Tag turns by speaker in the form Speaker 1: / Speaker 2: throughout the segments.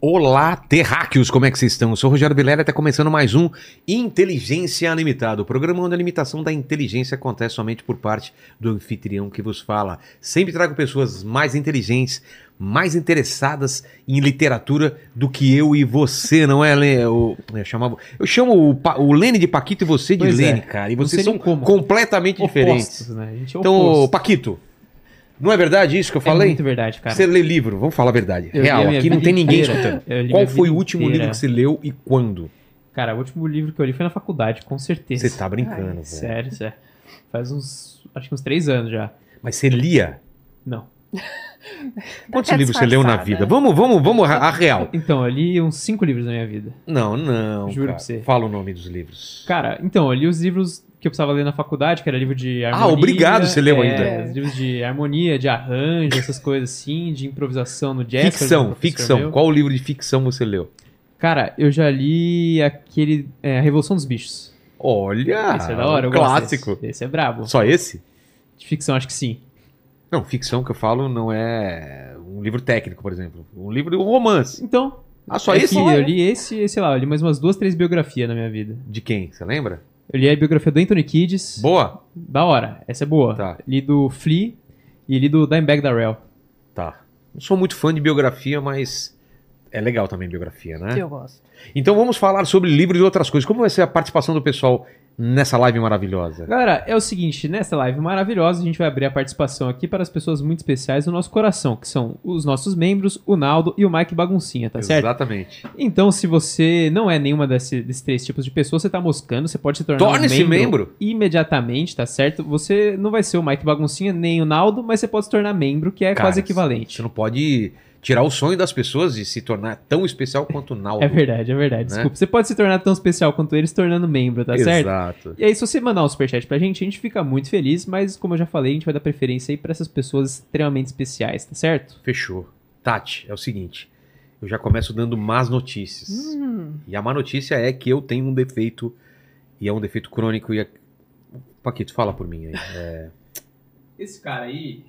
Speaker 1: Olá, terráqueos, como é que vocês estão? Eu sou o Rogério Vilela e está começando mais um Inteligência Limitada, o programa onde a limitação da inteligência acontece somente por parte do anfitrião que vos fala. Sempre trago pessoas mais inteligentes, mais interessadas em literatura do que eu e você, não é, Lê? Eu, eu, chamava, eu chamo o, Pa- o Lene de Paquito e você de
Speaker 2: Pois é,
Speaker 1: Lene, cara, e
Speaker 2: não
Speaker 1: vocês
Speaker 2: sei nem
Speaker 1: são
Speaker 2: como.
Speaker 1: completamente diferentes.
Speaker 2: Opostos, né? A gente é
Speaker 1: Então, ô,
Speaker 2: oposto.
Speaker 1: Paquito, não é verdade isso que eu
Speaker 2: É
Speaker 1: falei?
Speaker 2: muito verdade, cara.
Speaker 1: Você lê livro, vamos falar a verdade.
Speaker 2: Eu li a
Speaker 1: Real,
Speaker 2: minha
Speaker 1: aqui não
Speaker 2: vida
Speaker 1: tem ninguém
Speaker 2: inteira.
Speaker 1: escutando.
Speaker 2: Eu li
Speaker 1: Qual
Speaker 2: minha
Speaker 1: foi o
Speaker 2: vida
Speaker 1: último
Speaker 2: inteira.
Speaker 1: livro que você leu e quando?
Speaker 2: Cara, o último livro que eu li foi na faculdade, com certeza.
Speaker 1: Você tá brincando, velho.
Speaker 2: Sério, sério. Faz uns. Acho que uns três anos já.
Speaker 1: Mas você lia?
Speaker 2: Não.
Speaker 1: Quantos
Speaker 3: tá
Speaker 1: livros você leu na
Speaker 3: disfarçada.
Speaker 2: né?
Speaker 1: vida? Vamos, vamos, vamos, a a real.
Speaker 2: Então, eu li uns cinco livros na minha vida.
Speaker 1: Não, não.
Speaker 2: Juro
Speaker 1: cara.
Speaker 2: pra você.
Speaker 1: Fala o nome dos livros.
Speaker 2: Cara, então, eu li os livros que eu precisava ler na faculdade, que era livro de harmonia.
Speaker 1: Ah, obrigado, você leu
Speaker 2: é,
Speaker 1: ainda.
Speaker 2: os livros de harmonia, de arranjo, essas coisas assim, de improvisação no jazz. que era um
Speaker 1: ficção,
Speaker 2: professor
Speaker 1: ficção.
Speaker 2: meu.
Speaker 1: Qual o livro de ficção você leu?
Speaker 2: Cara, eu já li aquele. É, a Revolução dos Bichos.
Speaker 1: Olha!
Speaker 2: esse é da hora,
Speaker 1: um
Speaker 2: eu
Speaker 1: clássico.
Speaker 2: gosto. desse. Esse é brabo.
Speaker 1: Só esse?
Speaker 2: De ficção, acho que sim.
Speaker 1: Não, ficção que eu falo não é um livro técnico, por exemplo. Um livro de um romance.
Speaker 2: Então,
Speaker 1: Ah, só
Speaker 2: é
Speaker 1: esse?
Speaker 2: que eu li esse, sei lá, eu li mais umas duas, três biografias na minha vida.
Speaker 1: De quem? Você lembra?
Speaker 2: Eu li a biografia do Anthony Kiddis.
Speaker 1: Boa?
Speaker 2: Da hora, essa é boa.
Speaker 1: Tá.
Speaker 2: Li do Flea e li do Dimebag Darrell.
Speaker 1: Tá. Não sou muito fã de biografia, mas é legal também biografia, né?
Speaker 3: Que eu gosto.
Speaker 1: Então vamos falar sobre livros e outras coisas. Como vai ser a participação do pessoal nessa live maravilhosa?
Speaker 2: Galera, é o seguinte, nessa live maravilhosa, a gente vai abrir a participação aqui para as pessoas muito especiais do nosso coração, que são os nossos membros, o Naldo e o Mike Baguncinha, tá certo?
Speaker 1: Exatamente.
Speaker 2: Então, se você não é nenhuma desse- desses três tipos de pessoa, você tá moscando, você pode se tornar
Speaker 1: Torne-se
Speaker 2: um membro
Speaker 1: membro.
Speaker 2: imediatamente, tá certo? Você não vai ser o Mike Baguncinha nem o Naldo, mas você pode se tornar membro, que é
Speaker 1: Cara,
Speaker 2: quase
Speaker 1: Você
Speaker 2: equivalente.
Speaker 1: não pode tirar o sonho das pessoas de se tornar tão especial quanto o Naldo.
Speaker 2: É verdade, é verdade.
Speaker 1: Né?
Speaker 2: Desculpa. Você pode se tornar tão especial quanto ele se tornando membro, tá certo?
Speaker 1: Exato.
Speaker 2: E aí, se você mandar um superchat pra gente, a gente fica muito feliz, mas como eu já falei, a gente vai dar preferência aí pra essas pessoas extremamente especiais, tá certo?
Speaker 1: Fechou. Tati, é o seguinte. Eu já começo dando más notícias.
Speaker 3: Hum,
Speaker 1: E a má notícia é que eu tenho um defeito, e é um defeito crônico, e é... Paquito, fala por mim aí.
Speaker 2: Esse cara aí,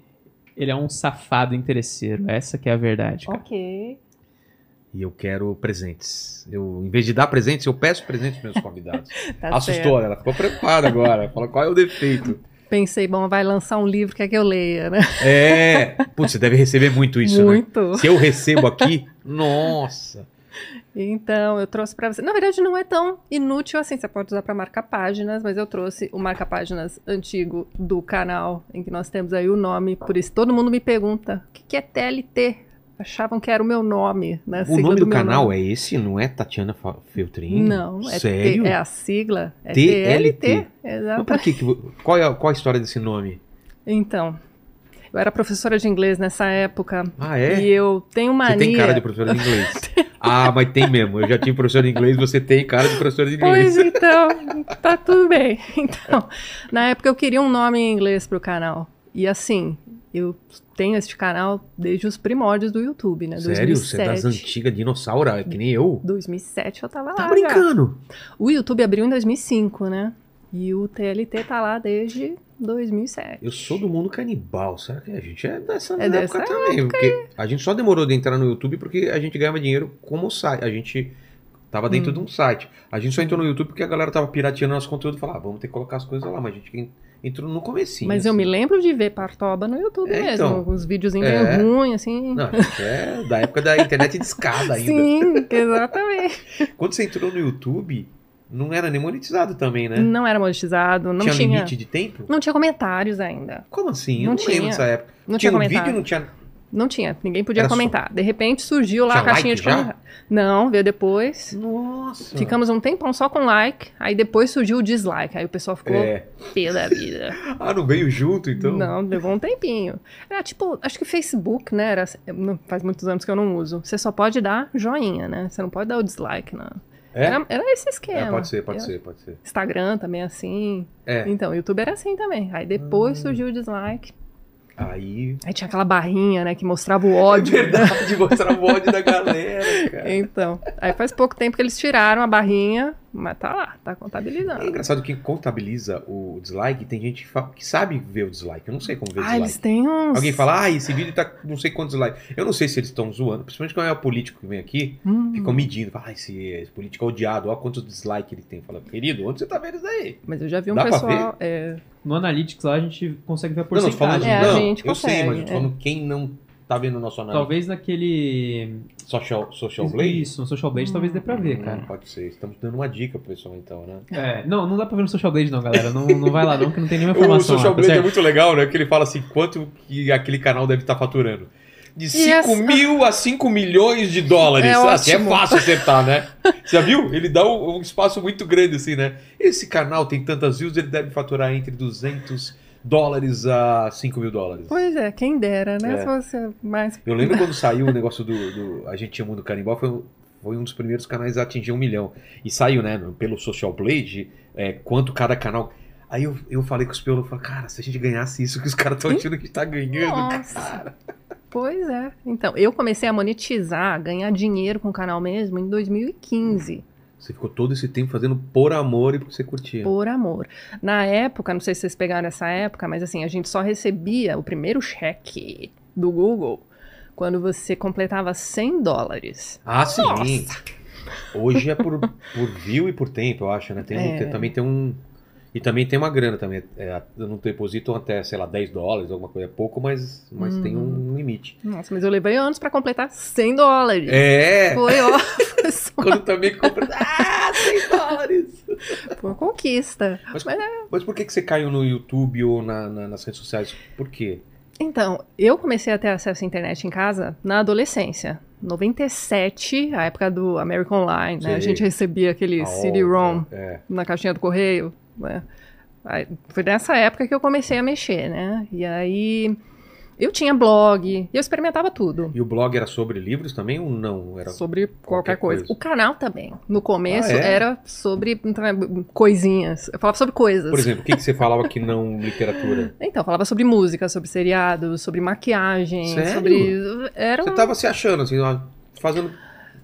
Speaker 2: ele é um safado interesseiro, essa que é a verdade, cara.
Speaker 3: ok.
Speaker 1: E eu quero presentes. Eu, em vez de dar presentes, eu peço presentes pros meus convidados.
Speaker 3: Tá
Speaker 1: Assustou, ela ficou preocupada agora. Fala, qual é o defeito?
Speaker 3: certo. Pensei, bom, vai lançar um livro, quer que eu leia, né?
Speaker 1: É. Putz, você deve receber muito isso,
Speaker 3: Muito.
Speaker 1: né? Se eu recebo aqui, nossa.
Speaker 3: Então, eu trouxe pra você. Na verdade, não é tão inútil assim. Você pode usar pra marcar páginas, mas eu trouxe o marca páginas antigo do canal, em que nós temos aí o nome. Por isso, todo mundo me pergunta: o que, que é TLT? Achavam que era o meu nome, né?
Speaker 1: O nome do canal é esse, não é Tatiana Fa- Feltrin?
Speaker 3: Não, é, T-
Speaker 1: Sério?
Speaker 3: é a sigla. É
Speaker 1: TLT.
Speaker 3: TLT.
Speaker 1: Mas
Speaker 3: Exato.
Speaker 1: por que que vo- qual, é, a- qual a história desse nome?
Speaker 3: Então, eu era professora de inglês nessa época.
Speaker 1: Ah, é?
Speaker 3: E eu tenho
Speaker 1: Você
Speaker 3: mania.
Speaker 1: tem cara de professora de inglês. ah, mas tem mesmo. Eu já tive professor de inglês, você tem cara de professora de inglês.
Speaker 3: Pois então, tá tudo bem. Então, na época eu queria um nome em inglês pro canal. E assim, eu tenho este canal desde os primórdios do YouTube, né?
Speaker 1: Sério? Você é
Speaker 3: 2007.
Speaker 1: das antigas, dinossauro, é que nem eu?
Speaker 3: 2007 eu tava
Speaker 1: Tá
Speaker 3: lá. já.
Speaker 1: brincando?
Speaker 3: O YouTube abriu em 2005, né? E o TLT tá lá desde 2007.
Speaker 1: Eu sou do mundo canibal, será que a gente é dessa
Speaker 3: É dessa
Speaker 1: época também? Porque a gente só demorou de entrar no YouTube porque a gente ganhava dinheiro como site. A gente tava
Speaker 3: Hum.
Speaker 1: dentro de um site. A gente só entrou no YouTube porque a galera tava pirateando nosso conteúdo e falava, ah, vamos ter que colocar as coisas lá, mas a gente en- entrou no comecinho.
Speaker 3: Mas eu
Speaker 1: assim.
Speaker 3: me lembro de ver Partoba no YouTube
Speaker 1: É,
Speaker 3: mesmo.
Speaker 1: então.
Speaker 3: Uns videozinhos
Speaker 1: É.
Speaker 3: meio ruins, assim.
Speaker 1: Não, a gente é da época da internet de escada ainda.
Speaker 3: Sim, exatamente.
Speaker 1: Quando você entrou no YouTube, não era nem monetizado também, né?
Speaker 3: Não era monetizado, não
Speaker 1: tinha,
Speaker 3: tinha.
Speaker 1: limite de tempo?
Speaker 3: Não tinha comentários ainda.
Speaker 1: Como assim? Eu
Speaker 3: Não
Speaker 1: não, lembro
Speaker 3: tinha.
Speaker 1: dessa época.
Speaker 3: Não tinha,
Speaker 1: um
Speaker 3: comentário.
Speaker 1: vídeo, não tinha.
Speaker 3: Não tinha, ninguém podia
Speaker 1: Era só-
Speaker 3: comentar. De repente surgiu lá
Speaker 1: Tinha
Speaker 3: a caixinha
Speaker 1: like
Speaker 3: de
Speaker 1: já? Ah.
Speaker 3: comentário. Não, veio depois.
Speaker 1: Nossa.
Speaker 3: Ficamos um tempão só com like, aí depois surgiu o dislike. Aí o pessoal ficou
Speaker 1: É.
Speaker 3: pé da vida.
Speaker 1: Ah, não veio junto, então?
Speaker 3: Não, levou um tempinho. Era tipo, acho que Facebook, né? Era, não- faz muitos anos que eu não uso. Você só pode dar joinha, né? Você não pode dar o dislike, não.
Speaker 1: É?
Speaker 3: Era, era esse esquema.
Speaker 1: É, pode ser, pode
Speaker 3: Eu-
Speaker 1: ser, pode ser.
Speaker 3: Instagram também assim.
Speaker 1: É. Hum.
Speaker 3: Então, YouTube era assim também. Aí depois surgiu o dislike.
Speaker 1: Aí.
Speaker 3: Aí tinha aquela barrinha, né, que mostrava o ódio.
Speaker 1: verdade, mostrar o ódio da galera, cara.
Speaker 3: Então, aí faz pouco tempo que eles tiraram a barrinha Mas tá lá, tá contabilizando.
Speaker 1: É engraçado que contabiliza o dislike, tem gente que, fa- que sabe ver o dislike. Eu não sei como ver o
Speaker 3: Ah,
Speaker 1: dislike.
Speaker 3: eles têm uns.
Speaker 1: Alguém fala, ah, esse vídeo tá não sei quantos likes. Eu não sei se eles estão zoando, principalmente quando é o político que vem aqui,
Speaker 3: Hum,
Speaker 1: ficam medindo. Fala, ah, esse, esse político é odiado, olha quantos dislikes ele tem. Fala, querido, onde você tá vendo isso aí?
Speaker 3: Mas eu já vi um
Speaker 1: Dá pra
Speaker 3: pessoal. É,
Speaker 2: No Analytics lá a gente consegue ver né, a
Speaker 1: Não, não, tô falando,
Speaker 2: porcentagem.
Speaker 3: É, a
Speaker 1: não,
Speaker 3: gente
Speaker 1: eu sei, mas
Speaker 3: consegue,
Speaker 1: eu tô
Speaker 3: é.
Speaker 1: falando quem não tá vendo o nosso análise.
Speaker 2: Talvez naquele.
Speaker 1: Social, social Blade?
Speaker 2: Isso, no Social Blade talvez dê pra ver,
Speaker 1: Hum,
Speaker 2: cara.
Speaker 1: Pode ser, estamos dando uma dica pro pessoal então, né?
Speaker 2: É, não, não dá pra ver no Social Blade, não, galera. Não, não vai lá, não, que não tem nenhuma
Speaker 1: O
Speaker 2: informação.
Speaker 1: Social
Speaker 2: lá, tá
Speaker 1: Blade é
Speaker 2: certo?
Speaker 1: muito legal, né? Que ele fala assim, quanto que aquele canal deve estar faturando. De 5
Speaker 3: essa-
Speaker 1: mil a 5 milhões de dólares.
Speaker 3: É
Speaker 1: assim, é
Speaker 3: ótimo.
Speaker 1: fácil acertar, né? Você já viu? Ele dá um, um espaço muito grande, assim, né? Esse canal tem tantas views, ele deve faturar entre 200 dólares a 5 mil dólares.
Speaker 3: Pois é, quem dera, né?
Speaker 1: É.
Speaker 3: Se você mais.
Speaker 1: Eu lembro quando saiu o negócio do, do A gente tinha Mundo Canibal, foi um, foi um dos primeiros canais a atingir um milhão. E saiu, né, pelo Social Blade, é, quanto cada canal. Aí eu, eu falei com os pelos, eu falei, cara, se a gente ganhasse isso que os caras estão achando que tá ganhando,
Speaker 3: Nossa.
Speaker 1: cara.
Speaker 3: Pois é. Então, eu comecei a monetizar, a ganhar dinheiro com o canal mesmo em 2015.
Speaker 1: Você ficou todo esse tempo fazendo por amor e porque você curtia.
Speaker 3: Por amor. Na época, não sei se vocês pegaram essa época, mas assim, a gente só recebia o primeiro cheque do Google quando você completava 100 dólares.
Speaker 1: Ah, sim.
Speaker 3: Nossa.
Speaker 1: Hoje é por, por view e por tempo, eu acho, né? Tem, um-
Speaker 3: É.
Speaker 1: tem- também tem um. E também tem uma grana também. É, eu não depositam até, sei lá, 10 dólares, alguma coisa. É pouco, mas, mas tem
Speaker 3: Hum.
Speaker 1: um limite.
Speaker 3: Nossa, mas eu levei anos pra completar 100 dólares.
Speaker 1: É!
Speaker 3: Foi, ó, foi só
Speaker 1: Quando também compra. Ah, 100 dólares!
Speaker 3: uma conquista.
Speaker 1: Mas,
Speaker 3: Mas
Speaker 1: mas por que, que você caiu no YouTube ou na- na- nas redes sociais? Por quê?
Speaker 3: Então, eu comecei a ter acesso à internet em casa na adolescência. 97, a época do American Online, né? A
Speaker 1: Sei.
Speaker 3: gente recebia aquele
Speaker 1: A
Speaker 3: CD-ROM
Speaker 1: obra, É.
Speaker 3: na caixinha do correio, né? Aí, Foi nessa época que eu comecei a mexer, né? E aí eu tinha blog, eu experimentava tudo.
Speaker 1: E o blog era sobre livros também ou não? Era...
Speaker 3: Sobre qualquer,
Speaker 1: qualquer
Speaker 3: coisa.
Speaker 1: coisa.
Speaker 3: O canal também. No começo
Speaker 1: Ah, é?
Speaker 3: era sobre então, é, coisinhas. Eu falava sobre coisas.
Speaker 1: Por exemplo, o que, que você falava que não literatura?
Speaker 3: Então, eu falava sobre música, sobre seriado, sobre maquiagem,
Speaker 1: Sério?
Speaker 3: sobre. Era
Speaker 1: Você
Speaker 3: um-
Speaker 1: tava se achando, assim, ó, fazendo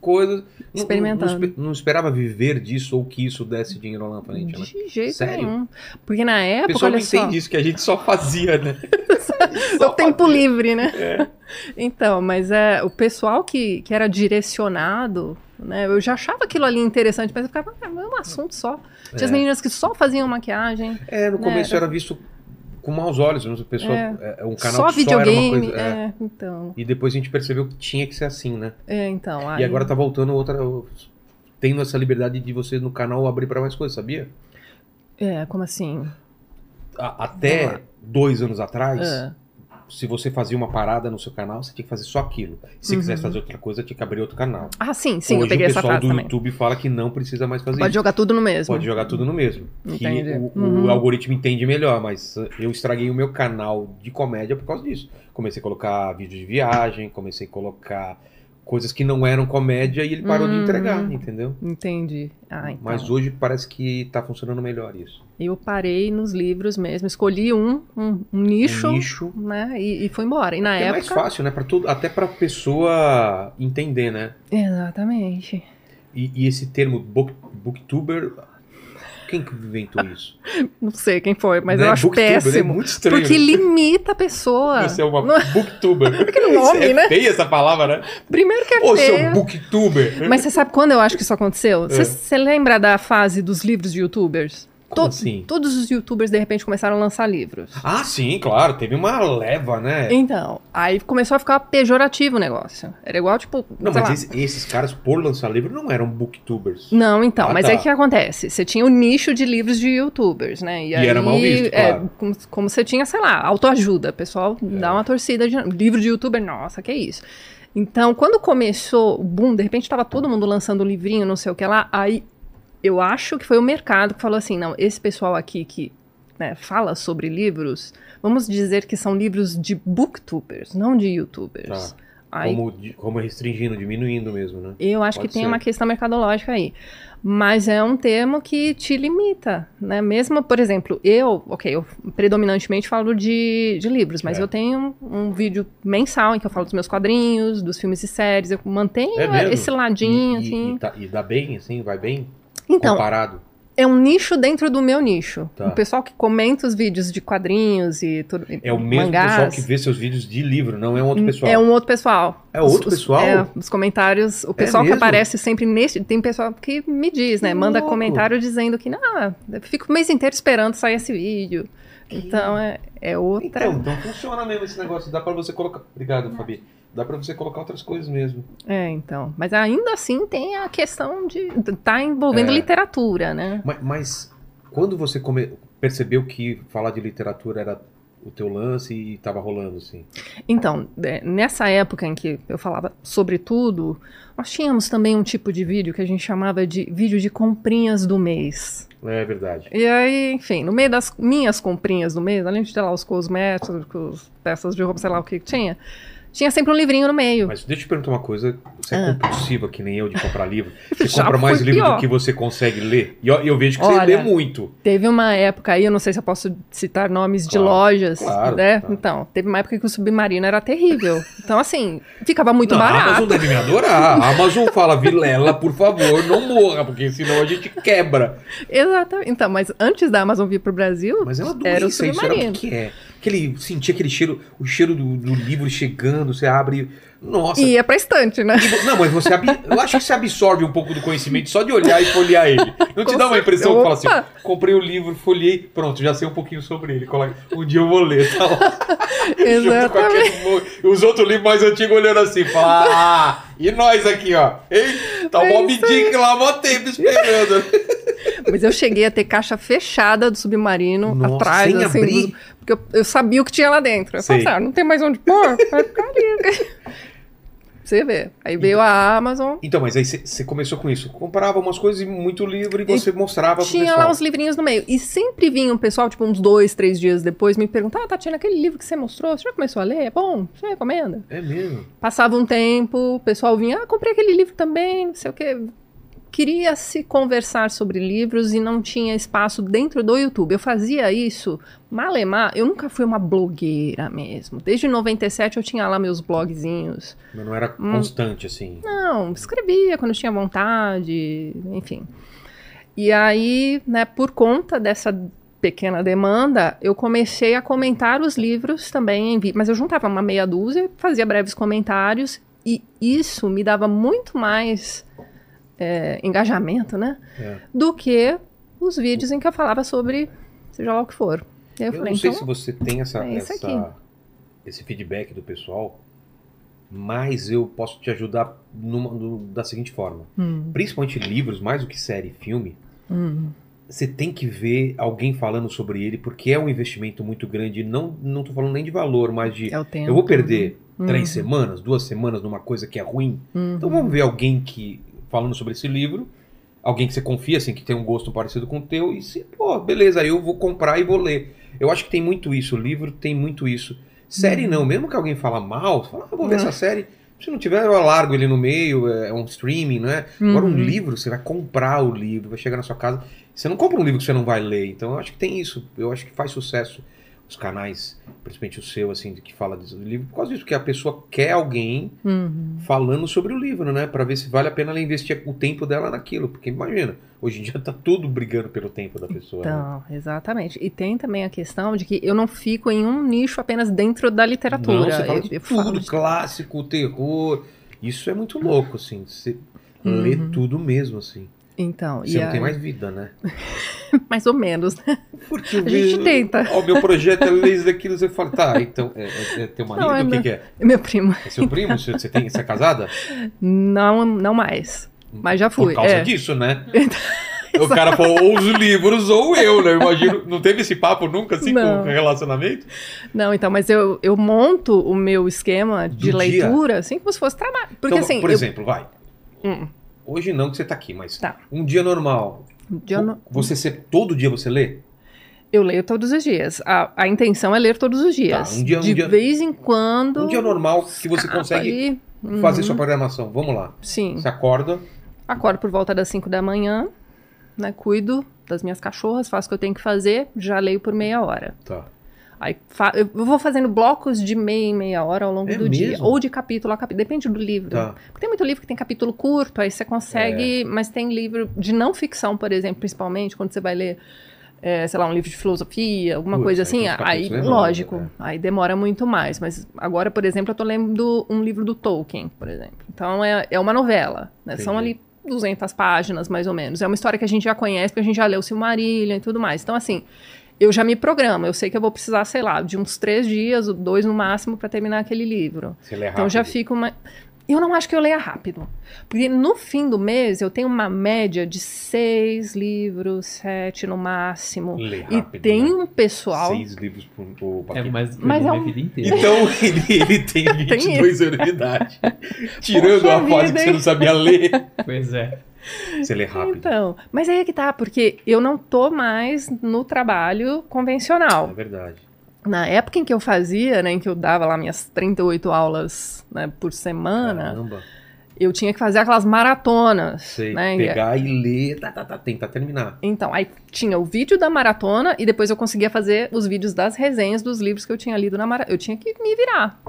Speaker 1: coisas. não- não-
Speaker 3: Experimentando.
Speaker 1: Não, espe- não esperava viver disso ou que isso desse dinheiro lá na frente, né?
Speaker 3: De jeito
Speaker 1: Sério?
Speaker 3: nenhum. Porque na
Speaker 1: O
Speaker 3: época,
Speaker 1: pessoal não
Speaker 3: olha só,
Speaker 1: entende isso, que a gente só fazia, né?
Speaker 3: o tempo livre, né?
Speaker 1: É.
Speaker 3: Então, mas é, o pessoal que, que era direcionado, né? Eu já achava aquilo ali interessante, mas eu ficava, ah, é um assunto só. Tinha as
Speaker 1: É.
Speaker 3: meninas que só faziam maquiagem,
Speaker 1: É, no
Speaker 3: Né,
Speaker 1: começo
Speaker 3: era-
Speaker 1: era visto com maus olhos, mas o pessoal. É. um canal
Speaker 3: só
Speaker 1: que só era uma
Speaker 3: videogame.
Speaker 1: coisa. é.
Speaker 3: é, então.
Speaker 1: E depois a gente percebeu que tinha que ser assim, né?
Speaker 3: É, então.
Speaker 1: E
Speaker 3: aí-
Speaker 1: agora tá voltando outra. Tendo essa liberdade de você no canal abrir pra mais coisas, sabia?
Speaker 3: É, como assim?
Speaker 1: A- até
Speaker 3: Vamos
Speaker 1: dois anos atrás,
Speaker 3: É.
Speaker 1: se você fazia uma parada no seu canal, você tinha que fazer só aquilo. Se
Speaker 3: Uhum.
Speaker 1: quisesse fazer outra coisa, tinha que abrir outro canal.
Speaker 3: Ah, sim, sim,
Speaker 1: Hoje
Speaker 3: eu peguei
Speaker 1: o
Speaker 3: essa
Speaker 1: pessoal
Speaker 3: frase
Speaker 1: do
Speaker 3: também.
Speaker 1: YouTube fala que não precisa mais fazer
Speaker 3: Pode
Speaker 1: isso.
Speaker 3: jogar tudo no mesmo.
Speaker 1: Pode jogar tudo no mesmo. Que
Speaker 3: Entendi.
Speaker 1: o, o
Speaker 3: Uhum.
Speaker 1: algoritmo entende melhor, mas uh, eu estraguei o meu canal de comédia por causa disso. Comecei a colocar vídeos de viagem, comecei a colocar coisas que não eram comédia e ele parou de
Speaker 3: Hum.
Speaker 1: entregar, entendeu?
Speaker 3: Entendi. Ah, então.
Speaker 1: Mas hoje parece que tá funcionando melhor isso.
Speaker 3: Eu parei nos livros mesmo, escolhi um, um, um nicho,
Speaker 1: Um nicho.
Speaker 3: né? E, e fui embora. E na
Speaker 1: que é mais
Speaker 3: época.
Speaker 1: fácil, né? Pra todo, até pra pessoa entender, né?
Speaker 3: Exatamente.
Speaker 1: E, e esse termo book- booktuber, quem que inventou isso?
Speaker 3: Não sei quem foi, mas
Speaker 1: Né?
Speaker 3: eu acho
Speaker 1: Booktuber, É
Speaker 3: péssimo.
Speaker 1: muito estranho.
Speaker 3: porque
Speaker 1: né?
Speaker 3: limita a pessoa.
Speaker 1: Você é uma
Speaker 3: Não-
Speaker 1: booktuber.
Speaker 3: Que nome,
Speaker 1: é
Speaker 3: né?
Speaker 1: feia essa palavra, né?
Speaker 3: Primeiro que é
Speaker 1: Ô, seu
Speaker 3: feio.
Speaker 1: booktuber.
Speaker 3: Mas você sabe quando eu acho que isso aconteceu?
Speaker 1: É.
Speaker 3: Você você lembra da fase dos livros de youtubers?
Speaker 1: Como
Speaker 3: To-
Speaker 1: assim?
Speaker 3: Todos os youtubers, de repente, começaram a lançar livros.
Speaker 1: Ah, sim, claro. Teve uma leva, né?
Speaker 3: Então, aí começou a ficar pejorativo o negócio. Era igual, tipo,
Speaker 1: Não,
Speaker 3: sei
Speaker 1: mas
Speaker 3: lá.
Speaker 1: esse- esses caras, por lançar livro, não eram booktubers.
Speaker 3: Não, então,
Speaker 1: Ah,
Speaker 3: mas
Speaker 1: tá.
Speaker 3: é que acontece. Você tinha o nicho de livros de youtubers, né? E, aí,
Speaker 1: era mal visto,
Speaker 3: é,
Speaker 1: claro. É.
Speaker 3: como, como você tinha, sei lá, autoajuda. O pessoal dá uma torcida de livro de youtuber, nossa, que isso. Então, quando começou o boom, de repente tava todo mundo lançando um livrinho, não sei o que lá, aí eu acho que foi o mercado que falou assim: não, esse pessoal aqui que né, fala sobre livros, vamos dizer que são livros de booktubers, não de youtubers.
Speaker 1: Tá.
Speaker 3: Aí
Speaker 1: Como, di- como restringindo, diminuindo mesmo, né?
Speaker 3: eu acho
Speaker 1: Pode
Speaker 3: que tem
Speaker 1: ser.
Speaker 3: uma questão mercadológica aí. Mas é um termo que te limita, né? Mesmo, por exemplo, eu, ok, eu predominantemente falo de, de livros, mas
Speaker 1: É.
Speaker 3: eu tenho um, um vídeo mensal em que eu falo dos meus quadrinhos, dos filmes e séries, eu mantenho
Speaker 1: É mesmo?
Speaker 3: esse ladinho,
Speaker 1: e, e-
Speaker 3: assim.
Speaker 1: e tá- e dá bem, assim, vai bem?
Speaker 3: Então,
Speaker 1: comparado?
Speaker 3: é um nicho dentro do meu nicho.
Speaker 1: Tá.
Speaker 3: O pessoal que comenta os vídeos de quadrinhos e tudo. e
Speaker 1: É o mesmo
Speaker 3: mangás,
Speaker 1: pessoal que vê seus vídeos de livro, não é um outro pessoal.
Speaker 3: É um outro pessoal.
Speaker 1: É outro
Speaker 3: Os- os-
Speaker 1: pessoal?
Speaker 3: é, os comentários. O pessoal que
Speaker 1: mesmo?
Speaker 3: aparece sempre neste. Tem pessoal que me diz, né?
Speaker 1: Que
Speaker 3: Manda
Speaker 1: louco.
Speaker 3: comentário dizendo que, não, eu fico o mês inteiro esperando sair esse vídeo. Então é, é outra.
Speaker 1: Então, então funciona mesmo esse negócio. Dá pra você colocar. Obrigado, Fabi. Dá pra você colocar outras coisas mesmo.
Speaker 3: É, então. Mas ainda assim tem a questão de. tá envolvendo
Speaker 1: É.
Speaker 3: literatura, né?
Speaker 1: Ma- Mas, quando você come- percebeu que falar de literatura era o teu lance e tava rolando assim?
Speaker 3: Então, é, nessa época em que eu falava sobre tudo, nós tínhamos também um tipo de vídeo que a gente chamava de vídeo de comprinhas do mês.
Speaker 1: É verdade.
Speaker 3: E aí, enfim, no meio das minhas comprinhas do mês, além de ter lá os cosméticos, peças de roupa, sei lá o que que tinha, tinha sempre um livrinho no meio.
Speaker 1: Mas deixa eu te perguntar uma coisa. Você é
Speaker 3: Ah.
Speaker 1: compulsiva que nem eu de comprar livro? Você
Speaker 3: Já
Speaker 1: compra mais
Speaker 3: "Ah, foi
Speaker 1: livro
Speaker 3: pior.
Speaker 1: do que você consegue ler? E eu, eu vejo que você
Speaker 3: Olha,
Speaker 1: lê muito.
Speaker 3: Teve uma época aí, eu não sei se eu posso citar nomes
Speaker 1: Claro,
Speaker 3: de lojas,
Speaker 1: claro,
Speaker 3: né?
Speaker 1: claro.
Speaker 3: Então, teve uma época que o Submarino era terrível. Então, assim, ficava muito
Speaker 1: Não,
Speaker 3: barato.
Speaker 1: A Amazon deve me adorar. A Amazon fala, Vilela, por favor, não morra, porque senão a gente quebra.
Speaker 3: Exatamente. Então, mas antes da Amazon vir pro Brasil,
Speaker 1: Mas é uma doença
Speaker 3: era o
Speaker 1: isso, era o
Speaker 3: Submarino.
Speaker 1: que que é. Aquele, sentir aquele cheiro, o cheiro do, do livro chegando, você abre. Nossa.
Speaker 3: e ia pra estante, né?
Speaker 1: E vo- Não, mas você ab- eu acho que você absorve um pouco do conhecimento só de olhar e folhear ele. Não te
Speaker 3: Com
Speaker 1: dá uma
Speaker 3: certeza.
Speaker 1: impressão que fala
Speaker 3: Opa!
Speaker 1: assim, comprei o livro, folhei, pronto, já sei um pouquinho sobre ele. Coloca, um dia eu vou ler, tá lá. Junto com
Speaker 3: Exatamente.
Speaker 1: aquele mo- os outros livros mais antigos olhando assim, fala, ah, e nós aqui, ó. Ei, tá o
Speaker 3: É
Speaker 1: Bob
Speaker 3: isso
Speaker 1: Dick lá, mó tempo esperando.
Speaker 3: Mas eu cheguei a ter caixa fechada do submarino
Speaker 1: Nossa,
Speaker 3: atrás,
Speaker 1: sem
Speaker 3: assim,
Speaker 1: abrir?
Speaker 3: dos- porque eu, eu sabia o que tinha lá dentro. Eu
Speaker 1: Sei.
Speaker 3: falei, ah, não tem mais onde pôr, vai ficar ali. Você vê. Aí veio a Amazon.
Speaker 1: Então, mas aí você começou com isso. Comprava umas coisas e muito livro e você mostrava pro
Speaker 3: Tinha
Speaker 1: pessoal.
Speaker 3: lá uns livrinhos no meio. E sempre vinha um pessoal, tipo, uns dois, três dias depois, me perguntar: Ah, Tatiana, aquele livro que você mostrou, você já começou a ler? É bom? Você recomenda?
Speaker 1: É mesmo.
Speaker 3: Passava um tempo, o pessoal vinha, ah, comprei aquele livro também, não sei o quê. Queria se conversar sobre livros e não tinha espaço dentro do YouTube. Eu fazia isso, malemar, eu nunca fui uma blogueira mesmo. Desde 97 eu tinha lá meus blogzinhos.
Speaker 1: Mas não era
Speaker 3: Hum.
Speaker 1: constante, assim.
Speaker 3: Não, escrevia quando tinha vontade, enfim. E aí, né, por conta dessa pequena demanda, eu comecei a comentar os livros também em vídeo, mas eu juntava uma meia dúzia, fazia breves comentários e isso me dava muito mais é, engajamento, né,
Speaker 1: É.
Speaker 3: do que os vídeos em que eu falava sobre seja lá o que for. E aí eu,
Speaker 1: Eu
Speaker 3: falei,
Speaker 1: não sei
Speaker 3: então,
Speaker 1: se você tem essa,
Speaker 3: é isso
Speaker 1: essa- esse feedback do pessoal, mas eu posso te ajudar numa- no- da seguinte forma.
Speaker 3: hum,
Speaker 1: Principalmente livros, mais do que série e filme,
Speaker 3: hum,
Speaker 1: você tem que ver alguém falando sobre ele, porque é um investimento muito grande. Não, não tô falando nem de valor, mas de.
Speaker 3: é o tempo.
Speaker 1: Eu vou perder
Speaker 3: Hum,
Speaker 1: três semanas, duas semanas numa coisa que é ruim.
Speaker 3: hum.
Speaker 1: Então vamos ver alguém que. falando sobre esse livro. Alguém que você confia, assim, que tem um gosto parecido com o teu, e se, pô, beleza, aí eu vou comprar e vou ler. Eu acho que tem muito isso, livro tem muito isso. Série não, mesmo que alguém fala mal, você fala, ah, vou ver
Speaker 3: Hum.
Speaker 1: essa série. Se não tiver, eu largo ele no meio, é um streaming, não é? Agora um
Speaker 3: Uhum.
Speaker 1: livro, você vai comprar o livro, vai chegar na sua casa. Você não compra um livro que você não vai ler, então eu acho que tem isso. Eu acho que faz sucesso os canais, principalmente o seu, assim, de que fala desse livro, por causa disso, que a pessoa quer alguém
Speaker 3: Uhum.
Speaker 1: falando sobre o livro, né? Pra ver se vale a pena ela investir o tempo dela naquilo. Porque imagina, hoje em dia tá tudo brigando pelo tempo da pessoa. né?
Speaker 3: Então, exatamente. E tem também a questão de que eu não fico em um nicho apenas dentro da literatura.
Speaker 1: Não, você fala
Speaker 3: eu,
Speaker 1: de
Speaker 3: eu
Speaker 1: tudo,
Speaker 3: falo de-
Speaker 1: clássico, terror. Isso é muito louco, assim. Você
Speaker 3: Uhum.
Speaker 1: lê tudo mesmo, assim.
Speaker 3: Então,
Speaker 1: Você
Speaker 3: e
Speaker 1: não tem
Speaker 3: aí-
Speaker 1: mais vida, né?
Speaker 3: mais ou menos. né?
Speaker 1: Porque
Speaker 3: A gente tenta.
Speaker 1: Ó, meu projeto é ler isso daquilo. Você fala, tá, então, é, é, é teu marido?
Speaker 3: Não, é
Speaker 1: o que,
Speaker 3: meu-
Speaker 1: que é?
Speaker 3: Meu primo,
Speaker 1: É seu primo? Você, você tem, você é casada?
Speaker 3: não, não mais. Mas já
Speaker 1: Por
Speaker 3: fui.
Speaker 1: causa
Speaker 3: é.
Speaker 1: disso, né? o cara falou, ou os livros ou eu, né? Eu imagino. Não teve esse papo nunca, assim,
Speaker 3: Não.
Speaker 1: com relacionamento?
Speaker 3: Não, então, mas eu, eu monto o meu esquema de
Speaker 1: dia?
Speaker 3: leitura, assim, como se fosse trabalho. Porque
Speaker 1: Então,
Speaker 3: assim,
Speaker 1: por
Speaker 3: eu-
Speaker 1: exemplo, vai.
Speaker 3: Hum.
Speaker 1: Hoje não que você tá aqui, mas
Speaker 3: Tá.
Speaker 1: um dia normal.
Speaker 3: eu, não-
Speaker 1: Você se- todo dia você lê?
Speaker 3: eu leio todos os dias. A, a intenção é ler todos os dias.
Speaker 1: um dia- um
Speaker 3: de
Speaker 1: dia-
Speaker 3: vez em quando.
Speaker 1: Um dia normal que você
Speaker 3: escapa
Speaker 1: consegue
Speaker 3: ali. Uhum.
Speaker 1: fazer sua programação. Vamos lá.
Speaker 3: Sim.
Speaker 1: Você acorda,
Speaker 3: Acordo por volta das 5 da manhã, né? Cuido das minhas cachorras, faço o que eu tenho que fazer, já leio por meia hora.
Speaker 1: tá.
Speaker 3: Aí fa- eu vou fazendo blocos de meia em meia hora ao longo
Speaker 1: É
Speaker 3: do dia.
Speaker 1: mesmo?
Speaker 3: Ou de capítulo a capítulo. Depende do livro.
Speaker 1: Tá.
Speaker 3: Porque tem muito livro que tem capítulo curto, aí você consegue.
Speaker 1: É.
Speaker 3: Mas tem livro de não ficção, por exemplo, principalmente, quando você vai ler, é, sei lá, um livro de filosofia, alguma
Speaker 1: Putz,
Speaker 3: coisa
Speaker 1: aí
Speaker 3: assim.
Speaker 1: tem uns
Speaker 3: Aí,
Speaker 1: capítulos enormes,
Speaker 3: lógico,
Speaker 1: né?
Speaker 3: aí demora muito mais. Mas agora, por exemplo, eu tô lendo um livro do Tolkien, por exemplo. Então é, é uma novela. né? São
Speaker 1: Entendi.
Speaker 3: ali 200 páginas, mais ou menos. É uma história que a gente já conhece, porque a gente já leu Silmarillion e tudo mais. Então, assim, eu já me programo. Eu sei que eu vou precisar, sei lá, de uns três dias, ou dois no máximo, para terminar aquele livro.
Speaker 1: Você lê
Speaker 3: Então, eu já
Speaker 1: rápido.
Speaker 3: fico uma... Eu não acho que eu leia rápido. Porque no fim do mês, eu tenho uma média de seis livros, sete no máximo.
Speaker 1: Lê
Speaker 3: um. E
Speaker 1: rápido,
Speaker 3: tem
Speaker 1: né?
Speaker 3: um pessoal...
Speaker 1: Seis livros por, por
Speaker 2: É,
Speaker 1: paquete.
Speaker 2: mas,
Speaker 3: Mas
Speaker 2: eu
Speaker 3: é
Speaker 2: li
Speaker 3: um-
Speaker 2: minha vida inteira.
Speaker 1: Então ele, ele tem 22 anos de idade. Tirando
Speaker 3: Poxa
Speaker 1: a fase que
Speaker 3: vida,
Speaker 1: você
Speaker 3: hein?
Speaker 1: não sabia ler.
Speaker 2: Pois é.
Speaker 1: Você lê rápido.
Speaker 3: Então, mas aí é que tá, porque eu não tô mais no trabalho convencional.
Speaker 1: É verdade.
Speaker 3: Na época em que eu fazia, né, em que eu dava lá minhas 38 aulas né, por semana,
Speaker 1: Caramba.
Speaker 3: eu tinha que fazer aquelas maratonas.
Speaker 1: Sei.
Speaker 3: né, e-
Speaker 1: Pegar e ler. Tá, tá, tá, tentar terminar.
Speaker 3: Então, aí tinha o vídeo da maratona e depois eu conseguia fazer os vídeos das resenhas dos livros que eu tinha lido na maratona. Eu tinha que me virar.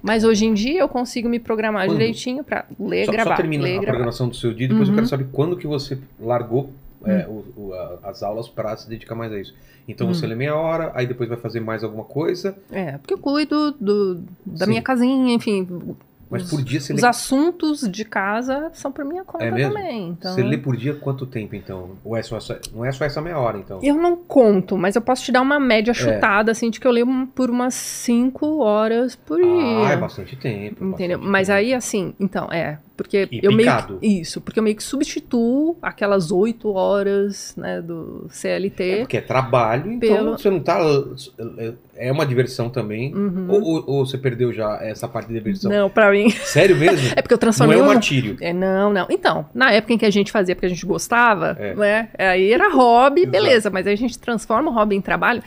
Speaker 3: Mas hoje em dia eu consigo me programar
Speaker 1: Quando?
Speaker 3: direitinho pra ler,
Speaker 1: só,
Speaker 3: gravar,
Speaker 1: só termina
Speaker 3: ler,
Speaker 1: a
Speaker 3: gravar.
Speaker 1: programação do seu dia. Depois eu
Speaker 3: Uhum. Hum.
Speaker 1: quero saber quando que você largou é, o- o- a- as aulas para se dedicar mais a isso. Então você lê meia hora, aí depois vai fazer mais alguma coisa.
Speaker 3: É, porque eu cuido do- da
Speaker 1: Sim.
Speaker 3: minha casinha, enfim,
Speaker 1: Mas
Speaker 3: Os-
Speaker 1: por dia você
Speaker 3: Os
Speaker 1: lê.
Speaker 3: assuntos de casa são por minha conta
Speaker 1: É mesmo?
Speaker 3: também. Então...
Speaker 1: Você lê por dia quanto tempo, então? Ou é só essa, não é só essa meia hora, então?
Speaker 3: Eu não conto, mas eu posso te dar uma
Speaker 1: É.
Speaker 3: média chutada, assim, de que eu leio um- por umas 5 horas por
Speaker 1: Ah, é
Speaker 3: dia.
Speaker 1: bastante tempo.
Speaker 3: entendeu?
Speaker 1: bastante
Speaker 3: Mas
Speaker 1: tempo.
Speaker 3: aí, assim, então, é. Porque
Speaker 1: E
Speaker 3: eu
Speaker 1: picado.
Speaker 3: meio que. Isso, porque eu meio que substituo aquelas 8 horas, né, do
Speaker 1: É
Speaker 3: CLT.
Speaker 1: porque é trabalho, então
Speaker 3: Pelo-
Speaker 1: você não tá. É uma diversão também.
Speaker 3: Uhum.
Speaker 1: Ou, ou- ou você perdeu já essa parte da diversão?
Speaker 3: Não, pra mim.
Speaker 1: Sério mesmo?
Speaker 3: É porque eu
Speaker 1: não
Speaker 3: transformei
Speaker 1: é um
Speaker 3: num-
Speaker 1: martírio.
Speaker 3: É, não, não. Então, na época em que a gente fazia porque a gente gostava,
Speaker 1: É.
Speaker 3: né? Aí era hobby,
Speaker 1: Exato. É.
Speaker 3: beleza, mas aí a gente transforma o hobby em trabalho.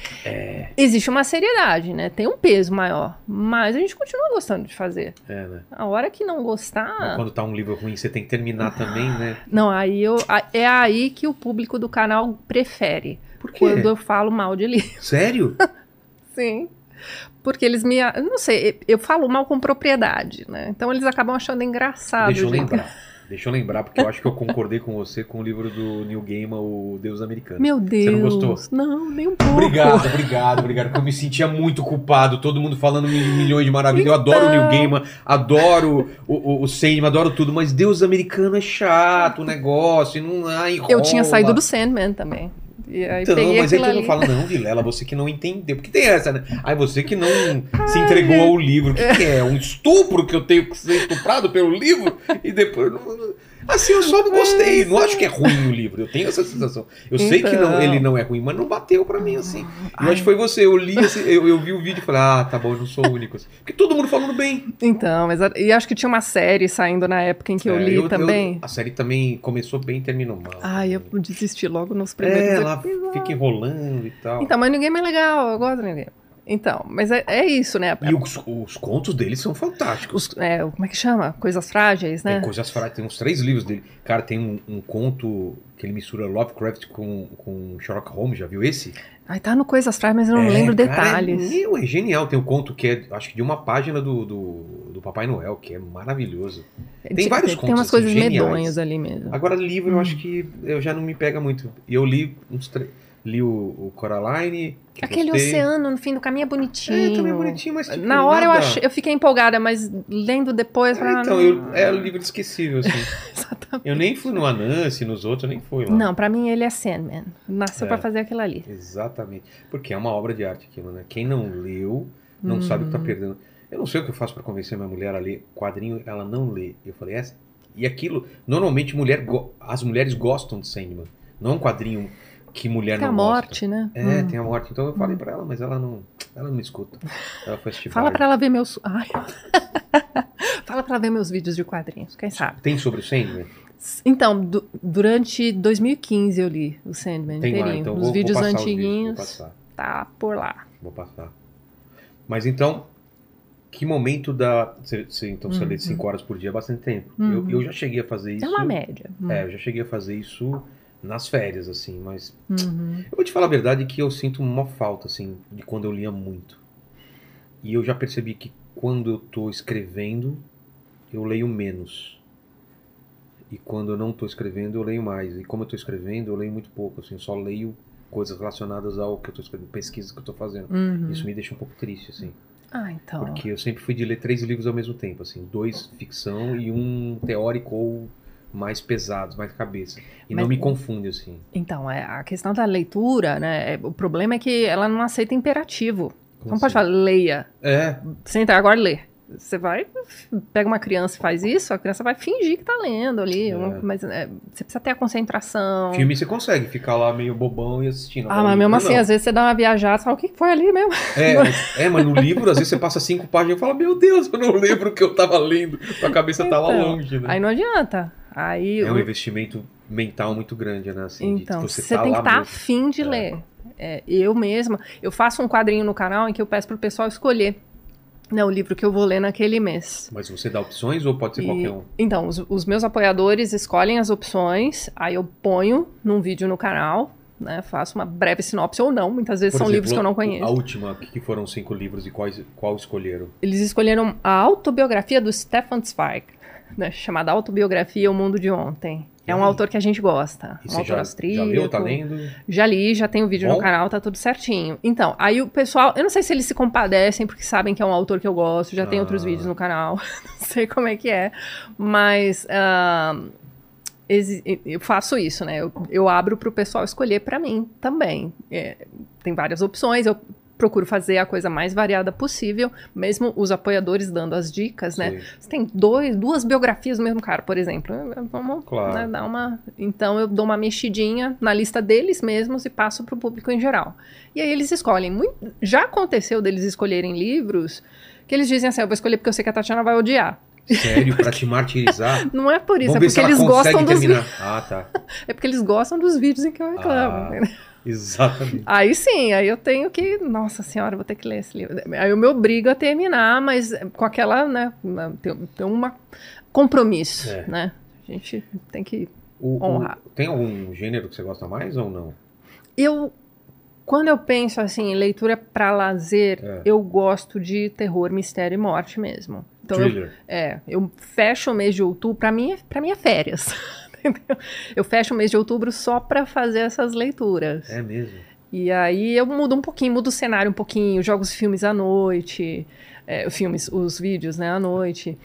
Speaker 3: Existe uma seriedade, né? Tem um peso maior. Mas a gente continua gostando de fazer.
Speaker 1: É, né?
Speaker 3: A hora que não
Speaker 1: Mas
Speaker 3: gostar.
Speaker 1: Quando tá um livro ruim, você tem que
Speaker 3: Ah,
Speaker 1: terminar também, né?
Speaker 3: Não, aí eu. a- É aí que o público do canal prefere.
Speaker 1: Por quê?
Speaker 3: Quando eu falo mal de livro.
Speaker 1: Sério?
Speaker 3: Sim. Porque eles me. eu Não sei, eu falo mal com propriedade, né? Então eles acabam achando engraçado.
Speaker 1: Deixa eu
Speaker 3: gente.
Speaker 1: lembrar. Deixa eu lembrar, porque eu acho que eu concordei com você com o livro do Neil Gaiman, O Deus Americano.
Speaker 3: Meu Deus.
Speaker 1: não gostou?
Speaker 3: Não, nem um pouco.
Speaker 1: Obrigado, obrigado, obrigado. Porque eu me sentia muito culpado, todo mundo falando mil- milhões de maravilhas. Eu adoro o Neil
Speaker 3: Então.
Speaker 1: Gaiman, adoro o, o, o Sandman, adoro tudo, mas Deus americano é chato o negócio, e não há enrola.
Speaker 3: Eu tinha saído do Sandman também. E aí
Speaker 1: Então,
Speaker 3: peguei
Speaker 1: mas aí
Speaker 3: aquilo
Speaker 1: todo mundo fala,
Speaker 3: ali.
Speaker 1: não, Vilela, é você que não entendeu. Porque tem essa, né? Aí você que não se entregou ao livro. O que, que é? Um estupro que eu tenho que ser estuprado pelo livro? E depois. não- Assim, eu só não gostei. Não acho que é ruim o livro. Eu tenho essa sensação. Eu sei que não-
Speaker 3: Então.
Speaker 1: ele não é ruim, mas não bateu pra mim assim. Eu acho que foi você. Eu li, esse- eu, eu vi o vídeo e falei, ah, tá bom, eu não sou o único. assim. Porque todo mundo falando bem.
Speaker 3: Então, mas a- e acho que tinha uma série saindo na época em que eu
Speaker 1: É,
Speaker 3: li também.
Speaker 1: a série também começou bem e terminou mal.
Speaker 3: Ai, eu desisti logo nos primeiros
Speaker 1: É, ela
Speaker 3: episódios.
Speaker 1: fica enrolando e tal.
Speaker 3: Então, mas ninguém é mais legal, eu gosto do ninguém. Então, mas é, é isso, né?
Speaker 1: E os, os contos dele são fantásticos.
Speaker 3: Os- é, como é que chama? Coisas frágeis,
Speaker 1: Tem
Speaker 3: né?
Speaker 1: coisas frágeis, tem uns três livros dele. Cara, tem um, um conto que ele mistura Lovecraft com, com Sherlock Holmes, já viu esse?
Speaker 3: Ai, tá no Coisas Frágeis, mas eu não
Speaker 1: É,
Speaker 3: lembro
Speaker 1: cara,
Speaker 3: detalhes.
Speaker 1: é, meu, é genial. Tem um conto que é, acho que de uma página do, do, do Papai Noel, que é maravilhoso. Tem vários
Speaker 3: Tem
Speaker 1: contos,
Speaker 3: umas coisas
Speaker 1: assim, geniais.
Speaker 3: medonhas ali mesmo.
Speaker 1: Agora, livro eu
Speaker 3: Hum.
Speaker 1: acho que eu já não me pega muito. E eu li uns tre- Li o, o Coraline. que
Speaker 3: Aquele
Speaker 1: gostei.
Speaker 3: oceano no fim do caminho é
Speaker 1: É,
Speaker 3: bonitinho.
Speaker 1: também é bonitinho, mas. tipo,
Speaker 3: Na hora eu,
Speaker 1: nada-
Speaker 3: achei, eu fiquei empolgada, mas lendo depois.
Speaker 1: É,
Speaker 3: falei, ah,
Speaker 1: então,
Speaker 3: não.
Speaker 1: eu, é um livro esquecível, assim.
Speaker 3: Exatamente.
Speaker 1: Eu nem fui no Anansi, nos outros, eu nem fui lá.
Speaker 3: Não, pra mim ele é Sandman. Nasceu
Speaker 1: É.
Speaker 3: pra fazer aquilo ali.
Speaker 1: Exatamente. Porque é uma obra de arte aquilo, né? Quem não leu não sabe o
Speaker 3: Uhum.
Speaker 1: que tá perdendo. Eu não sei o que eu faço pra convencer minha mulher a ler quadrinho, ela não lê. Eu falei, essa. E aquilo, normalmente mulher go- as mulheres gostam de Sandman. Não é um quadrinho que mulher
Speaker 3: Até a
Speaker 1: não
Speaker 3: morte, né?
Speaker 1: gosta. É,
Speaker 3: Hum.
Speaker 1: tem a morte. Então eu falei pra ela, mas ela não, ela não me escuta. Ela foi assistir
Speaker 3: Fala
Speaker 1: Barbie.
Speaker 3: pra ela ver meus. Ai. Fala pra ela ver meus vídeos de quadrinhos, quem sabe.
Speaker 1: Tem sobre o Sandman?
Speaker 3: Então, du- durante 2015 eu li o Sandman
Speaker 1: Tem lá,
Speaker 3: inteirinho.
Speaker 1: então
Speaker 3: os
Speaker 1: vou,
Speaker 3: vídeos
Speaker 1: vou passar os
Speaker 3: antiguinhos.
Speaker 1: vídeos, vou passar.
Speaker 3: tá por lá.
Speaker 1: Vou passar. Mas então, que momento da. Você, você- então você lê
Speaker 3: Uhum.
Speaker 1: 5 horas por dia é bastante tempo.
Speaker 3: Uhum.
Speaker 1: Eu, eu já cheguei a fazer isso.
Speaker 3: É uma média.
Speaker 1: É, eu já cheguei a fazer isso nas férias, assim, mas.
Speaker 3: Uhum.
Speaker 1: Eu vou te falar a verdade que eu sinto uma falta, assim, de quando eu lia muito. E eu já percebi que quando eu tô escrevendo, eu leio menos. E quando eu não tô escrevendo, eu leio mais. E como eu tô escrevendo, eu leio muito pouco, assim, eu só leio coisas relacionadas ao que eu tô escrevendo, pesquisas que eu tô fazendo.
Speaker 3: Uhum.
Speaker 1: Isso me deixa um pouco triste, assim.
Speaker 3: Ah, então.
Speaker 1: Porque eu sempre fui de ler três livros ao mesmo tempo, assim, dois ficção e um teórico ou mais pesado, mais cabeça. E
Speaker 3: Mas-
Speaker 1: não me confunde, assim.
Speaker 3: Então, é, a questão da leitura, né? é- O problema é que ela não aceita imperativo.
Speaker 1: Como
Speaker 3: Não pode
Speaker 1: assim?
Speaker 3: falar, leia.
Speaker 1: É,
Speaker 3: Senta agora e lê. Você vai, pega uma criança e faz isso, a criança vai fingir que tá lendo ali.
Speaker 1: É.
Speaker 3: Mas é, você precisa ter a concentração.
Speaker 1: filme você consegue ficar lá meio bobão e assistindo.
Speaker 3: Ah,
Speaker 1: Agora,
Speaker 3: mas
Speaker 1: livro,
Speaker 3: mesmo assim,
Speaker 1: não.
Speaker 3: às vezes você dá uma viajada e fala, o que que foi ali mesmo?
Speaker 1: É, é, mas no livro, às vezes você passa cinco páginas e fala, meu Deus, eu não lembro o que eu tava lendo. Tua cabeça tá lá
Speaker 3: Então,
Speaker 1: longe, né?
Speaker 3: Aí não adianta. Aí
Speaker 1: É um
Speaker 3: o-
Speaker 1: investimento mental muito grande, né? Assim, de
Speaker 3: Então, você,
Speaker 1: tá
Speaker 3: tem que
Speaker 1: lá
Speaker 3: estar
Speaker 1: mesmo.
Speaker 3: afim de
Speaker 1: É.
Speaker 3: ler. É, eu mesma, eu faço um quadrinho no canal em que eu peço pro pessoal escolher né, o livro que eu vou ler naquele mês.
Speaker 1: Mas você dá opções ou pode ser
Speaker 3: E-
Speaker 1: qualquer um?
Speaker 3: Então, os, os meus apoiadores escolhem as opções, aí eu ponho num vídeo no canal, né, faço uma breve sinopse ou não, muitas vezes
Speaker 1: Por
Speaker 3: são
Speaker 1: exemplo,
Speaker 3: livros que eu não
Speaker 1: A
Speaker 3: conheço.
Speaker 1: última, que foram cinco livros e quais, qual escolheram?
Speaker 3: Eles escolheram a autobiografia do Stefan Zweig, né, chamada Autobiografia O Mundo de Ontem. É um
Speaker 1: Ei.
Speaker 3: autor que a gente gosta,
Speaker 1: E
Speaker 3: um
Speaker 1: você
Speaker 3: autor
Speaker 1: já, já
Speaker 3: austríaco.
Speaker 1: leu, tá lendo?
Speaker 3: Já li, já tem o vídeo
Speaker 1: Bom.
Speaker 3: no canal, tá tudo certinho. Então, aí o pessoal, eu não sei se eles se compadecem porque sabem que é um autor que eu gosto, já tem
Speaker 1: Ah.
Speaker 3: outros vídeos no canal, não sei como é que é, mas ah, exi- eu faço isso, né? Eu, eu abro pro pessoal escolher pra mim também. É, tem várias opções, eu procuro fazer a coisa mais variada possível, mesmo os apoiadores dando as dicas, né?
Speaker 1: Sei.
Speaker 3: Você tem dois, duas biografias do mesmo cara, por exemplo. É, Vamos
Speaker 1: Claro.
Speaker 3: né, dar uma. Então eu dou uma mexidinha na lista deles mesmos e passo para o público em geral. E aí eles escolhem. Mui- Já aconteceu deles escolherem livros que eles dizem assim: eu vou escolher porque eu sei que a Tatiana vai odiar.
Speaker 1: é Sério, pra te martirizar?
Speaker 3: Não é por isso,
Speaker 1: Vamos
Speaker 3: é
Speaker 1: ver se
Speaker 3: porque
Speaker 1: ela
Speaker 3: eles
Speaker 1: consegue
Speaker 3: gostam dos vi-
Speaker 1: terminar. Ah, tá.
Speaker 3: É porque eles gostam dos vídeos em que eu reclamo.
Speaker 1: Ah, exatamente.
Speaker 3: Aí sim, aí eu tenho que. Nossa senhora, eu vou ter que ler esse livro. Aí eu me obrigo a terminar, mas com aquela, né? uma- Tem, tem um compromisso,
Speaker 1: É.
Speaker 3: né? A gente tem que.
Speaker 1: O- o-
Speaker 3: Honra.
Speaker 1: tem algum gênero que você gosta mais ou não?
Speaker 3: Eu. Quando eu penso assim, em leitura pra lazer,
Speaker 1: É.
Speaker 3: eu gosto de terror, mistério e morte mesmo. Então, eu,
Speaker 1: Thriller.
Speaker 3: é, eu fecho o mês de outubro, pra mim, é- pra mim é férias. entendeu? Eu fecho o mês de outubro só pra fazer essas leituras.
Speaker 1: É mesmo.
Speaker 3: E aí eu mudo um pouquinho, mudo o cenário um pouquinho, jogo os filmes à noite, é, filmes, os vídeos, né, à noite.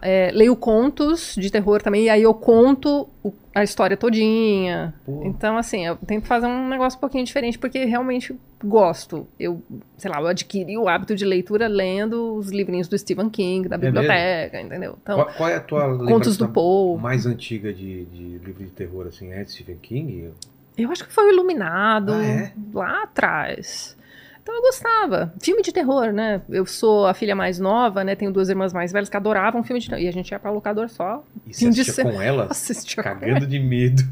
Speaker 3: É, leio contos de terror também, e aí eu conto o- a história todinha.
Speaker 1: Pô,
Speaker 3: Então, assim, eu tento fazer um negócio um pouquinho diferente, porque realmente gosto. Eu, sei lá, eu adquiri o hábito de leitura lendo os livrinhos do Stephen King, da
Speaker 1: É mesmo?
Speaker 3: biblioteca, entendeu? Então,
Speaker 1: qual, qual é a tua
Speaker 3: contos
Speaker 1: lembrança
Speaker 3: do Poe.
Speaker 1: mais antiga de, de livro de terror, assim? É de Stephen King?
Speaker 3: Eu acho que foi o Iluminado,
Speaker 1: Ah, é?
Speaker 3: lá atrás. Então eu gostava. Filme de terror, né? Eu sou a filha mais nova, né? Tenho duas irmãs mais velhas que adoravam filme de terror. E a gente ia pra locador só
Speaker 1: E você
Speaker 3: Sim, de
Speaker 1: assistia
Speaker 3: ser-
Speaker 1: com ela?
Speaker 3: assistia.
Speaker 1: Cagando de medo.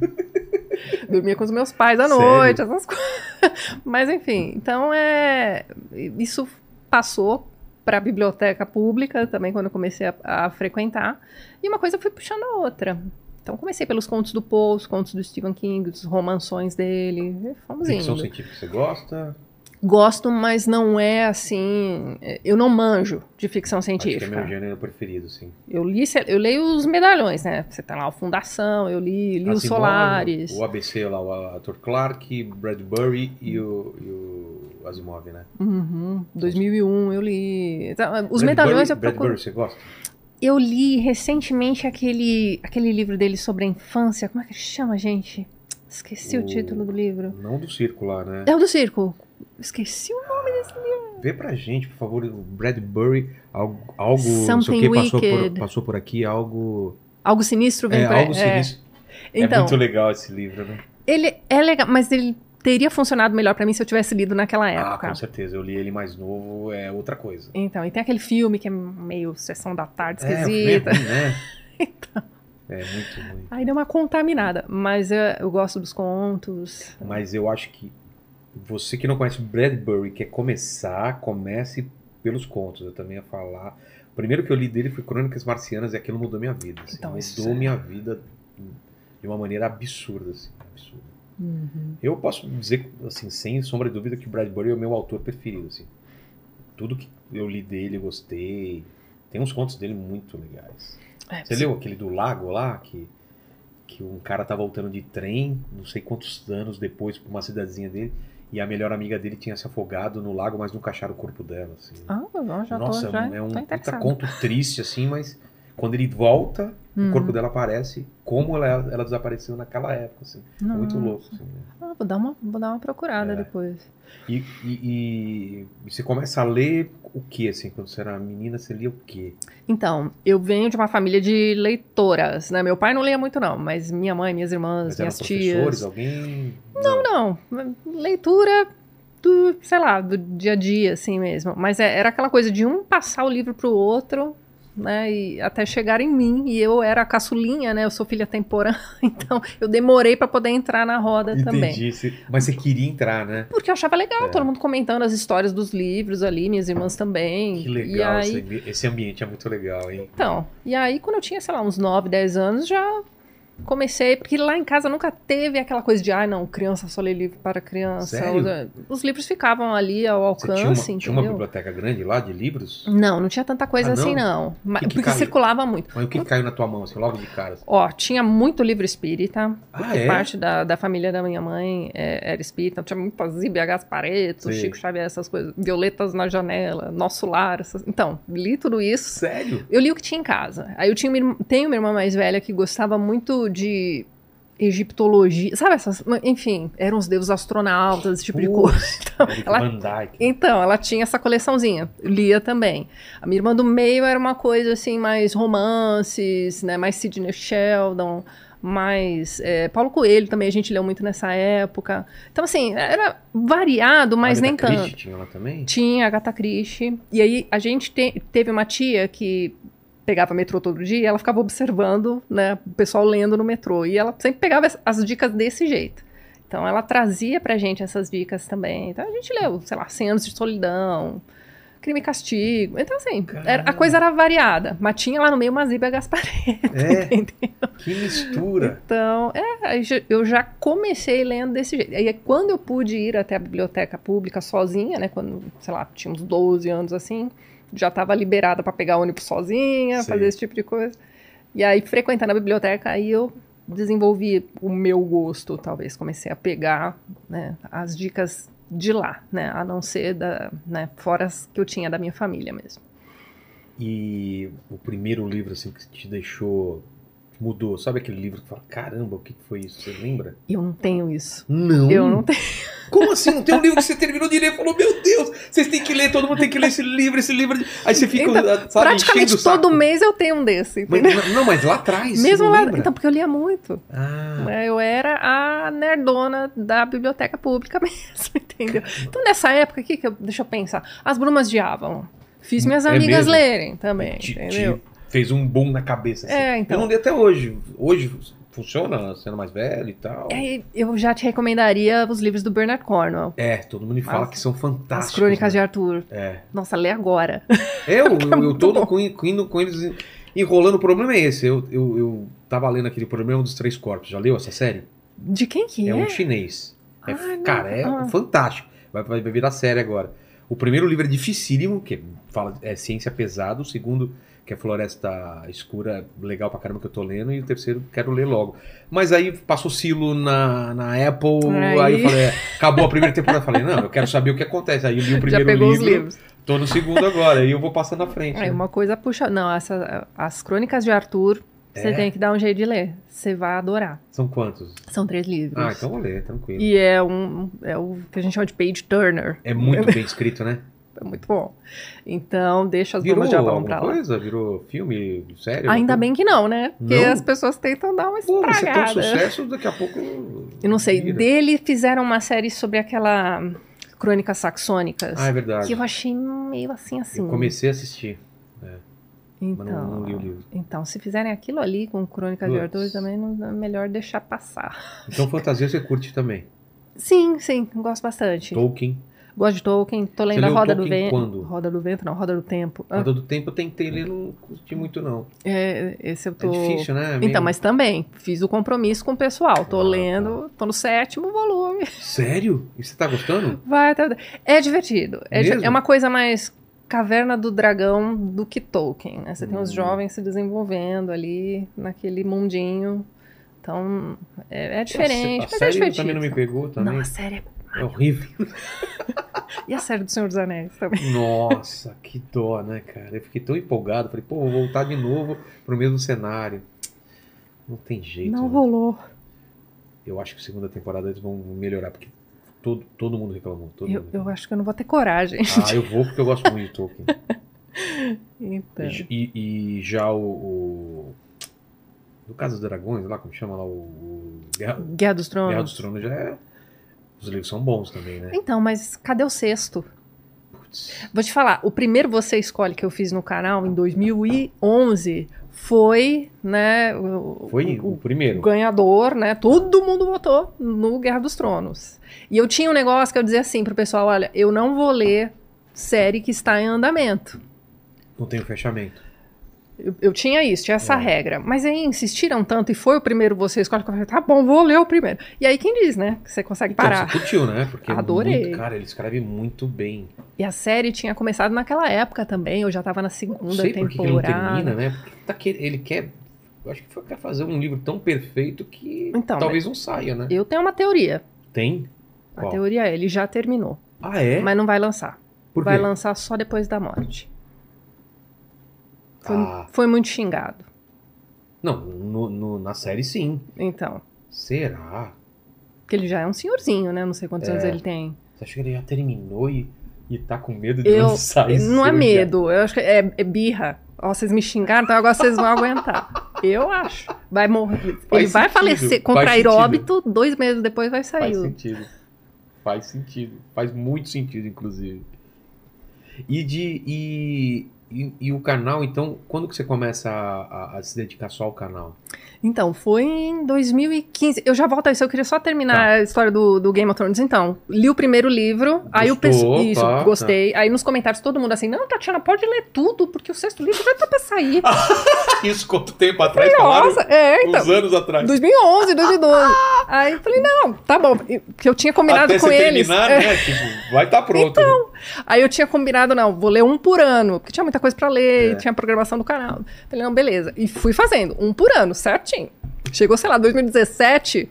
Speaker 3: Dormia com os meus pais à
Speaker 1: Sério?
Speaker 3: noite, essas coisas. Mas enfim, então é. Isso passou pra biblioteca pública também, quando eu comecei a, a frequentar. E uma coisa foi puxando a outra. Então comecei pelos contos do Poe, os contos do Stephen King, os romanções dele. E fomos
Speaker 1: Ficção
Speaker 3: indo.
Speaker 1: científica você gosta?
Speaker 3: Gosto, mas não é assim. é, Eu não manjo de ficção
Speaker 1: Acho que é meu
Speaker 3: científica.
Speaker 1: gênero preferido, assim.
Speaker 3: Eu li, se- eu leio os medalhões, né? Você tá lá o Fundação, eu li, li
Speaker 1: A
Speaker 3: os
Speaker 1: Simone,
Speaker 3: Solares.
Speaker 1: O ABC lá, o ator Clark, Bradbury e o, e o Asimov, né?
Speaker 3: Uhum, 2001 eu li. Então, Os
Speaker 1: Bradbury-
Speaker 3: medalhões eu procuro.
Speaker 1: Bradbury, você gosta?
Speaker 3: Eu li recentemente aquele, aquele livro dele sobre a infância. Como é que ele chama, gente? Esqueci o
Speaker 1: O-
Speaker 3: título do livro.
Speaker 1: Não do circo lá, né?
Speaker 3: É o do circo. Esqueci o
Speaker 1: Vê pra gente, por favor, o Bradbury, algo, algo não sei o
Speaker 3: Something
Speaker 1: que, passou por,
Speaker 3: Wicked.
Speaker 1: passou por aqui, algo...
Speaker 3: Algo sinistro vem
Speaker 1: É,
Speaker 3: pra
Speaker 1: algo sinistro. É
Speaker 3: Então,
Speaker 1: muito legal esse livro, né?
Speaker 3: Ele é legal, mas ele teria funcionado melhor pra mim se eu tivesse lido naquela
Speaker 1: Ah,
Speaker 3: época.
Speaker 1: com certeza. Eu li ele mais novo, é outra coisa.
Speaker 3: então, e tem aquele filme que é meio sessão da tarde
Speaker 1: É,
Speaker 3: esquisita.
Speaker 1: é ruim, né?
Speaker 3: Então.
Speaker 1: É muito ruim.
Speaker 3: Aí deu uma contaminada, mas eu, eu gosto dos contos.
Speaker 1: Mas eu acho que você que não conhece Bradbury, quer começar, comece pelos contos. Eu também ia falar. O primeiro que eu li dele foi Crônicas Marcianas e aquilo mudou minha vida. assim.
Speaker 3: Então, isso
Speaker 1: mudou
Speaker 3: é-
Speaker 1: minha vida de uma maneira absurda. assim, absurdo. Eu posso dizer, assim, sem sombra de dúvida, que o Bradbury é o meu autor preferido. Assim. Tudo que eu li dele, eu gostei. Tem uns contos dele muito legais.
Speaker 3: É,
Speaker 1: Você leu aquele do lago lá, que, que um cara tá voltando de trem, não sei quantos anos depois, pra uma cidadezinha dele, e a melhor amiga dele tinha se afogado no lago, mas não caixaram o corpo dela, assim.
Speaker 3: Ah, eu já
Speaker 1: Nossa,
Speaker 3: tô, já
Speaker 1: é um
Speaker 3: tô
Speaker 1: puta
Speaker 3: interessada.
Speaker 1: conto triste, assim, mas quando ele volta, o
Speaker 3: Hum.
Speaker 1: corpo dela aparece como ela, ela desapareceu naquela época, assim. É Muito
Speaker 3: Não.
Speaker 1: louco, assim. né?
Speaker 3: Ah, vou, dar uma, vou dar uma procurada
Speaker 1: É.
Speaker 3: depois.
Speaker 1: E, e- e você começa a ler o que, assim, quando você era menina, você lia o quê?
Speaker 3: Então, eu venho de uma família de leitoras, né? Meu pai não lia muito, não, mas minha mãe, minhas irmãs,
Speaker 1: eram
Speaker 3: minhas
Speaker 1: professores,
Speaker 3: tias.
Speaker 1: alguém?
Speaker 3: Não, leitura do, sei lá, do dia a dia, assim mesmo. Mas é- era aquela coisa de um passar o livro pro outro, né? E até chegar em mim. E eu era a caçulinha, né? Eu sou filha temporã, então eu demorei pra poder entrar na roda também.
Speaker 1: Entendi. você- Mas você queria entrar, né?
Speaker 3: Porque eu achava legal,
Speaker 1: É.
Speaker 3: todo mundo comentando as histórias dos livros ali, minhas irmãs também.
Speaker 1: Que
Speaker 3: E
Speaker 1: legal,
Speaker 3: aí,
Speaker 1: esse ambi- esse ambiente é muito legal, hein?
Speaker 3: então, e aí quando eu tinha, sei lá, uns 9, 10 anos, já comecei, porque lá em casa nunca teve aquela coisa de, ah, não, criança só lê livro para criança.
Speaker 1: Sério?
Speaker 3: Os, os livros ficavam ali ao
Speaker 1: Você tinha uma,
Speaker 3: alcance,
Speaker 1: tinha uma
Speaker 3: entendeu?
Speaker 1: biblioteca grande lá de livros?
Speaker 3: não, não tinha tanta coisa
Speaker 1: Ah, não?
Speaker 3: assim, não. Mas-
Speaker 1: que
Speaker 3: porque
Speaker 1: caiu?
Speaker 3: circulava muito.
Speaker 1: Mas o que que caiu na tua mão, assim, logo de cara? assim?
Speaker 3: Ó, tinha muito livro espírita,
Speaker 1: Ah, é?
Speaker 3: parte da, da família da minha mãe é, era espírita, tinha muitas IBHs Pareto,
Speaker 1: Sim.
Speaker 3: Chico Xavier, essas coisas, Violetas na Janela, Nosso Lar, essas- então, li tudo isso.
Speaker 1: Sério?
Speaker 3: Eu li o que tinha em casa. Aí eu tinha uma, irmã- tenho uma irmã mais velha que gostava muito de egiptologia, sabe essas, enfim, eram os deuses astronautas, esse tipo de coisa.
Speaker 1: Eric
Speaker 3: ela-
Speaker 1: Van Dyke.
Speaker 3: Então, ela tinha essa coleçãozinha, lia também. A minha irmã do meio era uma coisa assim, mais romances, né? Mais Sidney Sheldon, mais eh, Paulo Coelho também, a gente leu muito nessa época. Então, assim, era variado, mas
Speaker 1: Agatha
Speaker 3: nem tanto.
Speaker 1: Christie tinha lá também?
Speaker 3: Tinha Agatha Christie. E aí a gente te- teve uma tia que pegava metrô todo dia, e ela ficava observando, né, o pessoal lendo no metrô, e ela sempre pegava as- as dicas desse jeito. Então ela trazia pra gente essas dicas também. Então a gente leu, sei lá, 100 anos de solidão, crime e castigo. Então assim, era- a
Speaker 1: Caramba.
Speaker 3: coisa era variada, mas tinha lá no meio uma Zíbia Gaspareto,
Speaker 1: É,
Speaker 3: entendeu?
Speaker 1: que mistura.
Speaker 3: Então, é, aí já- eu já comecei lendo desse jeito. Aí é quando eu pude ir até a biblioteca pública sozinha, né, quando, sei lá, tinha uns 12 anos assim, já estava liberada para pegar ônibus sozinha,
Speaker 1: Sei.
Speaker 3: fazer esse tipo de coisa. E aí frequentando a biblioteca, aí eu desenvolvi o meu gosto, talvez comecei a pegar, né, as dicas de lá, né, a não ser da, né, fora as que eu tinha da minha família mesmo.
Speaker 1: E o primeiro livro, assim, que te deixou... que Mudou. Sabe aquele livro que fala, caramba, o que que foi isso? Você lembra?
Speaker 3: Eu não tenho isso.
Speaker 1: Não.
Speaker 3: Eu não tenho.
Speaker 1: Como assim? Não tem um livro que você terminou de ler e falou, meu Deus, vocês têm que ler, todo mundo tem que ler esse livro, esse livro. Aí você fica,
Speaker 3: Então,
Speaker 1: sabe, enchendo o
Speaker 3: Praticamente
Speaker 1: saco.
Speaker 3: todo mês eu tenho um desse, entendeu?
Speaker 1: Mas, não, mas lá atrás. você
Speaker 3: Mesmo
Speaker 1: não
Speaker 3: lá.
Speaker 1: lembra?
Speaker 3: Então, porque eu lia muito.
Speaker 1: Ah,
Speaker 3: né? Eu era a nerdona da biblioteca pública mesmo, entendeu? Então, nessa época, aqui que eu, deixa eu pensar. As Brumas de Avalon. Fiz minhas
Speaker 1: É
Speaker 3: amigas
Speaker 1: mesmo?
Speaker 3: lerem também,
Speaker 1: te,
Speaker 3: entendeu?
Speaker 1: te fez um boom na cabeça. assim.
Speaker 3: É,
Speaker 1: Eu
Speaker 3: então.
Speaker 1: não li até hoje. Hoje funciona, sendo mais velho e tal.
Speaker 3: É, Eu já te recomendaria os livros do Bernard Cornwell.
Speaker 1: É, todo mundo fala
Speaker 3: As-
Speaker 1: que são fantásticos.
Speaker 3: As Crônicas de
Speaker 1: né?
Speaker 3: Arthur.
Speaker 1: É.
Speaker 3: Nossa, lê agora.
Speaker 1: Eu, eu, eu
Speaker 3: muito
Speaker 1: tô
Speaker 3: bom.
Speaker 1: com, indo com eles en- enrolando. O problema é esse. Eu, eu, eu tava lendo aquele problema é um dos três corpos. Já leu essa série?
Speaker 3: De quem que é?
Speaker 1: É um chinês. É,
Speaker 3: Ah, não.
Speaker 1: cara, é
Speaker 3: Ah.
Speaker 1: fantástico. Vai, vai virar série agora. O primeiro livro é dificílimo, que fala é ciência pesada. O segundo, que é Floresta Escura, legal pra caramba que eu tô lendo. E o terceiro, quero ler logo. Mas aí passou silo na, na Apple. Aí,
Speaker 3: Aí.
Speaker 1: eu falei, é, acabou a primeira temporada. Eu falei, não, eu quero saber o que acontece. Aí eu li o
Speaker 3: Já
Speaker 1: primeiro
Speaker 3: pegou
Speaker 1: livro.
Speaker 3: os livros.
Speaker 1: Tô no segundo agora. E eu vou passando na frente.
Speaker 3: Aí
Speaker 1: né?
Speaker 3: uma coisa puxa. Não, essa- as Crônicas de Arthur, você
Speaker 1: É?
Speaker 3: tem que dar um jeito de ler. Você vai adorar.
Speaker 1: São quantos?
Speaker 3: São três livros.
Speaker 1: Ah, então vou ler, tranquilo.
Speaker 3: E é um é o que a gente chama de page turner.
Speaker 1: É muito bem escrito, né?
Speaker 3: É muito bom. Então, deixa as
Speaker 1: Virou
Speaker 3: brumas de Avalon
Speaker 1: alguma
Speaker 3: pra lá.
Speaker 1: coisa? Virou filme? Sério?
Speaker 3: Ainda bem que não, né? Porque
Speaker 1: Não?
Speaker 3: as pessoas tentam dar uma
Speaker 1: Pô, mas você tem um
Speaker 3: estragada.
Speaker 1: sucesso, daqui a pouco.
Speaker 3: Eu não sei.
Speaker 1: vira.
Speaker 3: Dele fizeram uma série sobre aquela crônicas saxônicas.
Speaker 1: Ah, é verdade.
Speaker 3: que eu achei meio assim assim.
Speaker 1: Eu comecei a assistir,
Speaker 3: então,
Speaker 1: mas não, não li o livro.
Speaker 3: então, se fizerem aquilo ali com Crônicas de
Speaker 1: Putz.
Speaker 3: Arthur, também não, é melhor deixar passar.
Speaker 1: Então, fantasia você curte também.
Speaker 3: Sim, sim, gosto bastante.
Speaker 1: Tolkien.
Speaker 3: Gosto de Tolkien, tô lendo a
Speaker 1: leu
Speaker 3: Roda do
Speaker 1: Tolkien
Speaker 3: Vento.
Speaker 1: quando?
Speaker 3: Roda do Vento, não, Roda do Tempo. Ah,
Speaker 1: Roda do Tempo tem que ter, ele não curti muito, não.
Speaker 3: é, esse eu tô.
Speaker 1: É difícil, né?
Speaker 3: Então,
Speaker 1: Meio-
Speaker 3: mas também, fiz o compromisso com o pessoal. Tô
Speaker 1: Ah, tá.
Speaker 3: lendo, tô no sétimo volume.
Speaker 1: Sério? E você tá gostando?
Speaker 3: Vai até. o- É divertido. É, di-
Speaker 1: Mesmo?
Speaker 3: é uma coisa mais Caverna do Dragão do que Tolkien. Né? Você tem os
Speaker 1: Hum.
Speaker 3: jovens se desenvolvendo ali naquele mundinho. Então, é, é diferente,
Speaker 1: A
Speaker 3: mas é
Speaker 1: série
Speaker 3: divertido.
Speaker 1: também não me pegou também.
Speaker 3: Não, a série é...
Speaker 1: É horrível.
Speaker 3: E a série do Senhor dos Anéis também.
Speaker 1: Nossa, que dó, né, cara? Eu fiquei tão empolgado. Falei, pô, vou voltar de novo pro mesmo cenário. Não tem jeito.
Speaker 3: Não
Speaker 1: né?
Speaker 3: rolou.
Speaker 1: Eu acho que segunda temporada eles vão melhorar, porque todo, todo mundo reclamou. Todo
Speaker 3: Eu,
Speaker 1: mundo
Speaker 3: eu
Speaker 1: reclamou.
Speaker 3: acho que eu não vou ter coragem.
Speaker 1: Ah, eu vou porque eu gosto muito de Tolkien.
Speaker 3: Então,
Speaker 1: E, e já o, o- No caso dos dragões, lá como chama lá, o. o Guerra,
Speaker 3: Guerra dos Tronos.
Speaker 1: Guerra dos Tronos já é. Os livros são bons também, né?
Speaker 3: Então, mas cadê o sexto?
Speaker 1: Putz.
Speaker 3: Vou te falar, o primeiro Você Escolhe que eu fiz no canal em 2011 foi, né, o,
Speaker 1: Foi
Speaker 3: o-
Speaker 1: o, primeiro.
Speaker 3: o ganhador, né, todo mundo votou no Guerra dos Tronos. E eu tinha um negócio que eu dizia assim pro pessoal, olha, eu não vou ler série que está em andamento.
Speaker 1: Não tem o fechamento.
Speaker 3: Eu, eu tinha isso, tinha essa
Speaker 1: É.
Speaker 3: regra. Mas aí insistiram tanto e foi o primeiro Você Escolhe que eu falei, tá bom, vou ler o primeiro. E aí quem diz, né, que você consegue
Speaker 1: Então,
Speaker 3: parar.
Speaker 1: você curtiu, né? Porque é
Speaker 3: Adorei.
Speaker 1: muito- cara, ele escreve muito bem.
Speaker 3: E a série tinha começado naquela época também, eu já tava na
Speaker 1: Não
Speaker 3: segunda
Speaker 1: sei por que que ele não
Speaker 3: temporada.
Speaker 1: termina, né? Porque tá que- ele quer. Eu acho que foi pra fazer um livro tão perfeito que
Speaker 3: Então,
Speaker 1: talvez não saia, né?
Speaker 3: Eu tenho uma teoria.
Speaker 1: Tem?
Speaker 3: A
Speaker 1: Qual?
Speaker 3: teoria é, ele já terminou,
Speaker 1: Ah, é?
Speaker 3: mas não vai lançar.
Speaker 1: por
Speaker 3: vai
Speaker 1: quê?
Speaker 3: lançar só depois da morte. Foi,
Speaker 1: Ah.
Speaker 3: foi muito xingado.
Speaker 1: Não, no- no- na série sim.
Speaker 3: Então,
Speaker 1: Será?
Speaker 3: porque ele já é um senhorzinho, né? Não sei quantos
Speaker 1: É.
Speaker 3: anos ele tem.
Speaker 1: Você acha que ele já terminou e, e tá com medo de
Speaker 3: Eu-
Speaker 1: lançar isso?
Speaker 3: não é medo, eu acho que é, é birra. Ó, vocês me xingaram, então agora vocês vão aguentar. Eu acho. Vai morrer. ele vai
Speaker 1: sentido,
Speaker 3: falecer,
Speaker 1: faz
Speaker 3: contrair
Speaker 1: sentido.
Speaker 3: óbito, dois meses depois vai
Speaker 1: Faz
Speaker 3: sair. o-
Speaker 1: sentido. Faz sentido. Faz muito sentido, inclusive. E de. E, e, e o canal, então, quando que você começa a, a- a se dedicar só ao canal?
Speaker 3: Então, foi em 2015. Eu já volto a isso, eu queria só terminar
Speaker 1: Tá.
Speaker 3: a história do, do Game of Thrones. Então, li o primeiro livro, aí
Speaker 1: Gostou?
Speaker 3: o
Speaker 1: Tá,
Speaker 3: pessoal. Isso,
Speaker 1: Opa,
Speaker 3: gostei. Aí nos comentários todo mundo assim: não, Tatiana, pode ler tudo, porque o sexto livro já tá pra sair.
Speaker 1: Tá Isso quanto tempo atrás?
Speaker 3: Nossa, é, então.
Speaker 1: Ah, Uns anos atrás.
Speaker 3: 2011, 2012. aí eu falei: não, tá bom, porque eu tinha combinado
Speaker 1: Até
Speaker 3: com
Speaker 1: você
Speaker 3: eles.
Speaker 1: terminar,
Speaker 3: É.
Speaker 1: né? Tipo, vai estar pronto. Então,
Speaker 3: Aí eu tinha combinado, não, vou ler um por ano, porque tinha muita coisa pra ler,
Speaker 1: É.
Speaker 3: e tinha programação do canal. Falei, não, beleza. E fui fazendo, um por ano, certinho. Chegou, sei lá, 2017,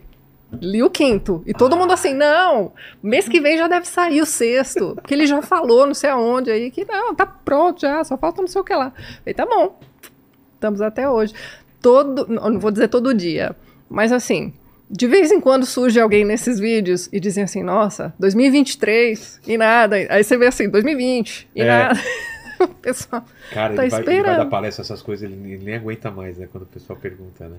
Speaker 3: li o quinto. E todo mundo assim, não, mês que vem já deve sair o sexto. Porque ele já falou, não sei aonde aí, que não, tá pronto já, só falta não sei o que lá. Falei, tá bom. Estamos até hoje. Todo, não não vou dizer todo dia, mas assim, de vez em quando surge alguém nesses vídeos e dizem assim, nossa, 2023 e nada. Aí você vê assim, 2020 e
Speaker 1: É.
Speaker 3: nada. O pessoal,
Speaker 1: Cara,
Speaker 3: Tá
Speaker 1: ele, vai, ele vai dar
Speaker 3: esperando.
Speaker 1: palestra, essas coisas, ele, ele nem aguenta mais, né? Quando o pessoal pergunta, né?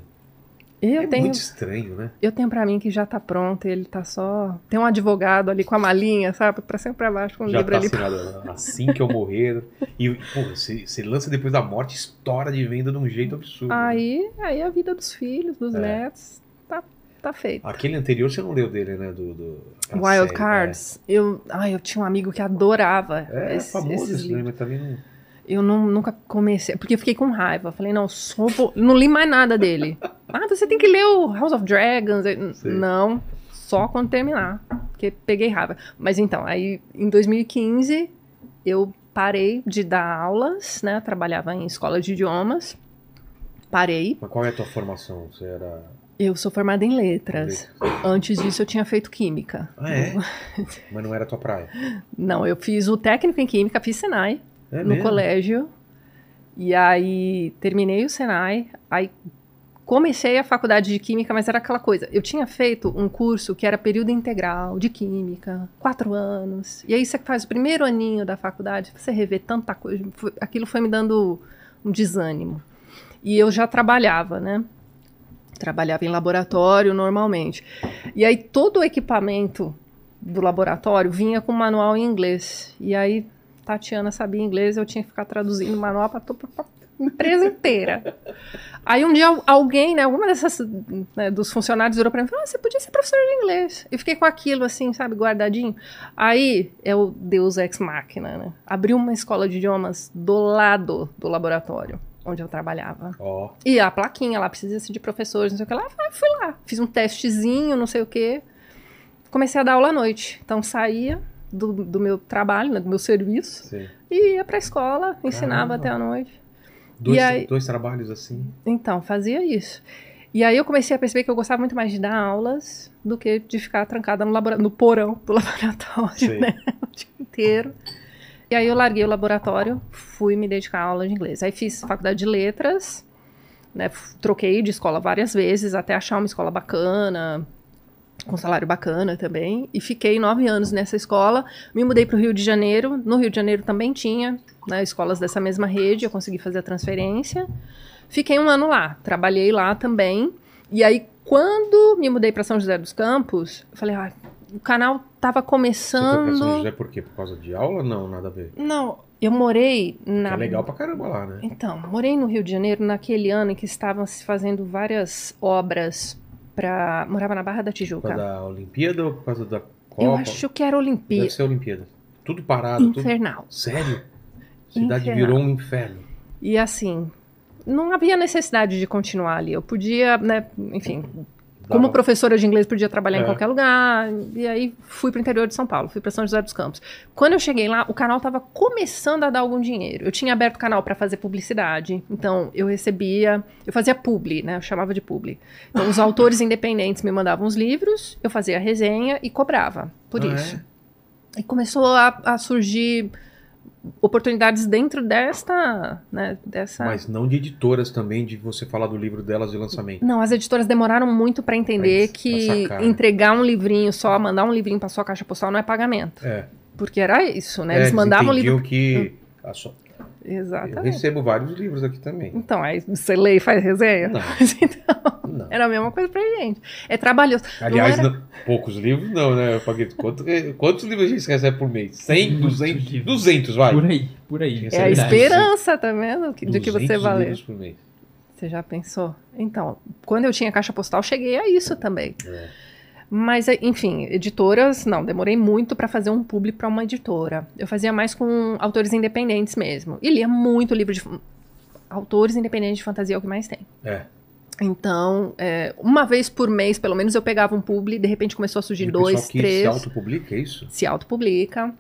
Speaker 3: e eu
Speaker 1: é
Speaker 3: tenho,
Speaker 1: muito estranho, né?
Speaker 3: eu tenho pra mim que já tá pronto, ele tá só. Tem um advogado ali com a malinha, sabe? Pra cima e pra baixo com o
Speaker 1: Já
Speaker 3: livro
Speaker 1: tá
Speaker 3: ali.
Speaker 1: assinado. Assim que eu morrer. E, pô, se, se lança depois da morte, estoura de venda de um jeito absurdo. né?
Speaker 3: Aí, aí a vida dos filhos, dos
Speaker 1: É. Ah,
Speaker 3: netos, tá, tá feita.
Speaker 1: Aquele anterior você não leu dele, né? Do, do- aquela
Speaker 3: Wild
Speaker 1: série,
Speaker 3: Cards. Eu, ai, eu tinha um amigo que adorava
Speaker 1: É, é
Speaker 3: esse-
Speaker 1: famoso
Speaker 3: esses
Speaker 1: esse
Speaker 3: livros.
Speaker 1: livro, mas também não.
Speaker 3: Eu não- nunca comecei, porque eu fiquei com raiva. Falei, não, só vou- não li mais nada dele. ah, você tem que ler o House of Dragons. Eu, n-
Speaker 1: Sei.
Speaker 3: Não, só quando terminar, porque peguei raiva. Mas então, aí em 2015 eu parei de dar aulas, né? Trabalhava em escola de idiomas. Parei.
Speaker 1: Mas qual é a tua formação? Você era.
Speaker 3: Eu sou formada em letras. Antes disso eu tinha feito química.
Speaker 1: Ah, é? mas não era a tua praia.
Speaker 3: Não, eu fiz o técnico em química, fiz Senai.
Speaker 1: É
Speaker 3: no
Speaker 1: mesmo?
Speaker 3: colégio. E aí terminei o Senai, aí comecei a faculdade de química, mas era aquela coisa. Eu tinha feito um curso que era período integral de química, quatro anos. E aí você faz o primeiro aninho da faculdade, você revê tanta coisa. Foi- Aquilo foi me dando um desânimo. E eu já trabalhava, né? Trabalhava em laboratório normalmente. E aí todo o equipamento do laboratório vinha com manual em inglês. E aí Tatiana sabia inglês, eu tinha que ficar traduzindo o manual para empresa inteira. Aí um dia al- alguém, né, alguma dessas né, dos funcionários virou pra mim e falou: "Ah, você podia ser professor de inglês. E fiquei com aquilo assim, sabe, guardadinho. Aí é o Deus ex machina, né? Abriu uma escola de idiomas do lado do laboratório onde eu trabalhava.
Speaker 1: Ó.
Speaker 3: E a plaquinha lá, precisa-se de professores, não sei o que lá. Ah, Fui lá, fiz um testezinho, não sei o que. Comecei a dar aula à noite. Então saía do, do meu trabalho, né, do meu serviço,
Speaker 1: Sim.
Speaker 3: e ia pra escola, ensinava
Speaker 1: Caramba.
Speaker 3: até a noite.
Speaker 1: Dois,
Speaker 3: E aí-
Speaker 1: dois trabalhos assim.
Speaker 3: Então, fazia isso. E aí eu comecei a perceber que eu gostava muito mais de dar aulas do que de ficar trancada no, labora- no porão do laboratório,
Speaker 1: Sei.
Speaker 3: né? O dia inteiro. E aí eu larguei o laboratório, fui me dedicar à aula de inglês. Aí fiz faculdade de letras, né? F- Troquei de escola várias vezes até achar uma escola bacana, com salário bacana também. E fiquei nove anos nessa escola. Me mudei para o Rio de Janeiro. No Rio de Janeiro também tinha né, escolas dessa mesma rede. Eu consegui fazer a transferência. Fiquei um ano lá. Trabalhei lá também. E aí, quando me mudei para São José dos Campos, eu falei, ah, o canal tava
Speaker 1: Você foi pra São
Speaker 3: começando.
Speaker 1: José por quê? Por causa de aula? Não, nada a ver.
Speaker 3: Não, eu morei
Speaker 1: Que
Speaker 3: na
Speaker 1: É legal pra caramba lá, né?
Speaker 3: então, morei no Rio de Janeiro naquele ano em que estavam se fazendo várias obras para. Morava na Barra da
Speaker 1: Por causa
Speaker 3: Tijuca.
Speaker 1: da Olimpíada ou por causa da Copa?
Speaker 3: Eu acho que era
Speaker 1: Deve
Speaker 3: Olimpíada.
Speaker 1: ser a Olimpíada. Tudo parado. Tudo...
Speaker 3: Infernal.
Speaker 1: Sério? A cidade
Speaker 3: Infernal.
Speaker 1: virou um inferno.
Speaker 3: E assim, não havia necessidade de continuar ali. Eu podia, né, enfim, como
Speaker 1: Dava-
Speaker 3: professora de inglês podia trabalhar
Speaker 1: É.
Speaker 3: em qualquer lugar. E aí fui para o interior de São Paulo, fui para São José dos Campos. Quando eu cheguei lá, o canal estava começando a dar algum dinheiro. Eu tinha aberto o canal para fazer publicidade, então eu recebia, eu fazia publi, né? Eu chamava de publi. Então os autores independentes me mandavam os livros, eu fazia a resenha e cobrava por
Speaker 1: Ah,
Speaker 3: isso. E começou a, a surgir oportunidades dentro desta, né, dessa
Speaker 1: Mas não de editoras também, de você falar do livro delas de lançamento.
Speaker 3: Não, as editoras demoraram muito pra entender
Speaker 1: Pra
Speaker 3: que
Speaker 1: sacar. né?
Speaker 3: entregar um livrinho só, mandar um livrinho pra sua caixa postal não é pagamento.
Speaker 1: É.
Speaker 3: Porque era isso, né?
Speaker 1: É,
Speaker 3: Eles mandavam o livro. Hum.
Speaker 1: entendiam que. a sua- Eu
Speaker 3: Exatamente.
Speaker 1: recebo vários livros aqui também.
Speaker 3: Então, aí você lê e faz resenha?
Speaker 1: Não.
Speaker 3: Mas então,
Speaker 1: Não.
Speaker 3: era a mesma coisa pra gente. É trabalhoso.
Speaker 1: Aliás,
Speaker 3: era-
Speaker 1: não- poucos livros não, né? Eu paguei. Quanto- quantos livros a gente recebe por mês? 100,
Speaker 2: Muito
Speaker 1: 200,
Speaker 2: livro.
Speaker 1: 200, vai.
Speaker 2: Por aí, por aí.
Speaker 1: Essa
Speaker 3: É, a
Speaker 1: verdade.
Speaker 3: esperança, tá vendo? Que- Do que você
Speaker 1: 200
Speaker 3: vai ler.
Speaker 1: livros por mês.
Speaker 3: Você já pensou? Então, quando eu tinha caixa postal, cheguei a isso também.
Speaker 1: É.
Speaker 3: Mas, é, enfim, editoras, não, demorei muito pra fazer um publi pra uma editora. Eu fazia mais com autores independentes mesmo. E lia muito livro de. fan- Autores independentes de fantasia é o que mais tem.
Speaker 1: É.
Speaker 3: Então, é, uma vez por mês, pelo menos, eu pegava um publi, de repente começou a surgir
Speaker 1: E o
Speaker 3: dois,
Speaker 1: pessoal que
Speaker 3: três
Speaker 1: se autopublica, é isso?
Speaker 3: se autopublica.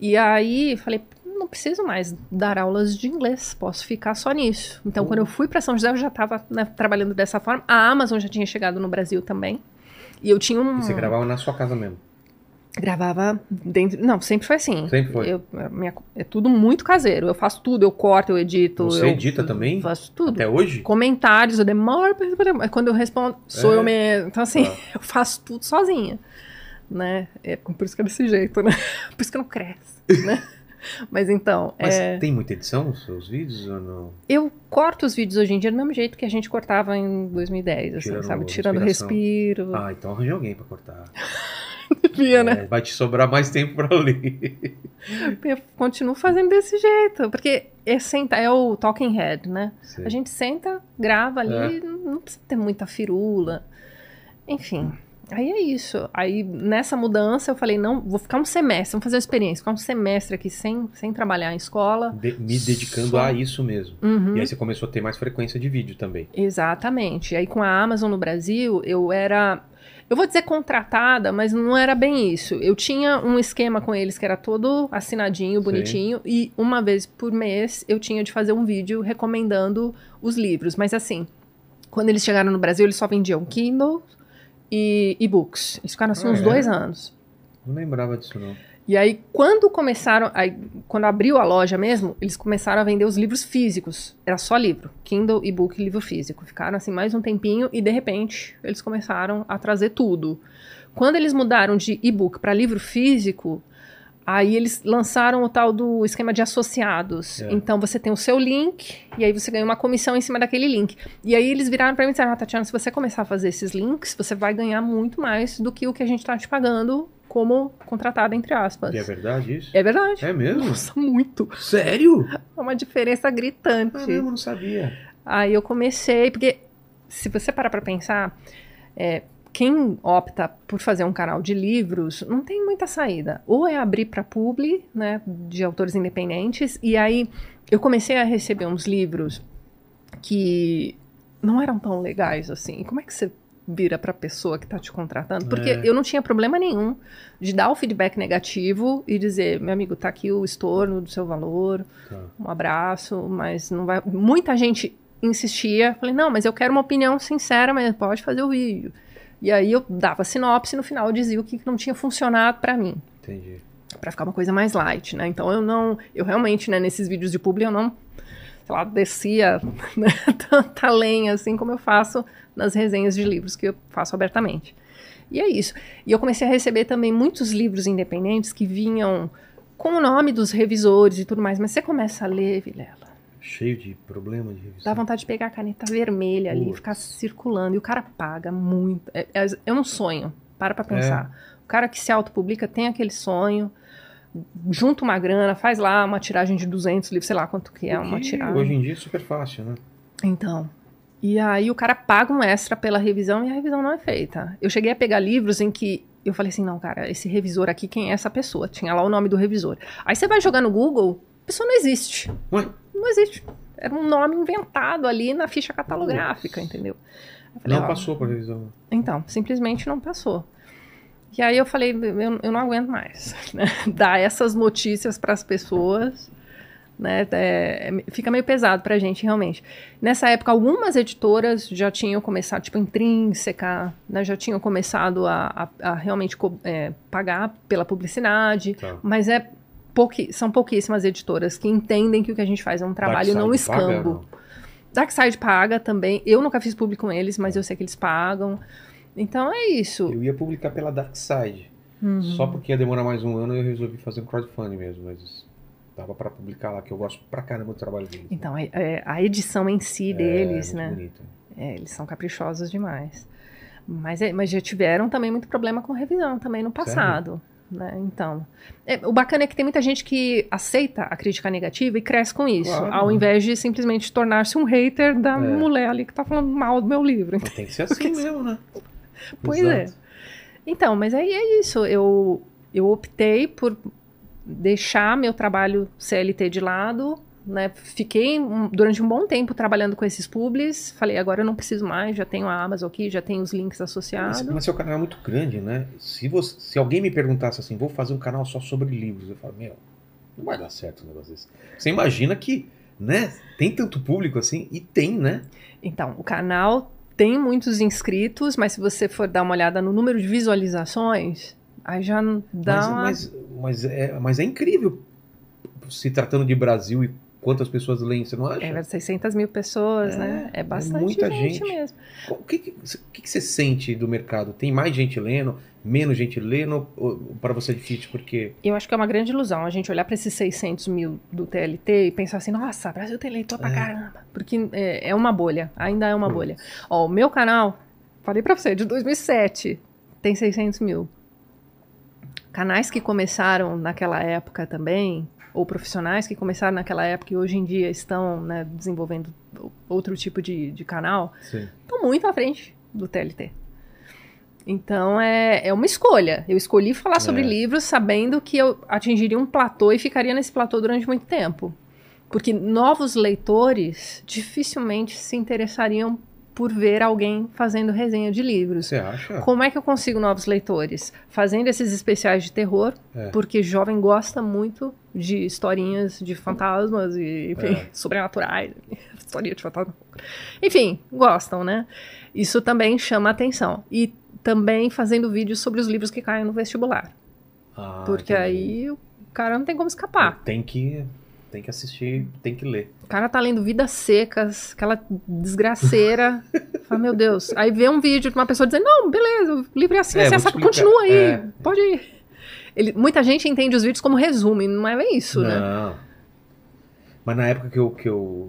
Speaker 3: E aí falei, não preciso mais dar aulas de inglês, posso ficar só nisso. Então,
Speaker 1: Boa.
Speaker 3: quando eu fui para São José, eu já estava trabalhando dessa forma. A Amazon já tinha chegado no Brasil também. E eu tinha um.
Speaker 1: E você gravava na sua casa mesmo.
Speaker 3: Gravava dentro. Não, sempre foi assim.
Speaker 1: Sempre foi.
Speaker 3: Eu- a minha- é tudo muito caseiro. Eu faço tudo, eu corto, eu edito.
Speaker 1: Você
Speaker 3: eu
Speaker 1: edita também?
Speaker 3: Faço tudo.
Speaker 1: Até hoje?
Speaker 3: Comentários, eu demoro pra responder, mas quando eu respondo, sou
Speaker 1: É.
Speaker 3: eu mesmo. Então, assim,
Speaker 1: Tá.
Speaker 3: eu faço tudo sozinha, né? É por isso que é desse jeito, né? Por isso que eu não cresce, né? Mas então,
Speaker 1: Mas
Speaker 3: é,
Speaker 1: tem muita edição os seus vídeos ou não?
Speaker 3: eu corto os vídeos hoje em dia do mesmo jeito que a gente cortava em 2010, assim,
Speaker 1: Tirando
Speaker 3: sabe? Tirando
Speaker 1: respiração.
Speaker 3: respiro,
Speaker 1: Ah, então arranjei alguém pra cortar.
Speaker 3: via, né?
Speaker 1: É, vai te sobrar mais tempo pra ler. É.
Speaker 3: Eu continuo fazendo desse jeito, porque é, senta, é o talking head, né?
Speaker 1: Sei.
Speaker 3: A gente senta, grava ali, não precisa ter muita firula. Enfim, aí é isso. Aí nessa mudança eu falei, não, vou ficar um semestre, vamos fazer uma experiência, ficar um semestre aqui sem, sem trabalhar em escola.
Speaker 1: De- me dedicando
Speaker 3: Só-
Speaker 1: a isso mesmo.
Speaker 3: Uhum.
Speaker 1: E aí você começou a ter mais frequência de vídeo também.
Speaker 3: Exatamente. Aí com a Amazon no Brasil, eu era. Eu vou dizer contratada, mas não era bem isso. Eu tinha um esquema com eles que era todo assinadinho,
Speaker 1: Sim.
Speaker 3: bonitinho, e uma vez por mês eu tinha de fazer um vídeo recomendando os livros. Mas assim, quando eles chegaram no Brasil, eles só vendiam Kindle e e-books. Eles ficaram assim
Speaker 1: Ah,
Speaker 3: uns
Speaker 1: é?
Speaker 3: dois anos.
Speaker 1: Não lembrava disso, não.
Speaker 3: E aí, quando começaram, aí, quando abriu a loja mesmo, eles começaram a vender os livros físicos. Era só livro, Kindle, e-book, livro físico. Ficaram assim mais um tempinho e de repente eles começaram a trazer tudo. Quando eles mudaram de e-book para livro físico, aí eles lançaram o tal do esquema de associados.
Speaker 1: É.
Speaker 3: Então você tem o seu link e aí você ganha uma comissão em cima daquele link. E aí eles viraram pra mim e disseram: ah, Tatiana, se você começar a fazer esses links, você vai ganhar muito mais do que o que a gente tá te pagando como contratada, entre aspas.
Speaker 1: E é verdade isso?
Speaker 3: É verdade.
Speaker 1: É mesmo?
Speaker 3: Nossa, muito.
Speaker 1: Sério?
Speaker 3: É uma diferença
Speaker 1: Ah,
Speaker 3: gritante.
Speaker 1: mesmo, não sabia.
Speaker 3: Aí eu comecei, porque se você parar pra pensar, é, quem opta por fazer um canal de livros não tem muita saída. Ou é abrir pra publi, né, de autores independentes, e aí eu comecei a receber uns livros que não eram tão legais assim. Como é que você vira pra pessoa que tá te contratando? Porque
Speaker 1: É.
Speaker 3: eu não tinha problema nenhum de dar o feedback negativo e dizer, meu amigo, tá aqui o estorno do seu valor,
Speaker 1: Tá.
Speaker 3: um abraço, mas não vai. Muita gente insistia. Falei, não, mas eu quero uma opinião sincera, mas pode fazer o vídeo. E aí eu dava sinopse no final eu dizia o que que não tinha funcionado pra mim,
Speaker 1: Entendi.
Speaker 3: Pra ficar uma coisa mais light, né? Então eu não, eu realmente, né, nesses vídeos de publi eu não, sei lá, descia né, tanta lenha assim como eu faço nas resenhas de livros que eu faço abertamente. E é isso. E eu comecei a receber também muitos livros independentes que vinham com o nome dos revisores e tudo mais, mas você começa a ler, Vilela,
Speaker 1: Cheio de problema de revisão.
Speaker 3: Dá vontade de pegar a caneta vermelha ali e
Speaker 1: Putz.
Speaker 3: ficar circulando. E o cara paga muito. É, é- é um sonho. Para pra pensar.
Speaker 1: É.
Speaker 3: O cara que se autopublica tem aquele sonho, junta uma grana, faz lá uma tiragem de 200 livros, sei lá quanto que é uma
Speaker 1: Que
Speaker 3: tiragem.
Speaker 1: Hoje em dia é super fácil, né?
Speaker 3: Então. E aí o cara paga um extra pela revisão e a revisão não é feita. Eu cheguei a pegar livros em que eu falei assim, não, cara, esse revisor aqui, quem é essa pessoa? Tinha lá o nome do revisor. Aí você vai jogar no Google, a pessoa não existe.
Speaker 1: Ué?
Speaker 3: Não existe. Era um nome inventado ali na ficha catalográfica,
Speaker 1: Nossa.
Speaker 3: entendeu? Eu falei,
Speaker 1: Não
Speaker 3: ó,
Speaker 1: passou pra revisão.
Speaker 3: Então, simplesmente não passou. E aí eu falei, eu, eu não aguento mais né? dar essas notícias para as pessoas. Né, é, fica meio pesado pra gente, realmente. Nessa época, algumas editoras já tinham começado, tipo, intrínseca, né, já tinham começado a, a- a realmente co- é, pagar pela publicidade,
Speaker 1: Tá.
Speaker 3: mas é pouqui- são pouquíssimas editoras que entendem que o que a gente faz é um trabalho e não um
Speaker 1: Darkside paga,
Speaker 3: escambo.
Speaker 1: não?
Speaker 3: Darkside paga também. Eu nunca fiz público com eles, mas eu sei que eles pagam. Então é isso.
Speaker 1: Eu ia publicar pela Darkside.
Speaker 3: Uhum.
Speaker 1: Só porque ia demorar mais um ano eu resolvi fazer um crowdfunding mesmo, mas dava pra publicar lá, que eu gosto pra caramba do trabalho deles. né?
Speaker 3: Então, é- é a edição em si
Speaker 1: É,
Speaker 3: deles,
Speaker 1: muito
Speaker 3: né?
Speaker 1: bonito.
Speaker 3: É, eles são caprichosos demais. Mas, é- mas já tiveram também muito problema com revisão também no passado. Né? Então, é, o bacana é que tem muita gente que aceita a crítica negativa e cresce com isso,
Speaker 1: Claro.
Speaker 3: ao invés de simplesmente tornar-se um hater da
Speaker 1: É.
Speaker 3: mulher ali que tá falando mal do meu livro.
Speaker 1: Mas Tem que ser assim
Speaker 3: Porque-
Speaker 1: mesmo, né?
Speaker 3: Pois é. Então, mas aí é isso. Eu, eu optei por deixar meu trabalho CLT de lado, né? Fiquei um- durante um bom tempo trabalhando com esses publis. Falei, agora eu não preciso mais, já tenho a Amazon aqui, já tenho os links
Speaker 1: Mas,
Speaker 3: associados.
Speaker 1: mas seu canal é muito grande, né? Se, você, se alguém me perguntasse assim, vou fazer um canal só sobre livros, eu falo, meu, não vai dar certo um negócio desse. Você imagina que, né? Tem tanto público assim, e tem, né?
Speaker 3: Então, o canal tem muitos inscritos, mas se você for dar uma olhada no número de visualizações, aí já
Speaker 1: Mas,
Speaker 3: dá uma...
Speaker 1: mas, mas, é, mas é incrível se tratando de Brasil e quantas pessoas leem, você não acha?
Speaker 3: É, 600 mil pessoas,
Speaker 1: É,
Speaker 3: né? É
Speaker 1: é
Speaker 3: bastante
Speaker 1: muita
Speaker 3: gente
Speaker 1: gente.
Speaker 3: mesmo.
Speaker 1: O que, que, o que que você sente do mercado? Tem mais gente lendo, menos gente lendo? Para você é difícil porque
Speaker 3: Eu acho que é uma grande ilusão a gente olhar para esses 600 mil do TLT e pensar assim, nossa, Brasil tem leitor pra
Speaker 1: É.
Speaker 3: caramba. Porque é, é uma bolha, ainda é uma bolha. Ó, o meu canal, falei pra você, de 2007, tem 600 mil. Canais que começaram naquela época também, ou profissionais que começaram naquela época e hoje em dia estão né, desenvolvendo o- outro tipo de, de canal,
Speaker 1: Sim.
Speaker 3: estão muito à frente do TLT. Então é, é uma escolha. Eu escolhi falar sobre
Speaker 1: É.
Speaker 3: livros sabendo que eu atingiria um platô e ficaria nesse platô durante muito tempo. Porque novos leitores dificilmente se interessariam por ver alguém fazendo resenha de livros.
Speaker 1: você acha?
Speaker 3: Como é que eu consigo novos leitores? Fazendo esses especiais de terror,
Speaker 1: É.
Speaker 3: porque jovem gosta muito de historinhas de fantasmas e enfim,
Speaker 1: É.
Speaker 3: sobrenaturais, historinha de fantasma. Enfim, gostam, né? Isso também chama atenção. E também fazendo vídeos sobre os livros que caem no vestibular,
Speaker 1: Ah,
Speaker 3: porque
Speaker 1: entendi.
Speaker 3: aí o cara não tem como escapar.
Speaker 1: Tem que, tem que assistir, tem que ler.
Speaker 3: O cara tá lendo Vidas Secas, aquela desgraceira. Fala, meu Deus. Aí vê um vídeo de uma pessoa dizendo: Não, beleza, o livro é assim,
Speaker 1: É,
Speaker 3: assim,
Speaker 1: vou
Speaker 3: essa-
Speaker 1: explicar.
Speaker 3: continua aí,
Speaker 1: É.
Speaker 3: pode ir. Ele, muita gente entende os vídeos como resumo, e não é bem isso, né?
Speaker 1: Não. Mas na época que eu, que eu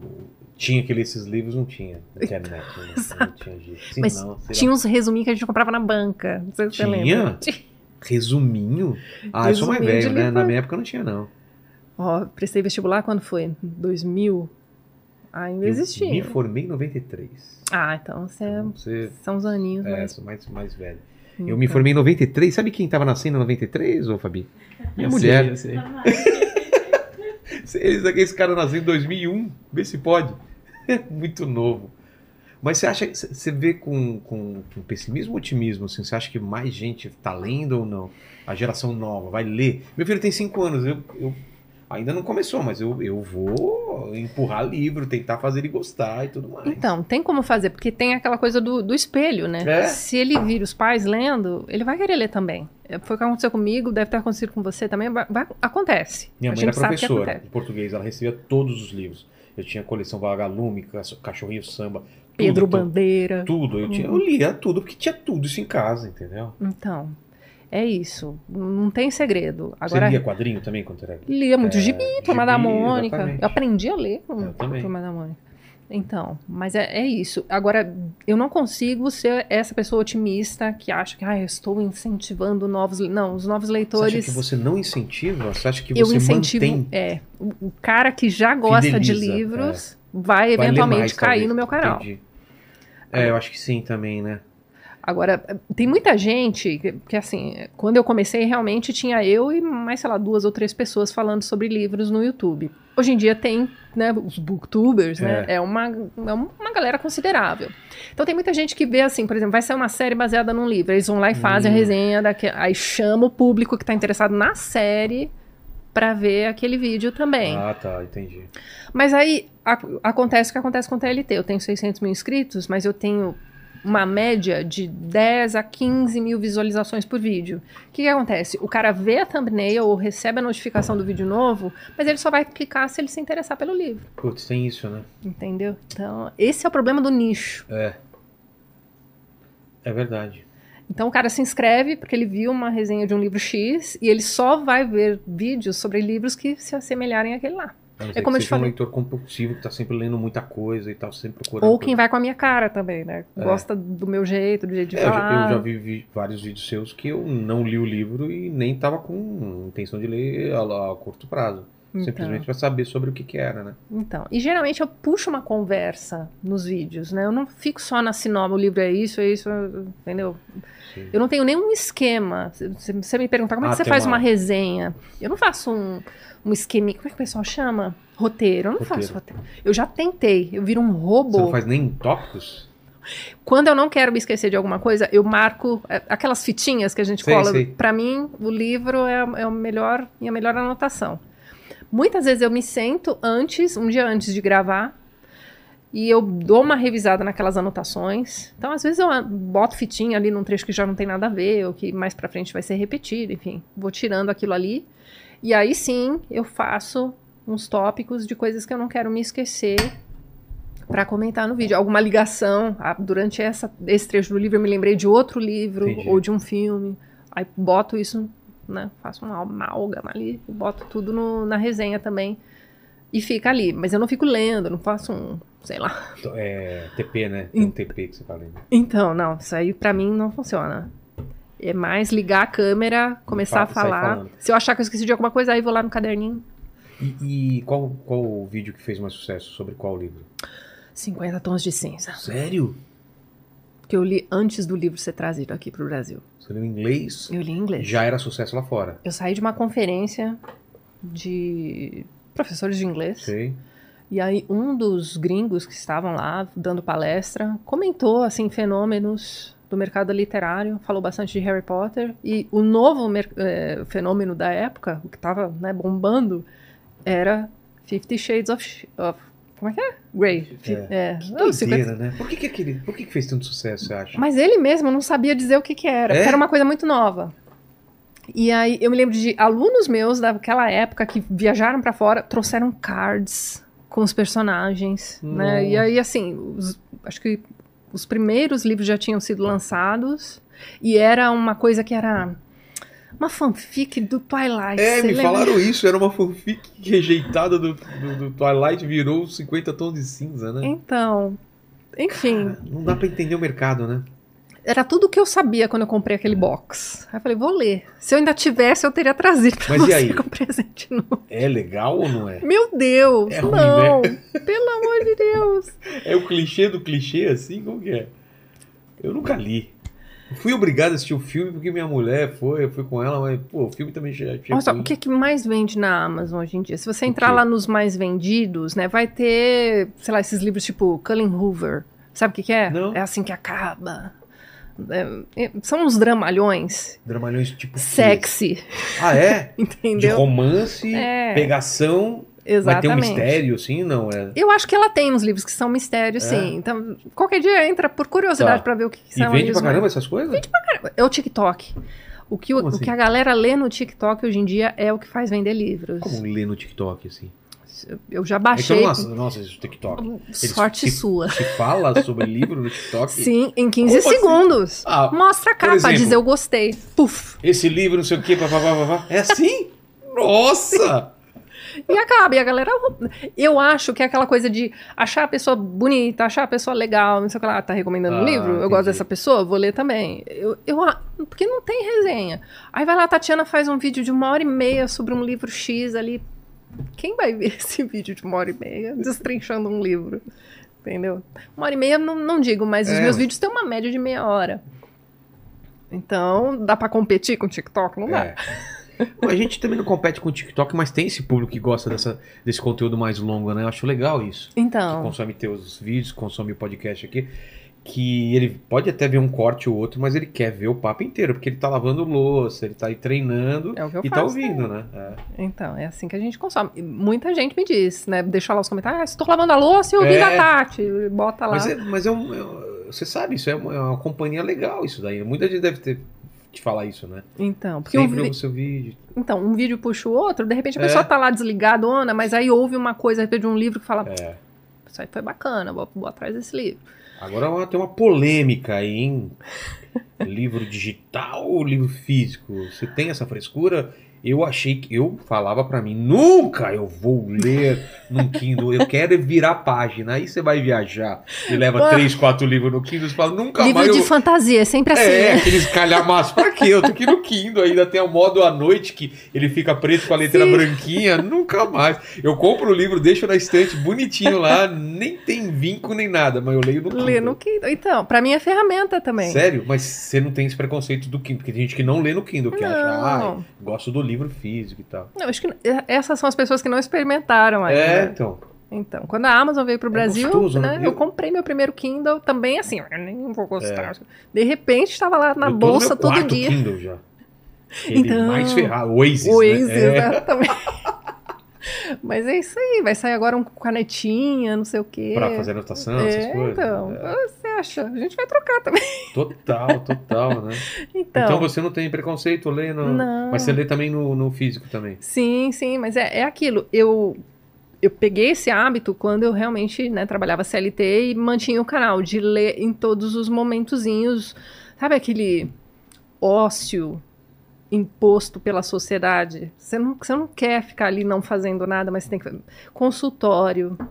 Speaker 1: tinha que ler esses livros, não tinha internet. né? Não tinha jeito. Se
Speaker 3: Mas
Speaker 1: não, sei lá.
Speaker 3: Tinha uns resuminhos que a gente comprava na banca. Não sei se você
Speaker 1: Tinha?
Speaker 3: lembra.
Speaker 1: Resuminho? Ah, eu sou mais
Speaker 3: Resuminho de
Speaker 1: velho, né? Na
Speaker 3: livro.
Speaker 1: minha época não tinha, não.
Speaker 3: Ó, prestei vestibular quando foi? 2000? Ainda
Speaker 1: Eu
Speaker 3: existia.
Speaker 1: Me formei em 93.
Speaker 3: Ah, então você é-
Speaker 1: Então, Você
Speaker 3: são uns aninhos,
Speaker 1: é
Speaker 3: mas...
Speaker 1: sou mais, mais velho.
Speaker 3: Então.
Speaker 1: Eu me formei em 93. Sabe quem tava nascendo em 93, ô Fabi? Minha mulher.
Speaker 2: Eu sei, eu sei.
Speaker 1: Esse, esse cara nasceu em 2001. Vê se pode. Muito novo. Mas você acha, você vê com, com, com pessimismo ou otimismo? Assim, você acha que mais gente tá lendo ou não? A geração nova vai ler? Meu filho tem 5 anos, eu, eu- ainda não começou, mas eu, eu vou empurrar livro, tentar fazer ele gostar e tudo mais.
Speaker 3: Então, tem como fazer, porque tem aquela coisa do, do espelho, né?
Speaker 1: É.
Speaker 3: Se ele vir os pais lendo, ele vai querer ler também. É, Foi o que aconteceu comigo, deve ter acontecido com você também. vai- vai- acontece.
Speaker 1: Minha
Speaker 3: a
Speaker 1: mãe
Speaker 3: gente
Speaker 1: era
Speaker 3: sabe que
Speaker 1: professora
Speaker 3: acontece.
Speaker 1: de português, ela recebia todos os livros. Eu tinha coleção Vagalume, Cacho- Cachorrinho Samba, tudo,
Speaker 3: Pedro
Speaker 1: tudo,
Speaker 3: Bandeira.
Speaker 1: tudo. Eu, tinha, eu lia tudo, porque tinha tudo isso em casa, entendeu?
Speaker 3: Então, é isso. Não tem segredo.
Speaker 1: Você
Speaker 3: Agora,
Speaker 1: lia quadrinho também quando era...
Speaker 3: lia muito
Speaker 1: É,
Speaker 3: gibi, Turma da
Speaker 1: gibi,
Speaker 3: Mônica.
Speaker 1: exatamente.
Speaker 3: Eu aprendi a ler com
Speaker 1: Eu também.
Speaker 3: Turma da Mônica. Então, mas é, é isso. Agora, eu não consigo ser essa pessoa otimista que acha que ah, eu estou incentivando novos. le-". Não, os novos
Speaker 1: Você
Speaker 3: leitores.
Speaker 1: acha que você não incentiva? Você acha que
Speaker 3: eu
Speaker 1: você
Speaker 3: incentivo.
Speaker 1: mantém?
Speaker 3: É. O o cara que já gosta de
Speaker 1: Fideliza, é.
Speaker 3: livros vai
Speaker 1: Vai ler
Speaker 3: eventualmente
Speaker 1: mais,
Speaker 3: cair
Speaker 1: talvez.
Speaker 3: no meu canal.
Speaker 1: Entendi. É, eu acho que sim também, né?
Speaker 3: Agora, tem muita gente que, que, assim, quando eu comecei, realmente tinha eu e mais, sei lá, duas ou três pessoas falando sobre livros no YouTube. Hoje em dia tem, né, os booktubers, né? É uma, é uma galera considerável. Então tem muita gente que vê assim, por exemplo, vai ser uma série baseada num livro. Eles vão lá e fazem
Speaker 1: Hum.
Speaker 3: a resenha, daque- aí chama o público que tá interessado na série pra ver aquele vídeo também.
Speaker 1: Ah, tá, entendi.
Speaker 3: Mas aí a- acontece o que acontece com o TLT. Eu tenho 600 mil inscritos, mas eu tenho uma média de 10 a 15 mil visualizações por vídeo. O que, que acontece? O cara vê a thumbnail ou recebe a notificação do vídeo novo, mas ele só vai clicar se ele se interessar pelo livro,
Speaker 1: Putz, tem isso, né?
Speaker 3: entendeu? Então, esse é o problema do nicho.
Speaker 1: É verdade.
Speaker 3: Então, o cara se inscreve porque ele viu uma resenha de um livro X e ele só vai ver vídeos sobre livros que se assemelharem àquele lá.
Speaker 1: A não ser
Speaker 3: É como
Speaker 1: que
Speaker 3: eu te
Speaker 1: seja um
Speaker 3: falei.
Speaker 1: leitor compulsivo que tá sempre lendo muita coisa e tal, sempre procurando.
Speaker 3: Ou quem
Speaker 1: coisa.
Speaker 3: vai com a minha cara também, né?
Speaker 1: É.
Speaker 3: Gosta do meu jeito, do jeito de
Speaker 1: É, eu já-
Speaker 3: falar.
Speaker 1: eu já vi, vi- vários vídeos seus que eu não li o livro e nem estava com intenção de ler a, a curto prazo.
Speaker 3: Então.
Speaker 1: Simplesmente para saber sobre o que, que era, né?
Speaker 3: Então, e geralmente eu puxo uma conversa nos vídeos, né? Eu não fico só na sinoma, o livro é isso, é isso, entendeu?
Speaker 1: Sim.
Speaker 3: Eu não tenho nenhum esquema. Se- se Você me perguntar como é
Speaker 1: Ah,
Speaker 3: que você
Speaker 1: tem
Speaker 3: faz
Speaker 1: uma-
Speaker 3: uma... resenha. Eu não faço um, um esquema, como é que o pessoal chama? Roteiro. Eu não faço roteiro. Eu já tentei, eu viro um
Speaker 1: Você não
Speaker 3: robô.
Speaker 1: faz nem tópicos?
Speaker 3: Quando eu não quero me esquecer de alguma coisa, eu marco é, aquelas fitinhas que a gente
Speaker 1: Sei,
Speaker 3: cola.
Speaker 1: sei.
Speaker 3: Pra mim, o livro é, a- é o melhor, minha melhor anotação. Muitas vezes eu me sento antes, um dia antes de gravar, e eu dou uma revisada naquelas anotações. Então, às vezes eu a- boto fitinha ali num trecho que já não tem nada a ver, ou que mais pra frente vai ser repetido, enfim. Vou tirando aquilo ali. E aí sim, eu faço uns tópicos de coisas que eu não quero me esquecer pra comentar no vídeo. Alguma ligação. ah, durante essa- esse trecho do livro eu me lembrei de outro livro
Speaker 1: Entendi.
Speaker 3: ou de um filme. Aí boto isso, né? Faço uma amálgama ali, boto tudo no- na resenha também. E fica ali. Mas eu não fico lendo, não faço um, sei lá.
Speaker 1: Tó- É, TP, né? Tem um TP que você tá lendo.
Speaker 3: Então, não, isso aí pra mim não funciona. É mais ligar a câmera, começar
Speaker 1: Fa- sair
Speaker 3: a falar.
Speaker 1: falando.
Speaker 3: Se eu achar que eu esqueci de alguma coisa, aí vou lá no caderninho.
Speaker 1: E, e qual, qual o vídeo que fez mais sucesso? Sobre qual livro?
Speaker 3: 50 tons de cinza.
Speaker 1: Sério?
Speaker 3: Que eu li antes do livro ser trazido aqui pro Brasil.
Speaker 1: Você leu em inglês?
Speaker 3: Eu li em inglês.
Speaker 1: Já era sucesso lá fora.
Speaker 3: Eu saí de uma conferência de professores de inglês.
Speaker 1: Sei.
Speaker 3: E aí um dos gringos que estavam lá dando palestra comentou assim fenômenos do mercado literário, falou bastante de Harry Potter e o novo mer- eh, fenômeno da época, o que estava né, bombando, era Fifty Shades of, Sh- of- como é que é? Grey. Fi-
Speaker 1: É.
Speaker 3: é.
Speaker 1: Que
Speaker 3: Ah, 50
Speaker 1: doideira, né? Por que, que aquele. Por que, que fez tanto sucesso, você acha?
Speaker 3: mas ele mesmo não sabia dizer o que, que era,
Speaker 1: É?
Speaker 3: porque era uma coisa muito nova. E aí eu me lembro de alunos meus daquela época que viajaram pra fora, trouxeram cards com os personagens,
Speaker 1: Nossa.
Speaker 3: né? E aí assim, os- acho que os primeiros livros já tinham sido lançados e era uma coisa que era uma fanfic do Twilight.
Speaker 1: É,
Speaker 3: você
Speaker 1: me
Speaker 3: lembra?
Speaker 1: falaram isso, era uma fanfic rejeitada do, do, do Twilight, virou 50 tons de cinza, né?
Speaker 3: Então, enfim,
Speaker 1: Não dá pra entender o mercado, né?
Speaker 3: Era tudo o que eu sabia quando eu comprei aquele
Speaker 1: É.
Speaker 3: box. Aí eu falei, vou ler. Se eu ainda tivesse, eu teria trazido pra
Speaker 1: Mas e
Speaker 3: você
Speaker 1: aí?
Speaker 3: com presente novo.
Speaker 1: É legal ou não é?
Speaker 3: Meu Deus,
Speaker 1: É ruim,
Speaker 3: não. Pelo amor de Deus.
Speaker 1: É o clichê do clichê, assim? Como que é? Eu nunca li. Eu Fui obrigado a assistir o filme porque minha mulher foi, eu fui com ela, mas, pô, o filme também já tinha.
Speaker 3: Olha só,
Speaker 1: ruim.
Speaker 3: o que, que mais vende na Amazon hoje em dia? Se você entrar
Speaker 1: quê?
Speaker 3: lá nos mais vendidos, né, vai ter, sei lá, esses livros tipo Cullen Hoover. Sabe o que, que é?
Speaker 1: Não.
Speaker 3: É assim que acaba. É, é, são uns dramalhões
Speaker 1: Dramalhões tipo. que?
Speaker 3: sexy,
Speaker 1: Ah, é? De
Speaker 3: entendeu?
Speaker 1: romance,
Speaker 3: É.
Speaker 1: pegação, vai
Speaker 3: Exatamente.
Speaker 1: ter um mistério, assim? Não, é.
Speaker 3: Eu acho que ela tem uns livros que são mistérios,
Speaker 1: É?
Speaker 3: sim. Então, qualquer dia entra por curiosidade
Speaker 1: Tá.
Speaker 3: pra ver o que, que
Speaker 1: E
Speaker 3: são
Speaker 1: vende
Speaker 3: eles,
Speaker 1: pra
Speaker 3: mas-
Speaker 1: caramba essas coisas?
Speaker 3: É o TikTok. O que, o,
Speaker 1: Como
Speaker 3: o
Speaker 1: assim?
Speaker 3: que a galera lê no TikTok hoje em dia é o que faz vender livros.
Speaker 1: Como ler no TikTok, assim?
Speaker 3: Eu já
Speaker 1: É que eu
Speaker 3: baixei.
Speaker 1: não assisto- nossa, isso TikTok.
Speaker 3: Sorte
Speaker 1: Eles-
Speaker 3: sua.
Speaker 1: Te fala sobre livro no TikTok?
Speaker 3: Sim, em 15
Speaker 1: Como assim?
Speaker 3: segundos.
Speaker 1: Ah,
Speaker 3: Mostra a
Speaker 1: por
Speaker 3: capa,
Speaker 1: exemplo.
Speaker 3: diz eu gostei. Puf.
Speaker 1: esse livro, não sei o quê, papapá, papapá. É assim? Nossa!
Speaker 3: E acaba. E a galera. Eu acho que é aquela coisa de achar a pessoa bonita, achar a pessoa legal, não sei o que lá. Tá recomendando
Speaker 1: Ah,
Speaker 3: um livro? Eu
Speaker 1: entendi.
Speaker 3: gosto dessa pessoa, vou ler também. Eu, eu, a- porque não tem resenha. Aí vai lá, a Tatiana faz um vídeo de uma hora e meia sobre um livro X ali. Quem vai ver esse vídeo de uma hora e meia destrinchando um livro? Entendeu? Uma hora e meia, não, não digo, mas os
Speaker 1: É,
Speaker 3: meus
Speaker 1: mas-
Speaker 3: vídeos têm uma média de meia hora. Então, dá pra competir com o TikTok? Não dá.
Speaker 1: É. A gente também não compete com o TikTok, mas tem esse público que gosta dessa, desse conteúdo mais longo, né? Eu acho legal isso. Que
Speaker 3: Então,
Speaker 1: consome teus vídeos, consome o podcast aqui. Que ele pode até ver um corte ou outro, mas ele quer ver o papo inteiro, porque ele tá lavando louça, ele tá aí treinando
Speaker 3: é o que eu
Speaker 1: e tá
Speaker 3: faço. né?
Speaker 1: ouvindo, né? É.
Speaker 3: Então, é assim que a gente consome. E Muita gente me diz, né? Deixa lá os comentários. Ah, estou lavando a louça e eu vi
Speaker 1: É.
Speaker 3: da Tati. Bota lá.
Speaker 1: Mas, é, mas é um. é um- você sabe, isso é uma, é uma companhia legal, isso daí. Muita gente deve ter te falar isso, né?
Speaker 3: Então, porque um,
Speaker 1: Sempre
Speaker 3: vi...
Speaker 1: ouve o seu vídeo.
Speaker 3: então, um vídeo puxa o outro, de repente a
Speaker 1: É.
Speaker 3: pessoa tá lá desligadona, mas aí ouve uma coisa, de repente um livro que fala,
Speaker 1: É.
Speaker 3: isso aí foi bacana, vou, vou atrás desse livro.
Speaker 1: Agora ó, tem uma polêmica aí, hein? livro digital ou livro físico? Você tem essa frescura? Eu achei que eu falava pra mim, nunca eu vou ler num Kindle, eu quero é virar página. Aí você vai viajar e leva
Speaker 3: Pô.
Speaker 1: três, quatro livros no Kindle, você fala, nunca
Speaker 3: livro
Speaker 1: mais
Speaker 3: de
Speaker 1: eu...
Speaker 3: fantasia, é sempre assim,
Speaker 1: É,
Speaker 3: né?
Speaker 1: aqueles calhamaços. Pra quê? Eu tô aqui no Kindle, ainda tem o modo à noite que ele fica preto com a letra
Speaker 3: Sim.
Speaker 1: branquinha. Nunca mais. Eu compro o livro, deixo na estante bonitinho lá, nem tem vinco nem nada, mas eu leio no Kindle.
Speaker 3: Lê no Kindle. Então, pra mim é ferramenta também.
Speaker 1: Sério? Mas você não tem esse preconceito do Kindle, porque tem gente que não lê no Kindle, que acha,
Speaker 3: Não.
Speaker 1: ah, gosto do livro físico e tal.
Speaker 3: Não, acho que essas são as pessoas que não experimentaram ainda.
Speaker 1: É, então.
Speaker 3: Então, quando a Amazon veio pro Brasil,
Speaker 1: gostoso, né?
Speaker 3: né, eu
Speaker 1: Eu-
Speaker 3: comprei meu primeiro Kindle também assim, eu nem vou gostar. De repente estava lá na
Speaker 1: É. eu tô no
Speaker 3: bolsa
Speaker 1: meu
Speaker 3: todo
Speaker 1: quarto
Speaker 3: dia.
Speaker 1: Kindle já. Ele
Speaker 3: Então.
Speaker 1: mais ferrado, Oasis,
Speaker 3: O Waze,
Speaker 1: né? É.
Speaker 3: exatamente. Mas é isso aí, vai sair agora um com canetinha, não sei o quê.
Speaker 1: É, Pra fazer anotação, essas
Speaker 3: é,
Speaker 1: coisas.
Speaker 3: então,
Speaker 1: É,
Speaker 3: você acha? A gente vai trocar também.
Speaker 1: total, total, né?
Speaker 3: Então,
Speaker 1: Então, você não tem preconceito, lê no...
Speaker 3: não.
Speaker 1: Mas você lê também no, no físico também.
Speaker 3: Sim, sim, mas é, é aquilo. Eu, eu peguei esse hábito quando eu realmente né, trabalhava CLT e mantinha o canal, de ler em todos os momentozinhos. Sabe aquele ócio imposto pela sociedade? Você não, você não quer ficar ali não fazendo nada, mas você tem que. Consultório, você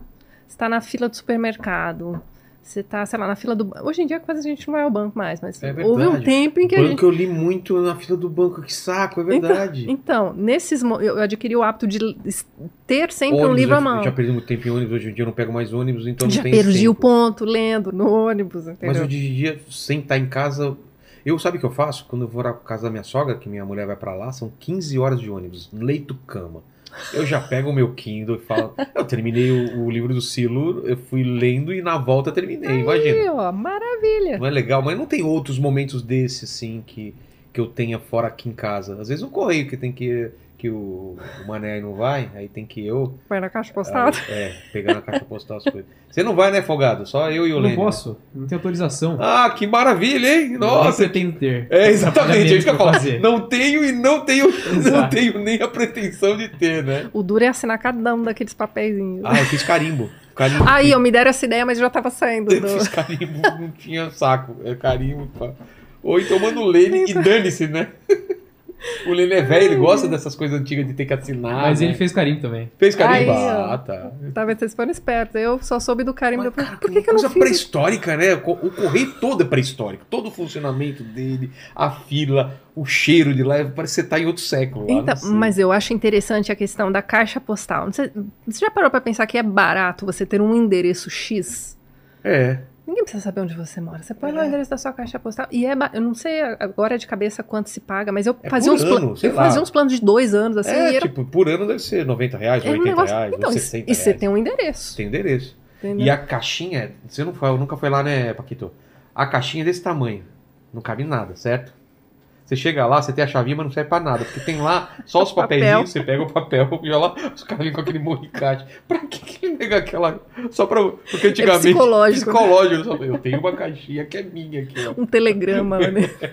Speaker 3: está na fila do supermercado. Você tá, sei lá, na fila do banco. Hoje em dia quase a gente não vai ao banco mais, mas
Speaker 1: É
Speaker 3: houve um
Speaker 1: verdade.
Speaker 3: tempo em que a
Speaker 1: banco
Speaker 3: gente.
Speaker 1: eu li muito na fila do banco, que saco, é verdade.
Speaker 3: Então, nesses mo- eu eu adquiri o hábito de l- es- ter sempre um
Speaker 1: Ônibus,
Speaker 3: livro
Speaker 1: eu,
Speaker 3: à mão.
Speaker 1: eu já perdi muito tempo em ônibus, hoje em dia eu não pego mais ônibus, então não
Speaker 3: Já
Speaker 1: tem
Speaker 3: perdi
Speaker 1: tempo.
Speaker 3: o ponto lendo no ônibus,
Speaker 1: Mas
Speaker 3: entendeu?
Speaker 1: eu dia, sem estar em casa. Eu sabe o que eu faço? Quando eu vou na casa da minha sogra, que minha mulher vai pra lá, são 15 horas de ônibus, leito cama. Eu já pego o meu Kindle e falo. Eu terminei o, o livro do Silo, eu fui lendo e na volta terminei. imagina.
Speaker 3: Aí, ó, maravilha.
Speaker 1: Não é legal, mas não tem outros momentos desse, assim, que, que eu tenha fora aqui em casa. Às vezes um correio que tem que. que o, o Mané aí não vai, aí tem que eu.
Speaker 3: Vai na caixa
Speaker 1: Aí,
Speaker 3: postal.
Speaker 1: é, pegar na caixa postal as coisas. Você não vai, né, folgado? Só eu e o
Speaker 2: Eu não
Speaker 1: Lênin. né?
Speaker 2: posso, não tenho autorização.
Speaker 1: Ah, que maravilha, hein?
Speaker 2: Nem
Speaker 1: Nossa,
Speaker 2: pretendo ter.
Speaker 1: É, exatamente, é isso que eu falo.
Speaker 2: fazer.
Speaker 1: Não tenho e não tenho, não
Speaker 2: Exato.
Speaker 1: tenho nem a pretensão de ter, né?
Speaker 3: O duro é assinar cada um daqueles papeizinhos.
Speaker 1: Ah, eu fiz carimbo. Carimbo.
Speaker 3: Aí, ó, me deram essa ideia, mas já tava saindo.
Speaker 1: eu
Speaker 3: do-
Speaker 1: fiz carimbo, não tinha saco. É carimbo. pá. Ou então manda o Lane e dane-se, né? O Lele é velho, ele gosta dessas coisas antigas de ter que assinar.
Speaker 2: Mas
Speaker 1: né?
Speaker 2: ele fez carimbo também.
Speaker 1: fez carimbo.
Speaker 3: Aí, ó.
Speaker 1: Ah, tá.
Speaker 3: Tá vendo? Vocês foram espertos. Eu só soube do carimbo.
Speaker 1: Mas,
Speaker 3: depois.
Speaker 1: cara,
Speaker 3: Por que, que eu
Speaker 1: coisa
Speaker 3: não fiz?
Speaker 1: pré-histórica, né? O co- o correio todo é pré-histórico. Todo o funcionamento dele, a fila, o cheiro de lá, parece que você tá em outro século. lá,
Speaker 3: Então,
Speaker 1: não sei.
Speaker 3: mas eu acho interessante a questão da caixa postal. Não sei- Você já parou pra pensar que é barato você ter um endereço X?
Speaker 1: É.
Speaker 3: Ninguém precisa saber onde você mora. Você põe lá
Speaker 1: É.
Speaker 3: o endereço da sua caixa postal. E é. ba- Eu não sei agora de cabeça quanto se paga, mas eu
Speaker 1: É
Speaker 3: fazia
Speaker 1: por
Speaker 3: uns
Speaker 1: ano,
Speaker 3: planos.
Speaker 1: sei
Speaker 3: Eu
Speaker 1: lá.
Speaker 3: fazia uns planos de dois anos, assim,
Speaker 1: é,
Speaker 3: e era,
Speaker 1: tipo, por ano deve ser 90 reais,
Speaker 3: era um
Speaker 1: 80
Speaker 3: negócio.
Speaker 1: reais,
Speaker 3: então,
Speaker 1: ou
Speaker 3: e-
Speaker 1: 60
Speaker 3: e Né? você
Speaker 1: reais.
Speaker 3: tem um endereço.
Speaker 1: Tem endereço.
Speaker 3: entendeu? um
Speaker 1: E a caixinha, você não foi, nunca foi lá, né, Paquito? A caixinha é desse tamanho. Não cabe nada, certo? Você chega lá, você tem a chavinha, mas não serve pra nada. Porque tem lá só os
Speaker 3: Papel.
Speaker 1: papelzinhos, você pega o papel, e olha lá, os caras vêm com aquele morricate. Pra que que ele pega aquela. Só pra. Porque antigamente.
Speaker 3: É psicológico. né?
Speaker 1: psicológico, só- Eu tenho uma caixinha que é minha aqui, ó.
Speaker 3: Um telegrama lá dentro.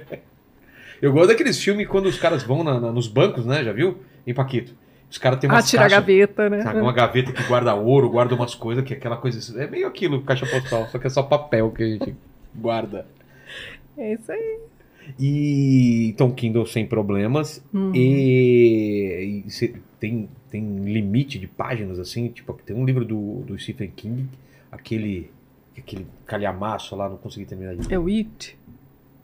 Speaker 1: Eu gosto daqueles filmes quando os caras vão na- na- nos bancos, né? Já viu? Em Paquito. Os caras têm
Speaker 3: Ah,
Speaker 1: umas
Speaker 3: tira a
Speaker 1: caixas-
Speaker 3: gaveta, né?
Speaker 1: Sabe, uma gaveta que guarda ouro, guarda umas coisas, que é aquela coisa. É meio aquilo, caixa postal, só que é só papel que a gente guarda.
Speaker 3: É isso aí.
Speaker 1: E então Kindle sem problemas.
Speaker 3: Hum.
Speaker 1: E, e cê tem, tem limite de páginas, assim, tipo, tem um livro do, do Stephen King, aquele. Aquele calhamaço lá, não consegui terminar de
Speaker 3: É o It?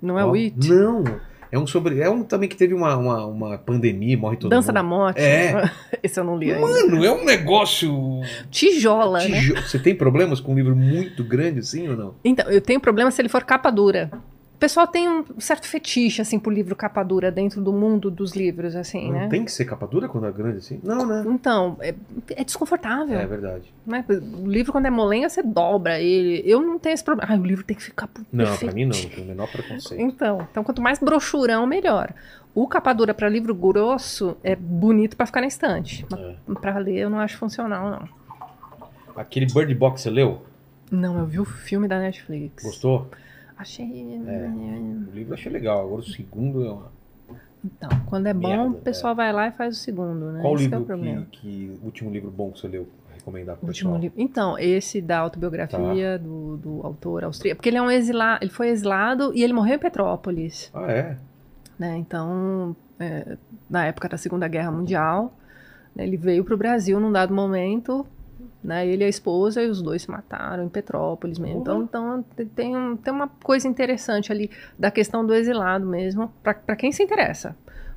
Speaker 3: Não é
Speaker 1: Ó,
Speaker 3: o It?
Speaker 1: Não! É um sobre. É um também que teve uma, uma, uma pandemia, morre todo
Speaker 3: Dança da
Speaker 1: mundo.
Speaker 3: Morte?
Speaker 1: É.
Speaker 3: Esse eu não li ainda.
Speaker 1: Mano, é um negócio.
Speaker 3: Tijola, né?
Speaker 1: Tijo- Você tem problemas com um livro muito grande assim ou não?
Speaker 3: Então, eu tenho problema se ele for capa dura. O pessoal tem um certo fetiche, assim, por livro capa dura dentro do mundo dos livros, assim,
Speaker 1: não
Speaker 3: né?
Speaker 1: tem que ser capa dura quando é grande assim? Não, né?
Speaker 3: Então, é, é desconfortável,
Speaker 1: É verdade.
Speaker 3: né? O livro, quando é molenga, você dobra ele. Eu não tenho esse problema. Ah, o livro tem que ficar pu-
Speaker 1: Não,
Speaker 3: perfeito.
Speaker 1: pra mim não, não tem o menor preconceito.
Speaker 3: Então, então, quanto mais brochurão, melhor. O capa dura pra livro grosso é bonito pra ficar na estante. Mas
Speaker 1: É.
Speaker 3: pra ler, eu não acho funcional, não.
Speaker 1: Aquele Bird Box você leu?
Speaker 3: Não, eu vi o filme da Netflix.
Speaker 1: Gostou? É.
Speaker 3: Achei...
Speaker 1: O livro eu achei legal, agora o segundo é uma.
Speaker 3: Então, quando é bom,
Speaker 1: Merda,
Speaker 3: o pessoal vai lá e faz o segundo, né?
Speaker 1: Qual o
Speaker 3: Esse que é
Speaker 1: livro
Speaker 3: o problema.
Speaker 1: que, que- o último livro bom que você leu? Recomendar pro
Speaker 3: O último
Speaker 1: pessoal?
Speaker 3: livro. Então, esse da autobiografia do, do autor austríaco. Porque ele é um exilado, ele foi exilado e ele morreu em Petrópolis,
Speaker 1: Ah, é?
Speaker 3: né? Então, é, na época da Segunda Guerra Mundial, né, ele veio para o Brasil num dado momento, né? Ele e a esposa e os dois se mataram em Petrópolis mesmo.
Speaker 1: Porra.
Speaker 3: Então, então te- tem, um- tem uma coisa interessante ali da questão do exilado mesmo, para quem se interessa.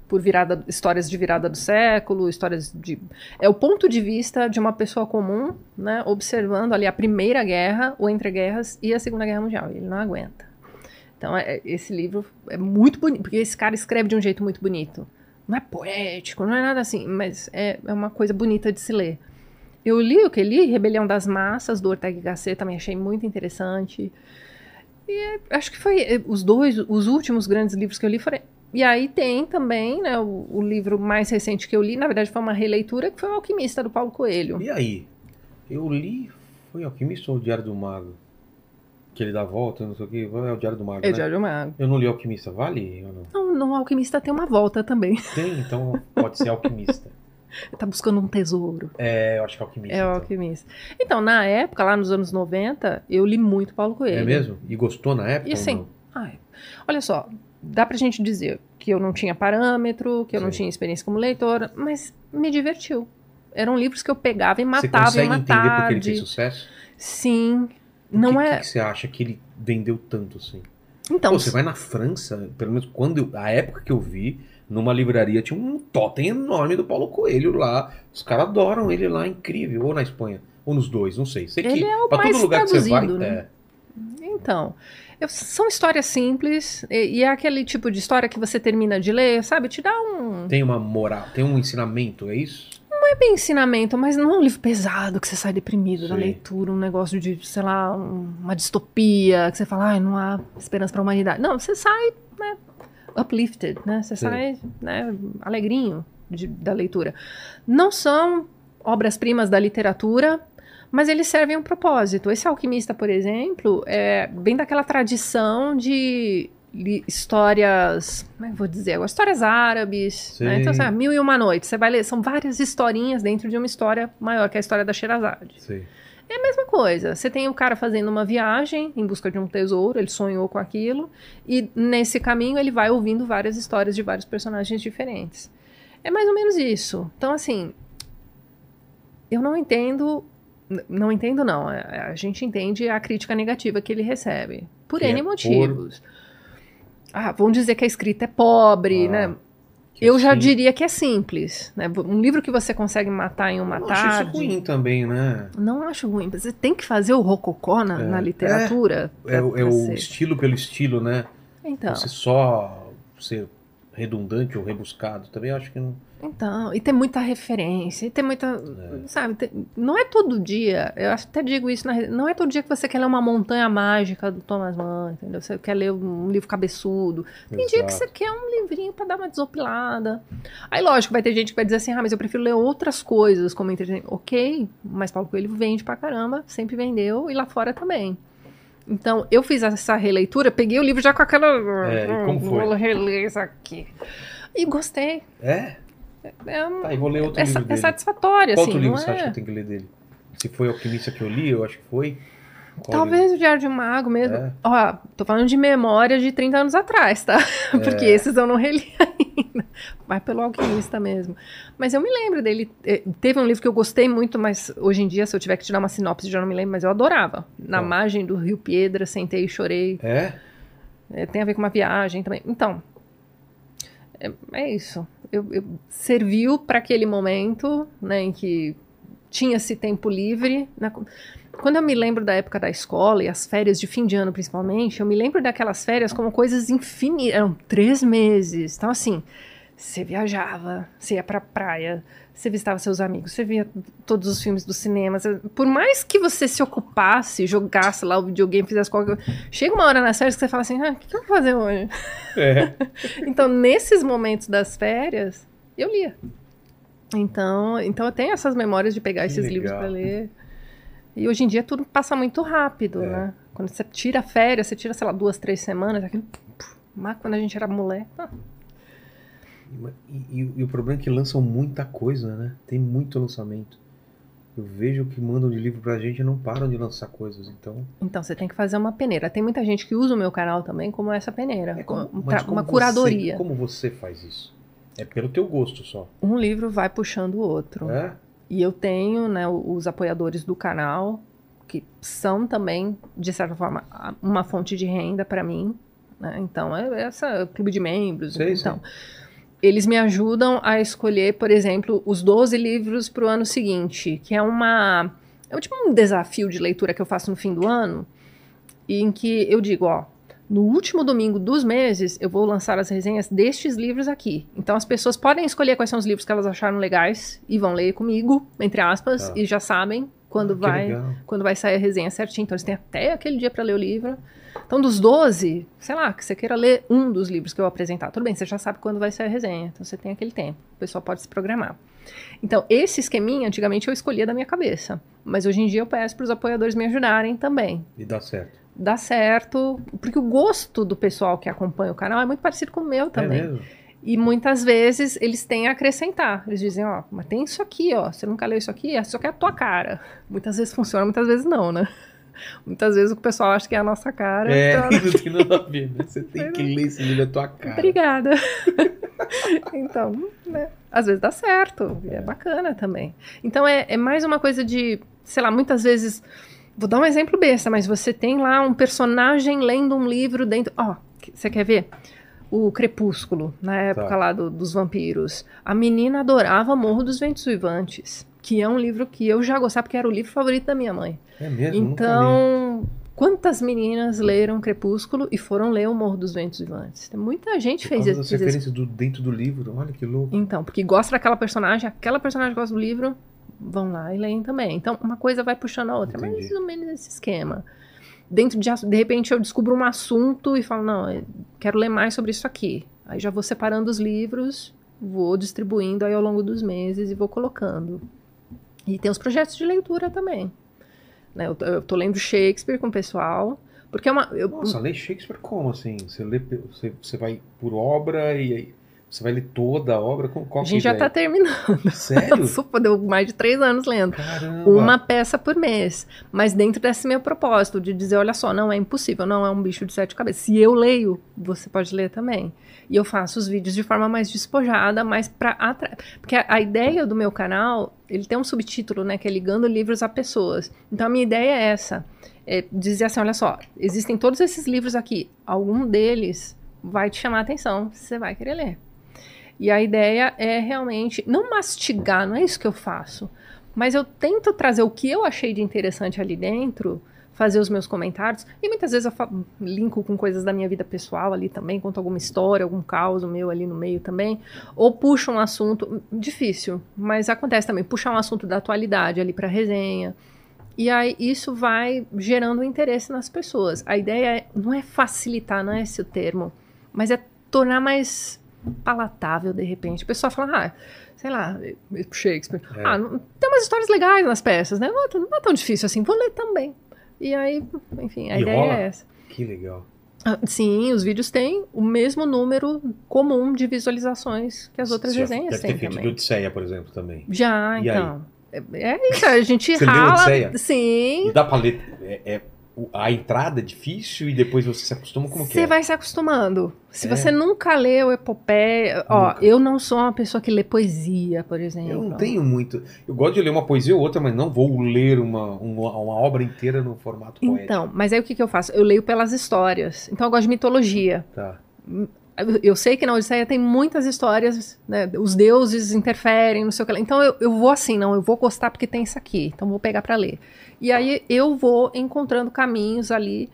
Speaker 3: Por virada, histórias de virada do século, histórias de é o ponto de vista de uma pessoa comum, né, observando ali a Primeira Guerra, o Entre Guerras e a Segunda Guerra Mundial. E ele não aguenta. Então, é- é- esse livro é muito bonito, porque esse cara escreve de um jeito muito bonito. Não é poético, não é nada assim, mas é, é uma coisa bonita de se ler. Eu li o que li, Rebelião das Massas, do Ortega y Gasset, também achei muito interessante. E é, acho que foi é, os dois, os últimos grandes livros que eu li foram e aí tem também, né, o, o livro mais recente que eu li, na verdade foi uma releitura, que foi O Alquimista, do Paulo Coelho.
Speaker 1: E aí? Eu li. Foi Alquimista ou o Diário do Mago? Que ele dá a volta, não sei o que. É o Diário do Mago.
Speaker 3: É
Speaker 1: né?
Speaker 3: de Diário Mago.
Speaker 1: Eu não li Alquimista, vale ou não?
Speaker 3: Não, no Alquimista tem uma volta também.
Speaker 1: Tem, então pode ser Alquimista.
Speaker 3: Tá buscando um tesouro.
Speaker 1: É, eu acho que é Alquimista.
Speaker 3: É o
Speaker 1: então.
Speaker 3: Alquimista. Então, na época, lá nos anos 90, eu li muito Paulo Coelho.
Speaker 1: É mesmo? E gostou na época? ou
Speaker 3: E assim,
Speaker 1: não?
Speaker 3: ai, olha só, dá pra gente dizer que eu não tinha parâmetro, que eu não
Speaker 1: Sim.
Speaker 3: tinha experiência como leitora, mas me divertiu. Eram livros que eu pegava e
Speaker 1: Você
Speaker 3: matava em
Speaker 1: consegue
Speaker 3: uma
Speaker 1: entender porque ele
Speaker 3: tarde.
Speaker 1: fez sucesso?
Speaker 3: Sim.
Speaker 1: Por
Speaker 3: Não
Speaker 1: que,
Speaker 3: é.
Speaker 1: que que você acha que ele vendeu tanto assim?
Speaker 3: Então,
Speaker 1: Pô, você vai na França, pelo menos quando eu- a época que eu vi, numa livraria tinha um totem enorme do Paulo Coelho lá. Os caras adoram ele lá, é incrível. Ou na Espanha, ou nos dois, não sei. Sei que
Speaker 3: Ele é o
Speaker 1: pra
Speaker 3: mais
Speaker 1: todo lugar que você vai,
Speaker 3: traduzido, né?
Speaker 1: é.
Speaker 3: Então, eu- são histórias simples e, e é aquele tipo de história que você termina de ler, sabe? Te dá um.
Speaker 1: tem uma moral, tem um ensinamento, é isso?
Speaker 3: Não é bem ensinamento, mas não é um livro pesado que você sai deprimido da
Speaker 1: Sim.
Speaker 3: leitura, um negócio de, sei lá, um- uma distopia, que você fala, ai, não há esperança pra humanidade. Não, você sai, né? Uplifted, né? Você
Speaker 1: Sim.
Speaker 3: sai, né? Alegrinho de- da leitura. Não são obras-primas da literatura, mas eles servem a um propósito. Esse alquimista, por exemplo, é bem daquela tradição de li- histórias, como é que eu vou dizer? agora? Histórias árabes, né?
Speaker 1: Sim.
Speaker 3: Então, sabe, Mil e Uma Noite, você vai ler, são várias historinhas dentro de uma história maior, que é a história da Sherazade.
Speaker 1: Sei.
Speaker 3: É a mesma coisa. Você tem o cara fazendo uma viagem em busca de um tesouro, ele sonhou com aquilo, e nesse caminho ele vai ouvindo várias histórias de vários personagens diferentes. É mais ou menos isso. Então, assim, eu não entendo. n- Não entendo, não. A a gente entende a crítica negativa que ele recebe. Por
Speaker 1: Que é
Speaker 3: N
Speaker 1: por-
Speaker 3: motivos. Ah, vão dizer que a escrita é pobre,
Speaker 1: Ah,
Speaker 3: né?
Speaker 1: que assim,
Speaker 3: Eu já
Speaker 1: sim.
Speaker 3: diria que é simples. Né? Um livro que você consegue matar em uma
Speaker 1: Eu achei isso
Speaker 3: tarde.
Speaker 1: é ruim também, né?
Speaker 3: Não acho ruim. Você tem que fazer o rococó na,
Speaker 1: É.
Speaker 3: na literatura. pra-
Speaker 1: É, o- é
Speaker 3: pra
Speaker 1: o
Speaker 3: ser.
Speaker 1: estilo pelo estilo, né?
Speaker 3: Então,
Speaker 1: Você só ser redundante ou rebuscado também eu acho que não.
Speaker 3: então. E tem muita referência. E tem muita. Sabe? tem- não é todo dia. Eu acho- até digo isso. Na, re- não é todo dia que você quer ler uma montanha mágica do Thomas Mann. Entendeu? Você quer ler um livro cabeçudo. Tem dia que você
Speaker 1: Exato.
Speaker 3: quer um livrinho pra dar uma desopilada. Aí, lógico, vai ter gente que vai dizer assim: ah, mas eu prefiro ler outras coisas como entretenimento. Ok, mas Paulo Coelho vende pra caramba. Sempre vendeu e lá fora também. Então, eu fiz essa releitura, peguei o livro já com aquela.
Speaker 1: É, e como foi?
Speaker 3: Vou reler isso aqui. E gostei.
Speaker 1: É?
Speaker 3: É, um-
Speaker 1: Tá, e vou ler outro
Speaker 3: é, sa-
Speaker 1: livro
Speaker 3: é
Speaker 1: dele.
Speaker 3: satisfatório,
Speaker 1: Qual
Speaker 3: assim.
Speaker 1: outro livro
Speaker 3: não
Speaker 1: você acha que
Speaker 3: é...
Speaker 1: eu tenho que ler dele? Se foi Alquimista que eu li, eu acho que foi. Qual
Speaker 3: Talvez o Diário de um Mago mesmo.
Speaker 1: É.
Speaker 3: Ó, tô falando de memória de 30 anos atrás, tá?
Speaker 1: É.
Speaker 3: Porque esses eu não reli ainda. Vai pelo alquimista mesmo. Mas eu me lembro dele. eh, Teve um livro que eu gostei muito, mas hoje em dia, se eu tiver que tirar uma sinopse, já não me lembro, mas eu adorava. Na
Speaker 1: Qual?
Speaker 3: margem do Rio Piedra, sentei e chorei.
Speaker 1: livro? É?
Speaker 3: É, tem a ver com uma viagem também. Então, é, é isso. Eu, eu- serviu para aquele momento né, em que tinha esse tempo livre. Na- quando eu me lembro da época da escola e as férias de fim de ano, principalmente, eu me lembro daquelas férias como coisas infinitas. Eram três meses. Então, assim, você viajava, você ia pra praia, você visitava seus amigos, você via todos os filmes do cinema. você- Por mais que você se ocupasse, jogasse lá o videogame, fizesse qualquer coisa, chega uma hora nas férias que você fala assim: ah, o que que eu vou fazer hoje?
Speaker 1: É.
Speaker 3: Então, nesses momentos das férias, eu lia. Então, então eu tenho essas memórias de pegar
Speaker 1: Que
Speaker 3: esses livros
Speaker 1: legal.
Speaker 3: para ler. E hoje em dia tudo passa muito rápido,
Speaker 1: É.
Speaker 3: né? Quando você tira férias, você tira, sei lá, duas, três semanas, aquilo. Mas quando a gente era mulher. ah,
Speaker 1: E, e- e o problema é que lançam muita coisa, né? Tem muito lançamento. Eu vejo que mandam de livro pra gente e não param de lançar coisas. Então,
Speaker 3: Então você tem que fazer uma peneira. Tem muita gente que usa o meu canal também como essa peneira,
Speaker 1: é como-
Speaker 3: como,
Speaker 1: mas
Speaker 3: pra- uma
Speaker 1: como
Speaker 3: curadoria.
Speaker 1: Você, como você faz isso? É pelo teu gosto só.
Speaker 3: Um livro vai puxando o outro.
Speaker 1: É?
Speaker 3: E eu tenho, né, o- os apoiadores do canal, que são também, de certa forma, a- uma fonte de renda para mim. né? Então, é essa é o clube de membros.
Speaker 1: Sei,
Speaker 3: então, eles me ajudam a escolher, por exemplo, os 12 livros para o ano seguinte, que é uma. É tipo um desafio de leitura que eu faço no fim do ano, e em que eu digo, ó. No último domingo dos meses, eu vou lançar as resenhas destes livros aqui. Então as pessoas podem escolher quais são os livros que elas acharam legais e vão ler comigo, entre aspas,
Speaker 1: Tá. Ah,
Speaker 3: e já sabem quando
Speaker 1: Que
Speaker 3: vai
Speaker 1: é legal.
Speaker 3: quando vai sair a resenha certinho. Então eles têm até aquele dia para ler o livro. Então, dos 12, sei lá, que você queira ler um dos livros que eu apresentar. Tudo bem, você já sabe quando vai sair a resenha. Então você tem aquele tempo. O pessoal pode se programar. Então, esse esqueminha, antigamente eu escolhia da minha cabeça. Mas hoje em dia eu peço para os apoiadores me ajudarem também.
Speaker 1: E dá certo.
Speaker 3: Dá certo, porque o gosto do pessoal que acompanha o canal é muito parecido com o meu também.
Speaker 1: É mesmo?
Speaker 3: E muitas vezes eles têm a acrescentar. Eles dizem, ó, mas tem isso aqui, ó. Você nunca leu isso aqui? Isso aqui é a tua cara. Muitas vezes funciona, muitas vezes não, né? Muitas vezes o pessoal acha que é a nossa cara.
Speaker 1: É,
Speaker 3: então-
Speaker 1: não tem nada a ver, né? Você tem que ler esse livro, é tua cara.
Speaker 3: Obrigada. então, né? Às vezes dá certo. E é bacana também. Então é, é mais uma coisa de, sei lá, muitas vezes. Vou dar um exemplo besta, mas você tem lá um personagem lendo um livro dentro. Ó, que- você quer ver? O Crepúsculo, na época lá do- dos vampiros. A menina adorava Morro dos Ventos Vivantes, que é um livro que eu já gostava, porque era o livro favorito da minha mãe.
Speaker 1: É mesmo? Nunca li.
Speaker 3: Então, quantas meninas leram Crepúsculo e foram ler O Morro dos Ventos Vivantes? Tem Muita gente
Speaker 1: Por
Speaker 3: fez,
Speaker 1: causa
Speaker 3: esse-
Speaker 1: das
Speaker 3: fez isso.
Speaker 1: referências do, dentro do livro, olha que louco.
Speaker 3: Então, porque gosta daquela personagem, aquela personagem gosta do livro, vão lá e leem também. Então, uma coisa vai puxando a outra.
Speaker 1: Entendi.
Speaker 3: Mais ou menos esse esquema. Dentro de, ass- de repente, eu descubro um assunto e falo, não, eu quero ler mais sobre isso aqui. Aí já vou separando os livros, vou distribuindo aí ao longo dos meses e vou colocando. E tem os projetos de leitura também. Né, eu, tô, eu tô lendo Shakespeare com o pessoal, porque é uma. eu-
Speaker 1: Nossa, lê Shakespeare como assim? Você lê, pe- você, você vai por obra e aí Você vai ler toda a obra? Com qual
Speaker 3: A gente
Speaker 1: que
Speaker 3: já
Speaker 1: é?
Speaker 3: tá terminando.
Speaker 1: Sério?
Speaker 3: Supo, deu mais de três anos lendo.
Speaker 1: Caramba.
Speaker 3: Uma peça por mês. Mas dentro desse meu propósito de dizer, olha só, não é impossível, não é um bicho de sete cabeças. Se eu leio, você pode ler também. E eu faço os vídeos de forma mais despojada, mais pra atrair. Porque a, a ideia do meu canal, ele tem um subtítulo, né? Que é ligando livros a pessoas. Então a minha ideia é essa. É dizer assim, olha só, existem todos esses livros aqui. Algum deles vai te chamar a atenção, você vai querer ler. E a ideia é realmente não mastigar, não é isso que eu faço. Mas eu tento trazer o que eu achei de interessante ali dentro, fazer os meus comentários, e muitas vezes eu fa- linko com coisas da minha vida pessoal ali também, conto alguma história, algum caos meu ali no meio também, ou puxo um assunto, difícil, mas acontece também, puxar um assunto da atualidade ali para resenha. E aí isso vai gerando interesse nas pessoas. A ideia é- não é facilitar, não é esse o termo, mas é tornar mais palatável de repente. O pessoal fala, ah, sei lá, Shakespeare.
Speaker 1: É.
Speaker 3: Ah, não- tem umas histórias legais nas peças, né? Não é, tão- não é tão difícil assim, vou ler também. E aí, enfim, a
Speaker 1: E
Speaker 3: ideia
Speaker 1: rola?
Speaker 3: é essa.
Speaker 1: Que legal.
Speaker 3: Ah, Sim, os vídeos têm o mesmo número comum de visualizações que as outras
Speaker 1: Você já
Speaker 3: resenhas
Speaker 1: Deve ter
Speaker 3: têm
Speaker 1: feito
Speaker 3: também.
Speaker 1: de Odisseia, por exemplo, também.
Speaker 3: Já,
Speaker 1: E aí?
Speaker 3: então. É- É isso, a gente
Speaker 1: Você leu
Speaker 3: rala.
Speaker 1: Odisseia? Então,
Speaker 3: Sim.
Speaker 1: E dá pra ler... É, é- o- a entrada é difícil e depois você se acostuma como que
Speaker 3: Você
Speaker 1: é?
Speaker 3: vai se acostumando. Se
Speaker 1: É?
Speaker 3: você nunca leu epopeia, ó,
Speaker 1: Nunca.
Speaker 3: eu não sou uma pessoa que lê poesia, por exemplo.
Speaker 1: Eu não tenho muito. Eu gosto de ler uma poesia ou outra, mas não vou ler uma, uma, uma obra inteira no formato poético.
Speaker 3: Então, mas aí o que, que eu faço? Eu leio pelas histórias. Então eu gosto de mitologia.
Speaker 1: Tá.
Speaker 3: Eu- Eu sei que na Odisseia tem muitas histórias, né? Os deuses interferem, não sei o que lá. Então eu, eu vou assim, não, eu vou gostar porque tem isso aqui, então vou pegar pra ler. E aí eu vou encontrando caminhos ali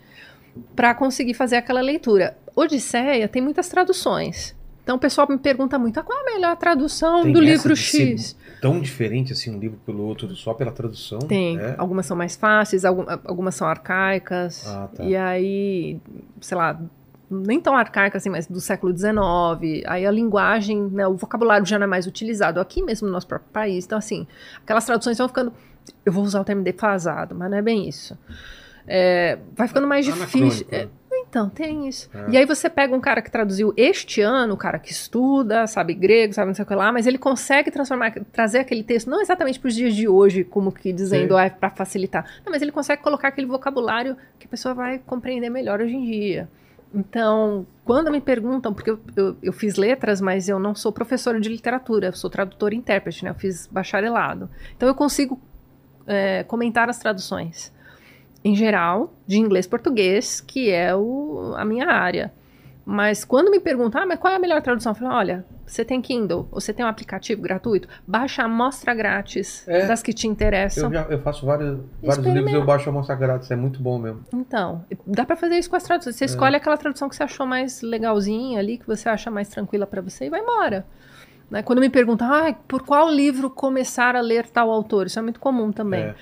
Speaker 3: pra conseguir fazer aquela leitura. Odisseia tem muitas traduções. Então o pessoal me pergunta muito, ah, qual é a melhor tradução
Speaker 1: Tem
Speaker 3: do
Speaker 1: essa
Speaker 3: livro
Speaker 1: de ser
Speaker 3: X?
Speaker 1: Tão diferente assim um livro pelo outro, só pela tradução.
Speaker 3: Tem.
Speaker 1: né?
Speaker 3: Algumas são mais fáceis, algu- algumas são arcaicas.
Speaker 1: Ah, tá.
Speaker 3: E aí, sei lá, nem tão arcaica assim, mas do século XIX. Aí a linguagem, né, o vocabulário já não é mais utilizado aqui mesmo no nosso próprio país. Então, assim, aquelas traduções vão ficando. Eu vou usar o termo defasado, mas não é bem isso. É, vai ficando mais difícil.
Speaker 1: Anacrônico,
Speaker 3: É,
Speaker 1: né?
Speaker 3: então, tem isso.
Speaker 1: É.
Speaker 3: E aí você pega um cara que traduziu este ano, o cara que estuda, sabe grego, sabe não sei o que lá, mas ele consegue transformar, trazer aquele texto, não exatamente para os dias de hoje, como que dizendo, ah, para facilitar. Não, mas ele consegue colocar aquele vocabulário que a pessoa vai compreender melhor hoje em dia. Então, quando me perguntam, porque eu, eu, eu fiz letras, mas eu não sou professora de literatura, eu sou tradutora e intérprete, né? Eu fiz bacharelado. Então, eu consigo é, comentar as traduções em geral, de inglês e português, que é o, a minha área. Mas quando me perguntam, ah, mas qual é a melhor tradução? Eu falo, olha, você tem Kindle, ou você tem um aplicativo gratuito, baixa a amostra grátis
Speaker 1: É.
Speaker 3: das que te
Speaker 1: Eu,
Speaker 3: interessam.
Speaker 1: já- eu faço vários, vários
Speaker 3: Experimenta.
Speaker 1: livros, eu baixo a mostra grátis, é muito bom mesmo.
Speaker 3: Então, dá pra fazer isso com as traduções.
Speaker 1: É.
Speaker 3: Você escolhe aquela tradução que você achou mais legalzinha ali, que você acha mais tranquila pra você e vai embora. Né? Quando me perguntam, ah, por qual livro começar a ler tal autor? Isso é muito comum também.
Speaker 1: É.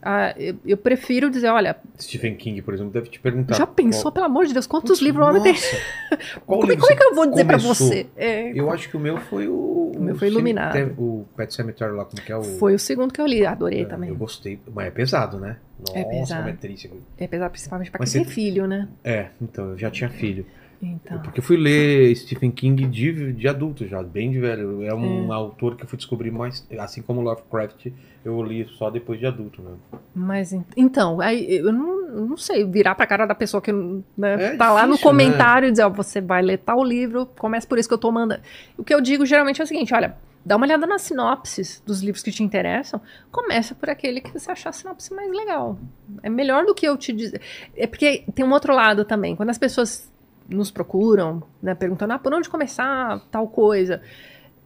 Speaker 3: Ah, eu- eu prefiro dizer, olha,
Speaker 1: Stephen King, por exemplo, deve te perguntar.
Speaker 3: Já pensou, pelo amor de Deus, quantos livros o homem tem?
Speaker 1: Tá, Nossa, Qual
Speaker 3: Como,
Speaker 1: livro
Speaker 3: como
Speaker 1: você
Speaker 3: é que eu vou dizer pra
Speaker 1: começou?
Speaker 3: você? É,
Speaker 1: Eu acho que o meu foi o.
Speaker 3: O meu foi
Speaker 1: o cem-
Speaker 3: Iluminado.
Speaker 1: teve O Pet Cemetery lá, como que é o.
Speaker 3: foi o segundo que eu li, adorei
Speaker 1: É,
Speaker 3: também.
Speaker 1: Eu gostei, mas é pesado, né? Nossa,
Speaker 3: É pesado.
Speaker 1: como é triste.
Speaker 3: É pesado principalmente pra quem
Speaker 1: Mas
Speaker 3: tem
Speaker 1: você-
Speaker 3: filho, né?
Speaker 1: É, então, eu já tinha filho.
Speaker 3: Então,
Speaker 1: Porque eu fui ler Stephen King de, de adulto já, bem de velho. É um autor que eu fui descobrir mais. Assim como Lovecraft, eu li só depois de adulto mesmo.
Speaker 3: mas en- então, aí eu não, não sei, virar pra cara da pessoa que né,
Speaker 1: É
Speaker 3: tá lá no
Speaker 1: difícil, né?
Speaker 3: comentário e dizer, ó, você vai ler tal livro, começa por isso que eu tô mandando. O que eu digo geralmente é o seguinte, olha, dá uma olhada nas sinopses dos livros que te interessam, começa por aquele que você achar a sinopse mais legal. É melhor do que eu te dizer. É porque tem um outro lado também. Quando as pessoas nos procuram, né, perguntando, ah, por onde começar tal coisa,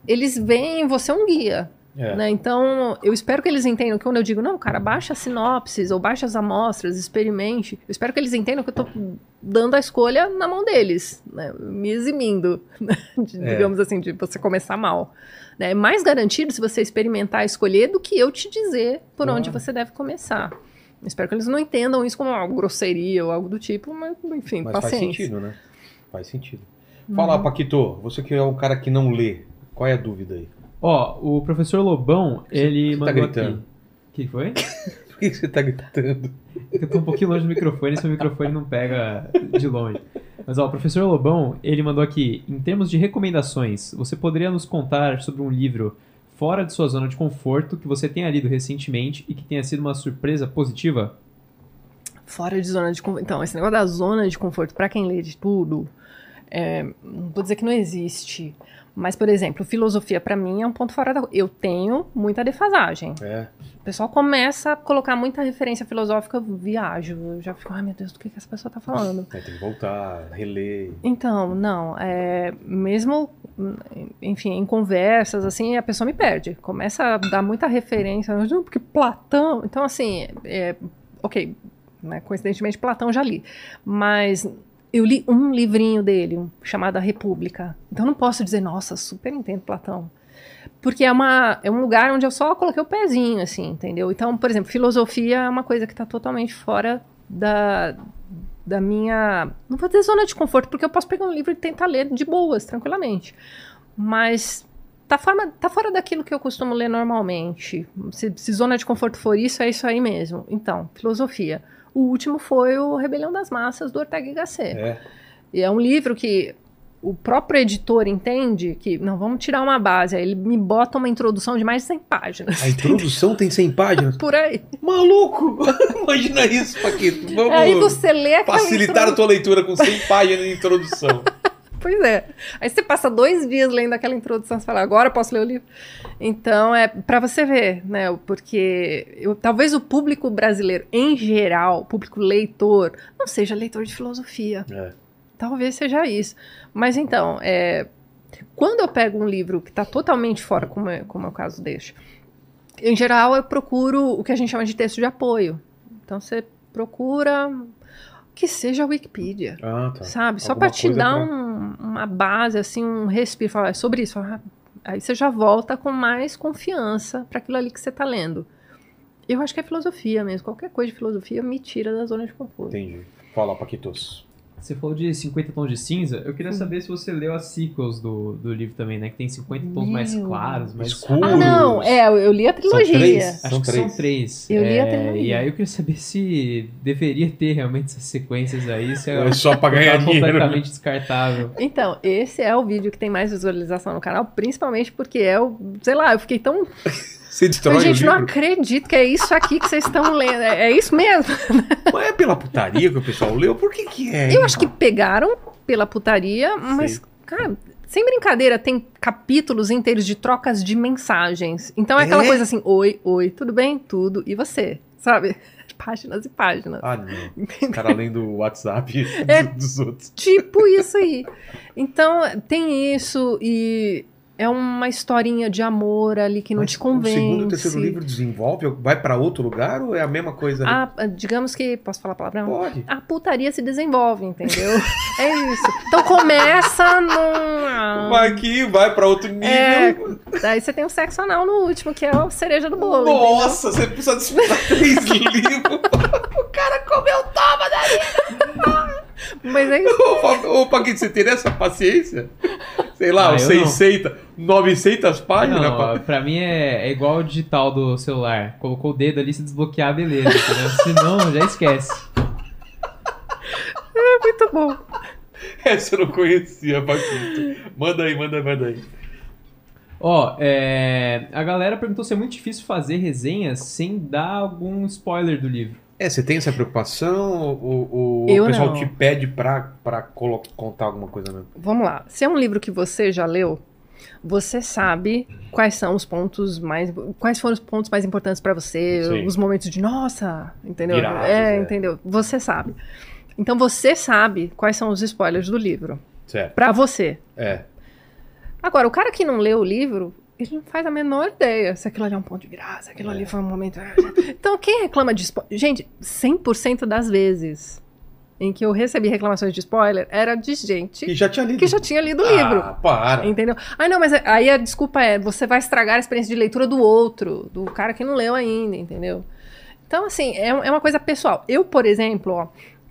Speaker 3: eles veem em você um guia.
Speaker 1: É.
Speaker 3: né? Então, eu espero que eles entendam que quando eu digo, não, cara, baixa as sinopses ou baixa as amostras, experimente, eu espero que eles entendam que eu tô dando a escolha na mão deles, né? me eximindo, né? de-
Speaker 1: É.
Speaker 3: digamos assim, de você começar mal. né? É mais garantido se você experimentar escolher do que eu te dizer por
Speaker 1: Claro.
Speaker 3: onde você deve começar. Espero que eles não entendam isso como algo grosseria ou algo do tipo, mas enfim,
Speaker 1: Mas faz
Speaker 3: paciência. Uhum.
Speaker 1: sentido, né? Faz sentido. Fala, Paquito, você que é um cara que não lê, qual é a dúvida aí?
Speaker 2: Ó, o professor Lobão, ele
Speaker 1: você tá
Speaker 2: mandou
Speaker 1: gritando?
Speaker 2: aqui. O que foi?
Speaker 1: Por que que você tá gritando?
Speaker 2: Eu tô um pouquinho longe do microfone, esse microfone não pega de longe. Mas ó, o professor Lobão, ele mandou aqui, em termos de recomendações, você poderia nos contar sobre um livro fora de sua zona de conforto que você tenha lido recentemente e que tenha sido uma surpresa positiva?
Speaker 3: Fora de zona de conforto. Então, esse negócio da zona de conforto, pra quem lê de tudo, é, não vou dizer que não existe. Mas, por exemplo, filosofia pra mim é um ponto fora da. Eu tenho muita defasagem.
Speaker 1: É.
Speaker 3: O pessoal começa a colocar muita referência filosófica, eu viajo. Eu já fico, ai meu Deus, do que, que essa pessoa tá falando?
Speaker 1: Aí tem que voltar, reler.
Speaker 3: Então, não, é, mesmo, enfim, em conversas, assim, a pessoa me perde. Começa a dar muita referência, "Não, porque Platão... Então, assim, é, ok, né, coincidentemente, Platão já li. Mas eu li um livrinho dele, um, chamado A República. Então, não posso dizer, nossa, super entendo Platão. Porque é, uma, é um lugar onde eu só coloquei o pezinho, assim, entendeu? Então, por exemplo, filosofia é uma coisa que está totalmente fora da, da minha. Não vou dizer zona de conforto, porque eu posso pegar um livro e tentar ler de boas, tranquilamente. Mas tá, forma, tá fora daquilo que eu costumo ler normalmente. Se, se zona de conforto for isso, é isso aí mesmo. Então, filosofia. O último foi o Rebelião das Massas, do Ortega y Gasset.
Speaker 1: É.
Speaker 3: E é um livro que o próprio editor entende que, não, vamos tirar uma base. Aí ele me bota uma introdução de mais de 100 páginas.
Speaker 1: A introdução tem 100 páginas?
Speaker 3: Por aí.
Speaker 1: Maluco! Imagina isso, Paquito. Vamos
Speaker 3: É, aí você lê aquela
Speaker 1: facilitar a tua leitura com 100 páginas de introdução.
Speaker 3: Pois é. Aí você passa dois dias lendo aquela introdução, você fala, agora eu posso ler o livro. Então é para você ver, né? Porque eu- talvez o público brasileiro, em geral, público leitor, não seja leitor de filosofia.
Speaker 1: É.
Speaker 3: Talvez seja isso. Mas então, é, quando eu pego um livro que está totalmente fora, como é, como é o caso deste, em geral eu procuro o que a gente chama de texto de apoio. Então você procura que seja a Wikipedia.
Speaker 1: Ah, tá.
Speaker 3: Sabe? Só
Speaker 1: Alguma
Speaker 3: pra te
Speaker 1: coisa
Speaker 3: dar
Speaker 1: pra-
Speaker 3: um- uma base, assim, um respiro, falar "É sobre isso. Ah, Aí você já volta com mais confiança para aquilo ali que você tá lendo. Eu acho que é filosofia mesmo. Qualquer coisa de filosofia me tira da zona de conforto.
Speaker 1: Entendi. Fala, Paquitos.
Speaker 2: Você falou de 50 tons de cinza, eu queria saber se você leu as sequels do, do livro também, né? Que tem 50 tons mais
Speaker 3: Meu.
Speaker 2: claros, mais Ah,
Speaker 1: Escuros.
Speaker 3: Ah, não! É, eu- eu li a trilogia.
Speaker 1: três?
Speaker 2: Acho
Speaker 1: São
Speaker 2: que
Speaker 1: três.
Speaker 2: são três.
Speaker 3: Eu li a
Speaker 2: É,
Speaker 3: trilogia.
Speaker 2: E aí eu queria saber se deveria ter realmente essas sequências aí, se é
Speaker 1: É só pra ganhar
Speaker 2: tá
Speaker 1: dinheiro.
Speaker 2: completamente descartável.
Speaker 3: Então, esse é o vídeo que tem mais visualização no canal, principalmente porque é o. Sei lá, eu fiquei tão.
Speaker 1: Você destrói
Speaker 3: Falei, gente,
Speaker 1: o
Speaker 3: não
Speaker 1: livro.
Speaker 3: acredito que é isso aqui que vocês estão lendo. É, é isso mesmo?
Speaker 1: Mas é pela putaria que o pessoal leu? Por que que é?
Speaker 3: Eu acho que pegaram pela putaria, mas, cara, sem brincadeira, tem capítulos inteiros de trocas de mensagens. Então é aquela
Speaker 1: É?
Speaker 3: coisa assim: oi, oi, tudo bem? Tudo. E você? Sabe? Páginas e páginas.
Speaker 1: Ah, não. Os caras lendo o WhatsApp dos-
Speaker 3: É.
Speaker 1: dos outros.
Speaker 3: Tipo isso aí. Então, tem isso e é uma historinha de amor ali que não
Speaker 1: Mas
Speaker 3: te convence.
Speaker 1: O segundo e o terceiro livro desenvolve, vai pra outro lugar ou é a mesma coisa? ali?
Speaker 3: A- Ah, digamos que. Posso falar palavrão?
Speaker 1: Pode.
Speaker 3: A putaria se desenvolve, entendeu? é isso. Então começa num.
Speaker 1: Vai aqui, vai pra outro nível.
Speaker 3: Ah. É, Daí você tem o sexo anal no último, que é a cereja do bolo.
Speaker 1: Nossa, você precisa disputar três livros.
Speaker 3: entendeu? Mas é isso.
Speaker 1: Ô, Fa- Ô, Paquito, você teria essa paciência? Sei lá,
Speaker 2: Ah, eu
Speaker 1: 600, 900 páginas?
Speaker 2: Não,
Speaker 1: pá.
Speaker 2: ó, pra mim é, é igual o digital do celular. Colocou o dedo ali, se desbloquear, beleza. Entendeu? Se não, já esquece.
Speaker 3: Muito bom.
Speaker 1: Essa eu É, não conhecia, Paquito. Manda aí, manda aí, manda aí.
Speaker 2: Ó, é, a galera perguntou se é muito difícil fazer resenhas sem dar algum spoiler do livro.
Speaker 1: É, você tem essa preocupação? Ou, ou
Speaker 3: Eu
Speaker 1: o pessoal
Speaker 3: não.
Speaker 1: te pede pra, pra colo- contar alguma coisa mesmo?
Speaker 3: Vamos lá. Se é um livro que você já leu, você sabe quais são os pontos mais. Quais foram os pontos mais importantes pra você,
Speaker 1: Sim.
Speaker 3: os momentos de nossa, entendeu?
Speaker 1: Viradas,
Speaker 3: é,
Speaker 1: é.
Speaker 3: entendeu? Você sabe. Então você sabe quais são os spoilers do livro.
Speaker 1: Certo.
Speaker 3: Pra você.
Speaker 1: É.
Speaker 3: Agora, o cara que não leu o livro, ele não faz a menor ideia se aquilo ali é um ponto de graça, aquilo
Speaker 1: É.
Speaker 3: ali foi um momento. Então, quem reclama de spoiler. Gente, 100% das vezes em que eu recebi reclamações de spoiler era de gente
Speaker 1: E já tinha lido.
Speaker 3: que já tinha lido o
Speaker 1: Ah,
Speaker 3: livro.
Speaker 1: para.
Speaker 3: Entendeu? Ah, não, mas aí a desculpa é: você vai estragar a experiência de leitura do outro, do cara que não leu ainda, entendeu? Então, assim, é, é uma coisa pessoal. Eu, por exemplo, ó,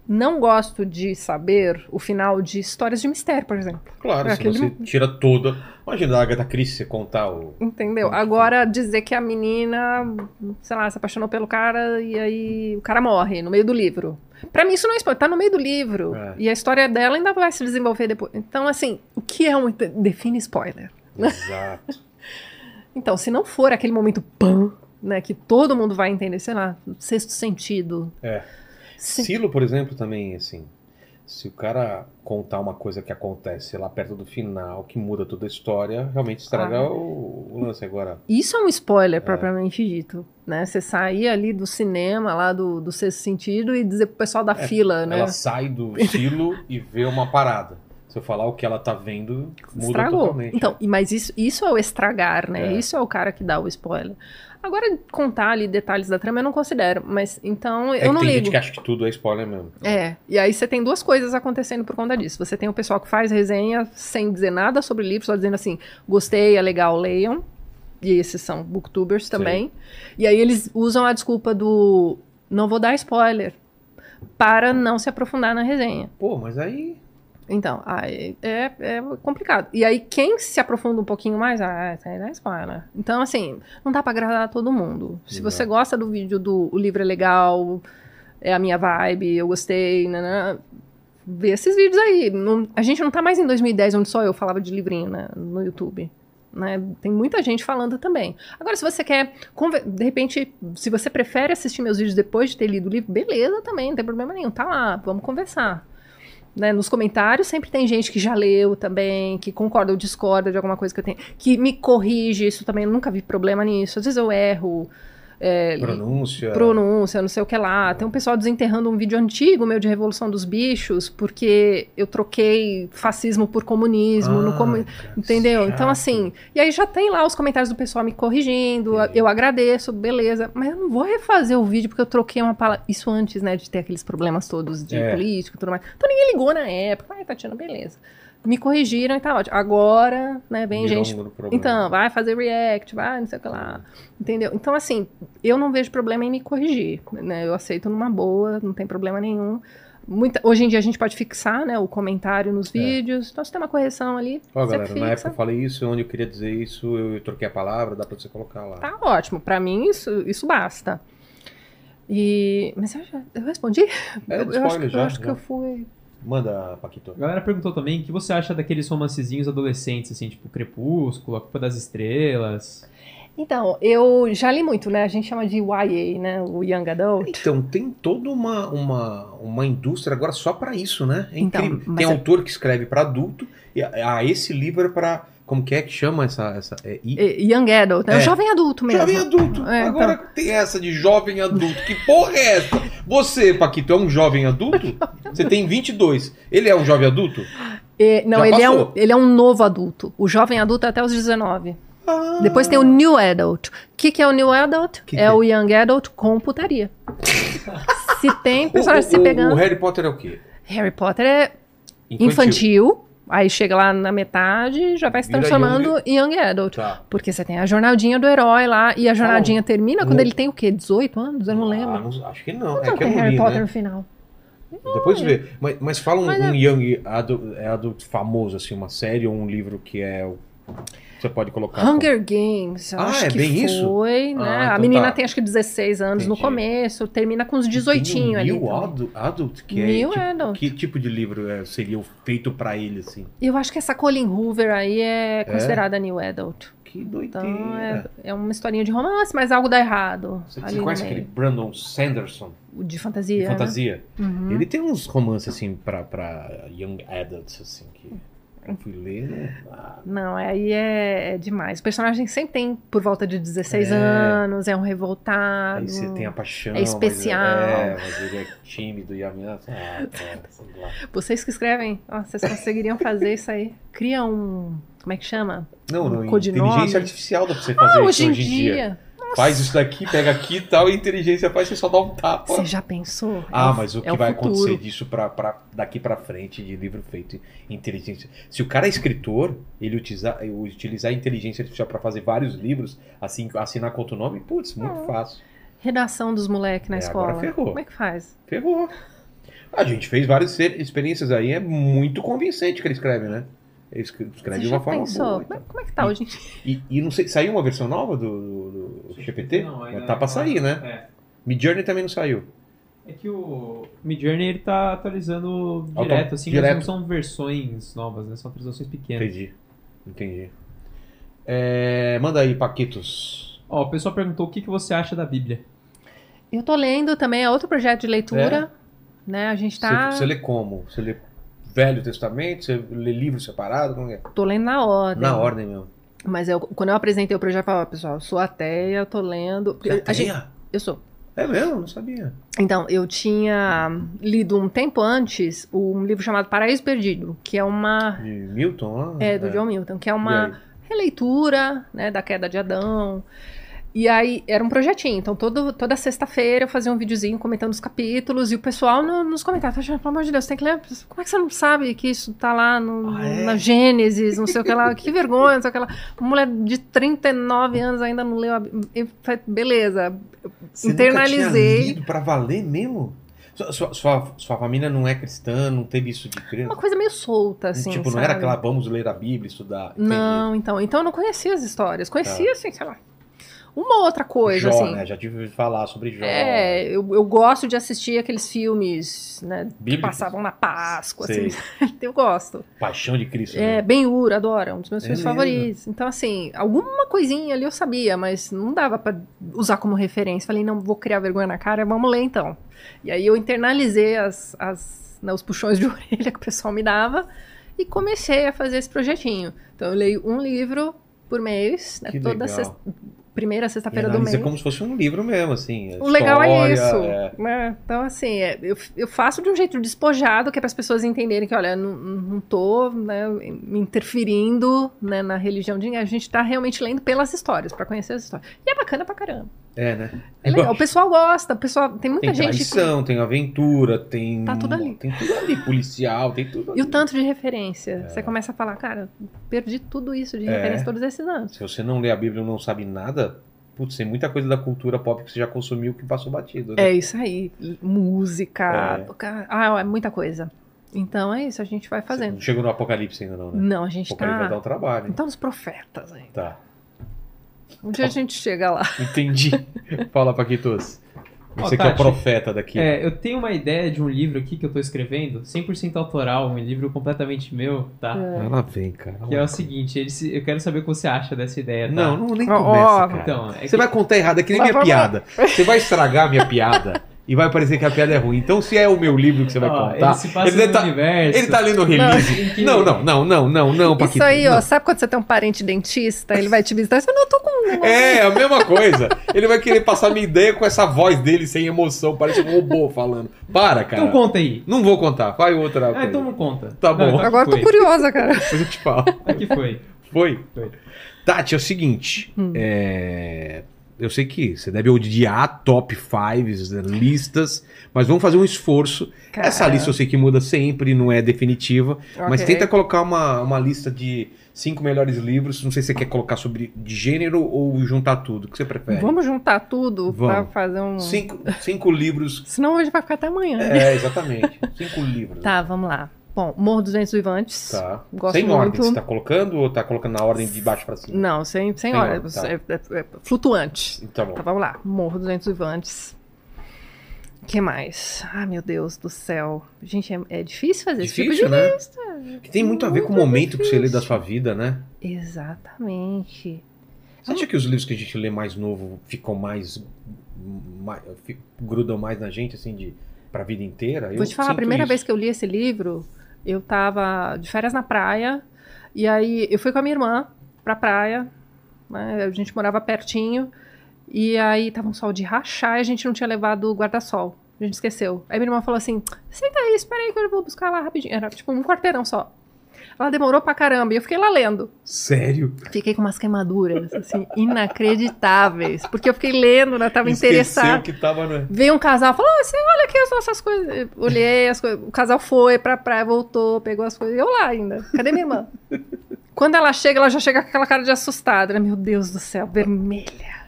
Speaker 3: não gosto de saber o final de histórias de mistério, por exemplo.
Speaker 1: Claro,
Speaker 3: É
Speaker 1: se
Speaker 3: aquele
Speaker 1: você tira toda. Imagina a Agatha Christie você contar o.
Speaker 3: Entendeu? Agora dizer que a menina, sei lá, se apaixonou pelo cara e aí o cara morre no meio do livro. Pra mim isso não é spoiler, tá no meio do livro.
Speaker 1: É.
Speaker 3: E a história dela ainda vai se desenvolver depois. Então, assim, o que é um. Define spoiler.
Speaker 1: Exato.
Speaker 3: Então, se não for aquele momento pã, né, que todo mundo vai entender, sei lá, sexto sentido.
Speaker 1: É.
Speaker 3: Se-
Speaker 1: Silo, por exemplo, também, assim, se o cara contar uma coisa que acontece lá perto do final, que muda toda a história, realmente estraga
Speaker 3: Ah.
Speaker 1: o, o lance agora.
Speaker 3: Isso é um spoiler propriamente dito, né? Você sair ali do cinema, lá do, do sexto sentido e dizer pro pessoal da
Speaker 1: É,
Speaker 3: fila, né?
Speaker 1: Ela sai do silo e vê uma parada. Se eu falar o que ela tá vendo, muda
Speaker 3: Estragou.
Speaker 1: totalmente.
Speaker 3: Então, e- mas isso, isso é o estragar,
Speaker 1: É.
Speaker 3: né? Isso é o cara que dá o spoiler. Agora, contar ali detalhes da trama eu não considero, mas então
Speaker 1: é
Speaker 3: eu
Speaker 1: que
Speaker 3: não
Speaker 1: tem
Speaker 3: ligo.
Speaker 1: gente que acha que tudo é spoiler mesmo.
Speaker 3: É, e aí você tem duas coisas acontecendo por conta disso. Você tem o pessoal que faz resenha sem dizer nada sobre o livro, só dizendo assim, gostei, é legal, leiam. E esses são booktubers também. E aí eles usam a desculpa do não vou dar spoiler para não se aprofundar na resenha.
Speaker 1: Pô, mas aí.
Speaker 3: Então, aí é, é complicado. E aí, quem se aprofunda um pouquinho mais, ah, isso aí não é spoiler. Então, assim, não dá pra agradar todo mundo. Se
Speaker 1: Não.
Speaker 3: você gosta do vídeo do O Livro é Legal, é a minha vibe, eu gostei, nanã, vê esses vídeos aí. Não- a gente não tá mais em 2010, onde só eu falava de livrinho né, no YouTube. Né? Tem muita gente falando também. Agora, se você quer, conver- de repente, se você prefere assistir meus vídeos depois de ter lido o livro, beleza também, não tem problema nenhum, tá lá, vamos conversar. Né, nos comentários sempre tem gente que já leu também, que concorda ou discorda de alguma coisa que eu tenho, que me corrige, isso também, eu nunca vi problema nisso. Às vezes eu erro, é,
Speaker 1: Pronúncia.
Speaker 3: pronúncia, não sei o que lá. Tem um pessoal desenterrando um vídeo antigo meu de Revolução dos Bichos, porque eu troquei fascismo por comunismo. no
Speaker 1: Ah,
Speaker 3: comu-
Speaker 1: cara,
Speaker 3: Entendeu?
Speaker 1: chato.
Speaker 3: Então, assim, e aí já tem lá os comentários do pessoal me corrigindo,
Speaker 1: Entendi.
Speaker 3: eu agradeço, beleza, mas eu não vou refazer o vídeo porque eu troquei uma palavra. Isso antes, né, de ter aqueles problemas todos de
Speaker 1: É.
Speaker 3: político e tudo mais. Então ninguém ligou na época, ai, Tatiana, beleza. Me corrigiram e tá ótimo. Agora, né, vem
Speaker 1: Virou
Speaker 3: gente
Speaker 1: um problema.
Speaker 3: então, vai fazer react, vai, não sei o que lá. Entendeu? Então, assim, eu não vejo problema em me corrigir, né? Eu aceito numa boa, não tem problema nenhum. Muita, hoje em dia a gente pode fixar, né, o comentário nos vídeos. Então, se tem uma correção ali,
Speaker 1: É. Ó,
Speaker 3: você
Speaker 1: galera,
Speaker 3: fixa.
Speaker 1: na época eu falei isso, onde eu queria dizer isso, eu troquei a palavra, dá pra você colocar lá.
Speaker 3: Tá ótimo. Pra mim, isso, isso basta. E... Mas eu, já- eu respondi?
Speaker 1: É,
Speaker 3: eu,
Speaker 1: spoiler
Speaker 3: eu acho, que- eu
Speaker 1: já,
Speaker 3: acho que
Speaker 1: já.
Speaker 3: eu fui...
Speaker 1: Manda, Paquito.
Speaker 2: A galera perguntou também o que você acha daqueles romancezinhos adolescentes, assim, tipo Crepúsculo, A Culpa das Estrelas.
Speaker 3: Então, eu já li muito, né? A gente chama de YA, né? O Young Adult.
Speaker 1: Então, tem toda uma, uma, uma indústria agora só pra isso, né? É
Speaker 3: Então,
Speaker 1: incrível.
Speaker 3: mas
Speaker 1: tem
Speaker 3: é-
Speaker 1: autor que escreve pra adulto, e a, a esse livro é pra. Como que é que chama essa. essa é, I-
Speaker 3: E- Young Adult, né?
Speaker 1: É.
Speaker 3: Jovem adulto mesmo.
Speaker 1: Jovem adulto.
Speaker 3: É,
Speaker 1: Agora tem essa de jovem adulto. Que porra é essa? Você, Paquito, é um jovem adulto? Você tem 22. Ele é um jovem adulto?
Speaker 3: É, não,
Speaker 1: Já
Speaker 3: ele é, um,
Speaker 1: passou.
Speaker 3: ele é um novo adulto. O jovem adulto é até os 19.
Speaker 1: Ah,
Speaker 3: Depois tem o New Adult. O que, que é o New Adult?
Speaker 1: Que
Speaker 3: é
Speaker 1: que-
Speaker 3: o Young Adult com putaria. se tem
Speaker 1: Ah, o,
Speaker 3: personagem se
Speaker 1: o-
Speaker 3: pegando.
Speaker 1: o Harry Potter é o quê?
Speaker 3: Harry Potter é infantil. Aí chega lá na metade já vai se
Speaker 1: Vira
Speaker 3: transformando em Young Adult.
Speaker 1: Tá.
Speaker 3: Porque você tem a jornadinha do herói lá. E a jornadinha termina quando
Speaker 1: no-
Speaker 3: ele tem o quê? 18 anos? Eu não
Speaker 1: Ah,
Speaker 3: lembro.
Speaker 1: não- acho que não.
Speaker 3: Não,
Speaker 1: é que eu
Speaker 3: tem
Speaker 1: não
Speaker 3: Harry
Speaker 1: li,
Speaker 3: Potter
Speaker 1: né?
Speaker 3: no final.
Speaker 1: Depois vê. Mas, mas fala um,
Speaker 3: Mas é-
Speaker 1: um Young adult, adult famoso, assim, uma série ou um livro que é. o- Você pode colocar.
Speaker 3: Hunger Games, eu
Speaker 1: tá Ah,
Speaker 3: acho
Speaker 1: é
Speaker 3: que
Speaker 1: bem isso?
Speaker 3: foi, né?
Speaker 1: Ah, então
Speaker 3: a menina
Speaker 1: tá.
Speaker 3: tem acho que 16 anos
Speaker 1: Entendi.
Speaker 3: no começo, termina com uns
Speaker 1: Tem
Speaker 3: 18
Speaker 1: um
Speaker 3: é ali. então.
Speaker 1: New
Speaker 3: também.
Speaker 1: adult, adult, que é.
Speaker 3: New
Speaker 1: tipo,
Speaker 3: Adult.
Speaker 1: Que tipo de livro é, seria o feito pra ele, assim?
Speaker 3: Eu acho que essa Colin Hoover aí é considerada New Adult.
Speaker 1: Que
Speaker 3: Então
Speaker 1: doideira.
Speaker 3: é, é uma historinha de romance, mas algo dá errado.
Speaker 1: Você,
Speaker 3: ali
Speaker 1: você
Speaker 3: no
Speaker 1: conhece
Speaker 3: meio.
Speaker 1: aquele Brandon Sanderson,
Speaker 3: O De
Speaker 1: de
Speaker 3: fantasia. né?
Speaker 1: fantasia?
Speaker 3: Uhum.
Speaker 1: Ele tem uns romances, assim, pra, pra Young Adults, assim,
Speaker 3: Hum.
Speaker 1: que. Eu fui ler, né? Ah,
Speaker 3: Não, aí é, é demais. O personagem sempre tem por volta de 16
Speaker 1: É.
Speaker 3: anos, é um revoltado.
Speaker 1: Aí você tem a paixão.
Speaker 3: É especial.
Speaker 1: Mas, é, mas ele é tímido e ameaça. Ah, cara, sei lá.
Speaker 3: Vocês que escrevem, ó, vocês conseguiriam fazer isso aí. Cria um. Como é que chama?
Speaker 1: Não,
Speaker 3: Um
Speaker 1: não.
Speaker 3: codinome.
Speaker 1: Inteligência artificial dá pra você fazer
Speaker 3: hoje
Speaker 1: isso
Speaker 3: em
Speaker 1: hoje em dia.
Speaker 3: dia.
Speaker 1: Faz isso daqui, pega aqui e tal, e a inteligência faz, você só dá um tapa.
Speaker 3: Você já pensou?
Speaker 1: Ah, mas o que
Speaker 3: é o
Speaker 1: vai
Speaker 3: futuro.
Speaker 1: acontecer disso pra, pra- daqui pra frente de livro feito em inteligência? Se o cara é escritor, ele utilizar, utilizar a inteligência artificial pra fazer vários livros, assim, assinar contra o nome, putz, muito
Speaker 3: Ah.
Speaker 1: fácil.
Speaker 3: Redação dos moleques na
Speaker 1: É,
Speaker 3: escola.
Speaker 1: agora ferrou.
Speaker 3: Como é que faz?
Speaker 1: Pegou. A gente fez várias ser- experiências aí, é muito convincente o que ele escreve, né? Ele escre- escreve
Speaker 3: Você
Speaker 1: de uma
Speaker 3: já
Speaker 1: forma
Speaker 3: pensou?
Speaker 1: boa. então. e tal.
Speaker 3: como, é, como é que tá
Speaker 1: E-
Speaker 3: hoje em dia?
Speaker 1: E, e não sei, saiu uma versão nova do, do- do GPT? tá pra sair, né?
Speaker 2: É.
Speaker 1: Midjourney também não saiu.
Speaker 2: É que o Midjourney ele tá atualizando
Speaker 1: Auto-
Speaker 2: direto, assim,
Speaker 1: direto.
Speaker 2: mas não são versões novas, né? São atualizações pequenas.
Speaker 1: Entendi. Entendi. É, manda aí, Paquitos.
Speaker 2: Ó, o pessoal perguntou o que, que você acha da Bíblia.
Speaker 3: Eu tô lendo também, é outro projeto de leitura, né? A gente
Speaker 1: É? Você
Speaker 3: tá.
Speaker 1: você lê como? Você lê Velho Testamento? Você lê livro separado? Como é?
Speaker 3: Tô lendo na ordem.
Speaker 1: Na ordem mesmo.
Speaker 3: Mas eu, quando eu apresentei o projeto, eu falei, ó, pessoal, eu sou ateia, eu tô lendo. Porque a gente-
Speaker 1: é Ateia?
Speaker 3: eu sou.
Speaker 1: É mesmo? Não sabia.
Speaker 3: Então, eu tinha lido um tempo antes um livro chamado Paraíso Perdido, que é uma.
Speaker 1: De Milton lá?
Speaker 3: É, do John Milton, que é
Speaker 1: Hum, E
Speaker 3: uma
Speaker 1: aí?
Speaker 3: releitura né, da queda de Adão. E aí era um projetinho, então todo, toda sexta-feira eu fazia um videozinho comentando os capítulos e o pessoal no- nos comentários, tá achando, pelo amor de Deus, tem que ler. Como é que você não sabe que isso tá lá no-
Speaker 1: Ah, é?
Speaker 3: na Gênesis, não sei o que lá, que vergonha, não sei o que lá. Uma mulher de 39 anos ainda não leu a. Bí- Eu falei, Beleza,
Speaker 1: Você nunca
Speaker 3: internalizei.
Speaker 1: tinha lido pra valer mesmo? Sua, sua, sua, sua família não é cristã, não teve isso de
Speaker 3: uma
Speaker 1: crença?
Speaker 3: coisa meio solta, assim.
Speaker 1: tipo, não era
Speaker 3: sabe?
Speaker 1: aquela vamos ler a Bíblia, estudar. Entendi.
Speaker 3: Não, então. Então eu não conhecia as histórias. Conhecia,
Speaker 1: Tá.
Speaker 3: assim, sei lá. Uma ou outra coisa,
Speaker 1: Jó,
Speaker 3: assim.
Speaker 1: né? Já tive ouvido falar sobre Jó.
Speaker 3: É, eu, eu gosto de assistir aqueles filmes, né? Que
Speaker 1: Bíblicos.
Speaker 3: passavam na Páscoa,
Speaker 1: Sei.
Speaker 3: assim. Eu gosto.
Speaker 1: Paixão de Cristo.
Speaker 3: É,
Speaker 1: né?
Speaker 3: Ben Hur, adoro, é um dos meus
Speaker 1: É
Speaker 3: filmes
Speaker 1: mesmo?
Speaker 3: favoritos. Então, assim, alguma coisinha ali eu sabia, mas não dava pra usar como referência. Falei, não, vou criar vergonha na cara, vamos ler então. E aí eu internalizei as, as, né, os puxões de orelha que o pessoal me dava e comecei a fazer esse projetinho. Então, eu leio um livro por mês, né,
Speaker 1: Que
Speaker 3: toda
Speaker 1: legal.
Speaker 3: sexta- primeira
Speaker 1: E
Speaker 3: sexta-feira do mês.
Speaker 1: analisa como se fosse um livro mesmo, assim. a
Speaker 3: O legal é
Speaker 1: história,
Speaker 3: isso.
Speaker 1: é.
Speaker 3: né? Então, assim, é, eu, eu faço de um jeito despojado, que é para as pessoas entenderem que, olha, não, não tô né, me interferindo né, na religião de ninguém. A gente tá realmente lendo pelas histórias, para conhecer as histórias. E é bacana pra caramba.
Speaker 1: É, né?
Speaker 3: É legal. O pessoal gosta, o pessoal. Tem muita
Speaker 1: Tem
Speaker 3: gente.
Speaker 1: traição, tem aventura, tem.
Speaker 3: Tá tudo ali.
Speaker 1: Tem tudo ali. Policial, tem tudo ali.
Speaker 3: E o tanto de referência. Você começa a falar, cara, perdi tudo isso de
Speaker 1: É.
Speaker 3: referência todos esses anos.
Speaker 1: Se você não lê a Bíblia e não sabe nada, putz, tem muita coisa da cultura pop que você já consumiu que passou batido. Né?
Speaker 3: É isso aí. Música.
Speaker 1: É.
Speaker 3: tocar- Ah, é muita coisa. Então é isso, a gente vai
Speaker 1: Você
Speaker 3: fazendo.
Speaker 1: Não chegou no Apocalipse ainda, não, né?
Speaker 3: Não, a gente
Speaker 1: Apocalipse vai dar
Speaker 3: tá.
Speaker 1: um trabalho. hein?
Speaker 3: Então, os profetas aí.
Speaker 1: Tá.
Speaker 3: Um dia a gente chega lá.
Speaker 1: Entendi. Fala, Paquitos.
Speaker 2: Ó,
Speaker 1: Você que é o
Speaker 2: Tati.
Speaker 1: profeta daqui.
Speaker 2: É, eu tenho uma ideia de um livro aqui que eu tô escrevendo, 100% autoral, um livro completamente meu, tá?
Speaker 3: É.
Speaker 1: Ela vem, cara.
Speaker 2: Que é o seguinte, ele se- eu quero saber o que você acha dessa ideia, tá?
Speaker 1: Não, não nem
Speaker 3: Ó,
Speaker 1: começa,
Speaker 3: ó,
Speaker 1: cara.
Speaker 2: Então, é
Speaker 1: Você vai contar errado, é que nem
Speaker 3: Mas
Speaker 1: minha
Speaker 3: vamos lá.
Speaker 1: piada. Você vai estragar a minha piada e vai parecer que a piada é ruim. Então, se é o meu livro que você vai
Speaker 2: ó,
Speaker 1: contar,
Speaker 2: Ele se passa
Speaker 1: ele
Speaker 2: no
Speaker 1: deve tá-
Speaker 2: universo.
Speaker 1: ele tá lendo o release.
Speaker 2: em é que-
Speaker 1: Não, não, não, não, não, não, Paquito.
Speaker 3: Isso aí, ó,
Speaker 1: não.
Speaker 3: sabe quando você tem um parente dentista, ele vai te visitar, você não eu tô com um negócio
Speaker 1: É, a mesma coisa. Ele vai querer passar minha ideia com essa voz dele sem emoção, parece um robô falando. Para, cara.
Speaker 2: Então conta aí.
Speaker 1: Não vou contar. Vai outra
Speaker 2: Ah,
Speaker 1: coisa.
Speaker 2: então não conta.
Speaker 1: Tá
Speaker 2: Não,
Speaker 1: bom.
Speaker 2: então aqui
Speaker 3: Agora eu tô
Speaker 2: foi.
Speaker 3: curiosa, cara.
Speaker 1: Depois eu te falo.
Speaker 2: Aqui foi.
Speaker 1: Foi?
Speaker 2: Foi.
Speaker 1: Tati, é o seguinte.
Speaker 3: Hum.
Speaker 1: é, Eu sei que você deve odiar top fives, né, listas, mas vamos fazer um esforço. Essa lista eu sei que muda sempre, não é definitiva, É mas tenta colocar uma, uma lista de cinco melhores livros. Não sei se você quer colocar sobre de gênero ou juntar tudo, o que você prefere?
Speaker 3: Vamos juntar tudo
Speaker 1: Vamos.
Speaker 3: pra fazer um.
Speaker 1: Cinco, cinco livros.
Speaker 3: Senão hoje vai ficar até amanhã.
Speaker 1: É, exatamente. Cinco livros.
Speaker 3: Tá, vamos lá. Bom, Morro dos Ventos Vivantes.
Speaker 1: É. Tá.
Speaker 3: Gosto
Speaker 1: Sem ordem,
Speaker 3: muito.
Speaker 1: você tá colocando ou tá colocando na ordem de baixo pra cima?
Speaker 3: Não, sem, sem
Speaker 1: Sem
Speaker 3: hora.
Speaker 1: hora, tá.
Speaker 3: é- é- é flutuante.
Speaker 1: Tá bom.
Speaker 3: Tá, vamos lá. Morro dos Ventos Vivantes. que mais? Ah, meu Deus do céu. Gente, é, é difícil fazer esse
Speaker 1: Difícil,
Speaker 3: tipo de
Speaker 1: né?
Speaker 3: lista.
Speaker 1: Que tem muito a ver com o
Speaker 3: Muito
Speaker 1: momento que você lê
Speaker 3: difícil.
Speaker 1: da sua vida, né?
Speaker 3: Exatamente. Hum.
Speaker 1: Você acha que os livros que a gente lê mais novo ficam mais. mais fi- grudam mais na gente, assim, de, pra vida inteira?
Speaker 3: Vou te falar, a primeira vez que eu li esse livro, eu tava de férias na praia, e aí eu fui com a minha irmã pra praia, né, a gente morava pertinho, e aí tava um sol de rachar e a gente não tinha levado o guarda-sol. A gente esqueceu. Aí minha irmã falou assim: senta aí, espera aí que eu vou buscar lá rapidinho. Era tipo um quarteirão só. Ela demorou pra caramba e eu fiquei lá lendo.
Speaker 1: Sério?
Speaker 3: Fiquei com umas queimaduras, assim, inacreditáveis. Porque eu fiquei lendo, né? Tava
Speaker 1: Esqueceu
Speaker 3: interessada.
Speaker 1: que tava no...
Speaker 3: Veio um casal, falou, "Ó, você olha aqui as nossas coisas. Eu olhei as coisas. O casal foi pra praia, voltou, pegou as coisas. Eu lá ainda. Cadê minha irmã? Quando ela chega, ela já chega com aquela cara de assustada. né? Meu Deus do céu, vermelha.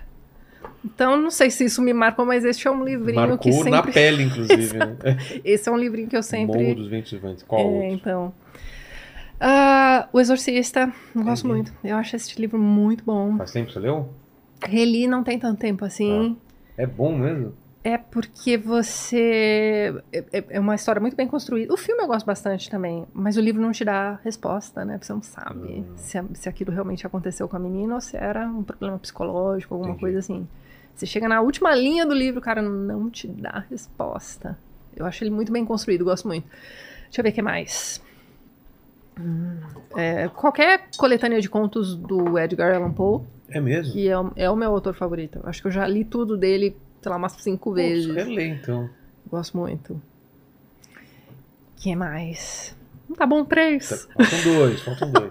Speaker 3: Então, não sei se isso me marcou, mas este é um livrinho que
Speaker 1: Marcou
Speaker 3: sempre...
Speaker 1: na pele, inclusive. né?
Speaker 3: Esse é um livrinho que eu sempre...
Speaker 1: Morro dos Ventos e Ventos. Qual
Speaker 3: É,
Speaker 1: outro?
Speaker 3: então. Ah, o Exorcista, não gosto
Speaker 1: Entendi.
Speaker 3: muito. Eu acho esse livro muito bom.
Speaker 1: Faz tempo que você leu? Ah.
Speaker 3: Reli não tem tanto tempo assim.
Speaker 1: É bom mesmo?
Speaker 3: É porque você. É, é- é uma história muito bem construída. O filme eu gosto bastante também, mas o livro não te dá resposta, né? Você não sabe se, a- se aquilo realmente aconteceu com a menina ou se era um problema psicológico, alguma
Speaker 1: Entendi.
Speaker 3: coisa assim. Você chega na última linha do livro, cara, não te dá resposta. Eu acho ele muito bem construído, gosto muito. Deixa eu ver o que mais. Hum, é, qualquer coletânea de contos do Edgar Allan Poe,
Speaker 1: É mesmo?
Speaker 3: que é, o- é o meu autor favorito. Eu Acho que eu já li tudo dele, sei lá, umas cinco vezes.
Speaker 1: Putz, relê, então.
Speaker 3: Gosto muito. que mais? Não tá bom três?
Speaker 1: Tá- Faltam dois, faltam dois.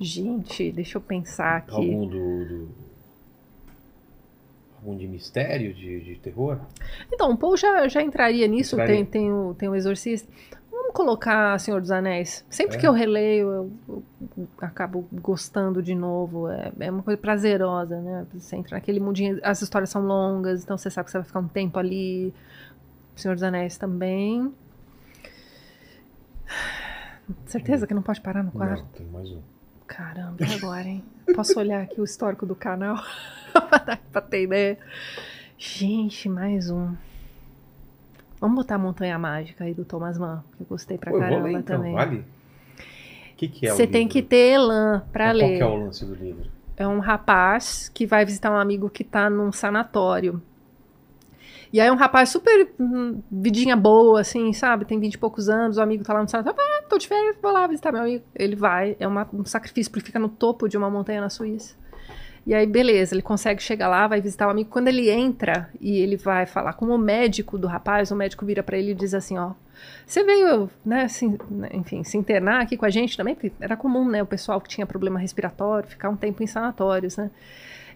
Speaker 3: Gente, deixa eu pensar aqui.
Speaker 1: Algum do, do- Algum de mistério, de, de terror?
Speaker 3: Então, o Paul já, já entraria nisso,
Speaker 1: Entraria.
Speaker 3: Tem, tem, o, tem o Exorcista. Vamos colocar Senhor dos Anéis. Sempre
Speaker 1: É.
Speaker 3: que eu releio, eu, eu- eu acabo gostando de novo. É, é uma coisa prazerosa, né? Você entra naquele mundinho. As histórias são longas, então você sabe que você vai ficar um tempo ali. Senhor dos Anéis também. Certeza que não pode parar no quarto?
Speaker 1: Hum. Não, tem mais um.
Speaker 3: Caramba, e agora, hein? Posso olhar aqui o histórico do canal pra dar- pra ter ideia? Gente, mais um. Vamos botar a Montanha Mágica aí do Thomas Mann, que eu gostei pra
Speaker 1: Pô, eu vou
Speaker 3: caramba
Speaker 1: ler então,
Speaker 3: também.
Speaker 1: vale? O que, que é
Speaker 3: Você
Speaker 1: o
Speaker 3: tem
Speaker 1: livro?
Speaker 3: que ter elan pra
Speaker 1: Mas
Speaker 3: ler.
Speaker 1: Qual que é o lance do livro?
Speaker 3: É um rapaz que vai visitar um amigo que tá num sanatório. E aí é um rapaz super hum, vidinha boa, assim, sabe? Tem vinte e poucos anos, o amigo tá lá no sanatório. Ah, tô de férias, vou lá visitar meu amigo. Ele vai, é uma- um sacrifício, porque fica no topo de uma montanha na Suíça. E aí, beleza, ele consegue chegar lá, vai visitar o amigo. Quando ele entra e ele vai falar com o médico do rapaz, o médico vira pra ele e diz assim, ó... Você veio, né, se- né, enfim, se internar aqui com a gente também, porque era comum, né, o pessoal que tinha problema respiratório ficar um tempo em sanatórios, né?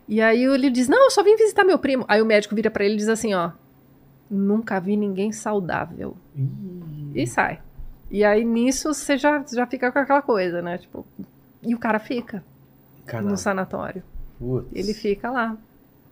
Speaker 3: E aí ele diz: "Não, eu só vim visitar meu primo". Aí o médico vira pra ele e diz assim, ó: "Nunca vi ninguém saudável"
Speaker 1: Ih,
Speaker 3: e sai. E aí nisso você já já fica com aquela coisa, né? Tipo, e o cara fica
Speaker 1: canal.
Speaker 3: no sanatório.
Speaker 1: Putz.
Speaker 3: Ele fica lá.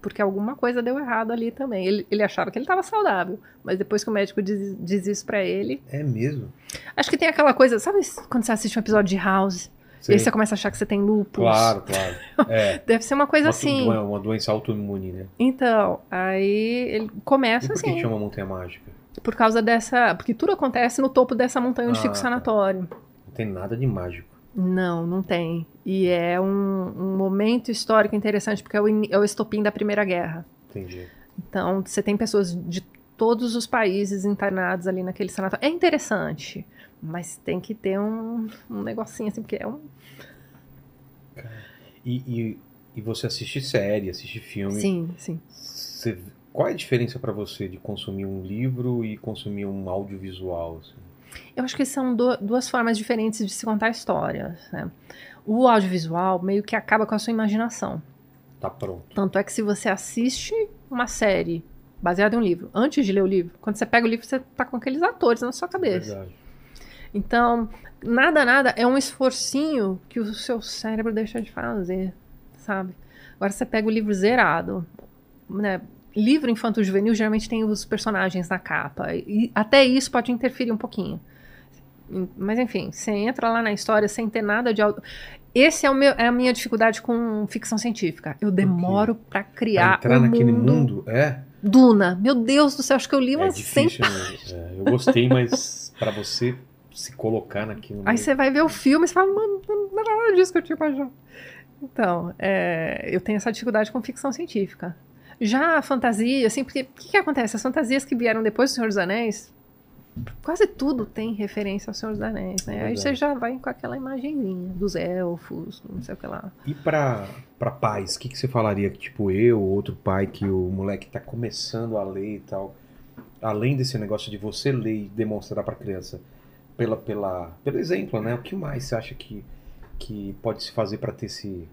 Speaker 3: Porque alguma coisa deu errado ali também. Ele, ele achava que ele estava saudável. Mas depois que o médico diz, diz isso pra ele,
Speaker 1: É mesmo?
Speaker 3: Acho que tem aquela coisa, sabe quando você assiste um episódio de House e
Speaker 1: Sei.
Speaker 3: aí você começa a achar que você tem lúpus?
Speaker 1: Claro, é. claro. É.
Speaker 3: Deve ser uma coisa
Speaker 1: uma,
Speaker 3: assim.
Speaker 1: uma- uma doença autoimune, né?
Speaker 3: Então, aí ele
Speaker 1: E
Speaker 3: começa
Speaker 1: por que
Speaker 3: assim,
Speaker 1: que chama montanha mágica?
Speaker 3: por causa dessa, porque tudo acontece no topo dessa montanha onde
Speaker 1: Ah,
Speaker 3: fica o
Speaker 1: tá.
Speaker 3: sanatório.
Speaker 1: Não tem nada de mágico.
Speaker 3: Não, não tem. E é um, um momento histórico interessante porque é o, ini- é o estopim da Primeira Guerra.
Speaker 1: Entendi.
Speaker 3: Então, você tem pessoas de todos os países internados ali naquele sanatório. É interessante, mas tem que ter um, um negocinho assim, porque é um
Speaker 1: E, e, e você assiste série, assiste filme.
Speaker 3: Sim, sim.
Speaker 1: Você- qual é a diferença pra você de consumir um livro e consumir um audiovisual? assim?
Speaker 3: Eu acho que são du- duas formas diferentes de se contar histórias. né? O audiovisual meio que acaba com a sua imaginação.
Speaker 1: Tá pronto.
Speaker 3: Tanto é que se você assiste uma série baseada em um livro, antes de ler o livro, quando você pega o livro, você tá com aqueles atores na sua cabeça.
Speaker 1: É Verdade.
Speaker 3: Então, nada, nada é um esforcinho que o seu cérebro deixa de fazer, sabe? Agora você pega o livro zerado, né? Livro infanto-juvenil geralmente tem os personagens na capa, e até isso pode interferir um pouquinho. Mas enfim, você entra lá na história sem ter nada de. au- Esse é, o meu, é a minha dificuldade com ficção científica. Eu demoro
Speaker 1: Pra
Speaker 3: pra criar.
Speaker 1: entrar
Speaker 3: um
Speaker 1: naquele mundo, é,
Speaker 3: Duna. Meu Deus do céu, acho que eu li
Speaker 1: é
Speaker 3: umas 100
Speaker 1: difícil mesmo. É, eu gostei, mas pra você se colocar naquilo. né?
Speaker 3: Aí
Speaker 1: mesmo,
Speaker 3: você vai ver o filme e você fala, mano, não era nada disso que eu tinha imaginado. Então, é, eu tenho essa dificuldade com ficção científica. Já a fantasia, assim, porque o que, que acontece? As fantasias que vieram depois do Senhor dos Anéis, quase tudo tem referência ao Senhor dos Anéis, né? Aí
Speaker 1: É Verdade.
Speaker 3: você já vai com aquela imagenzinha dos elfos, não sei o que lá.
Speaker 1: E pra, pra pais, o que, que você falaria? que, Tipo, eu, outro pai que o moleque tá começando a ler e tal. Além desse negócio de você ler e demonstrar pra criança, pela, pela, pelo exemplo, né? O que mais você acha que, que pode se fazer pra ter esse,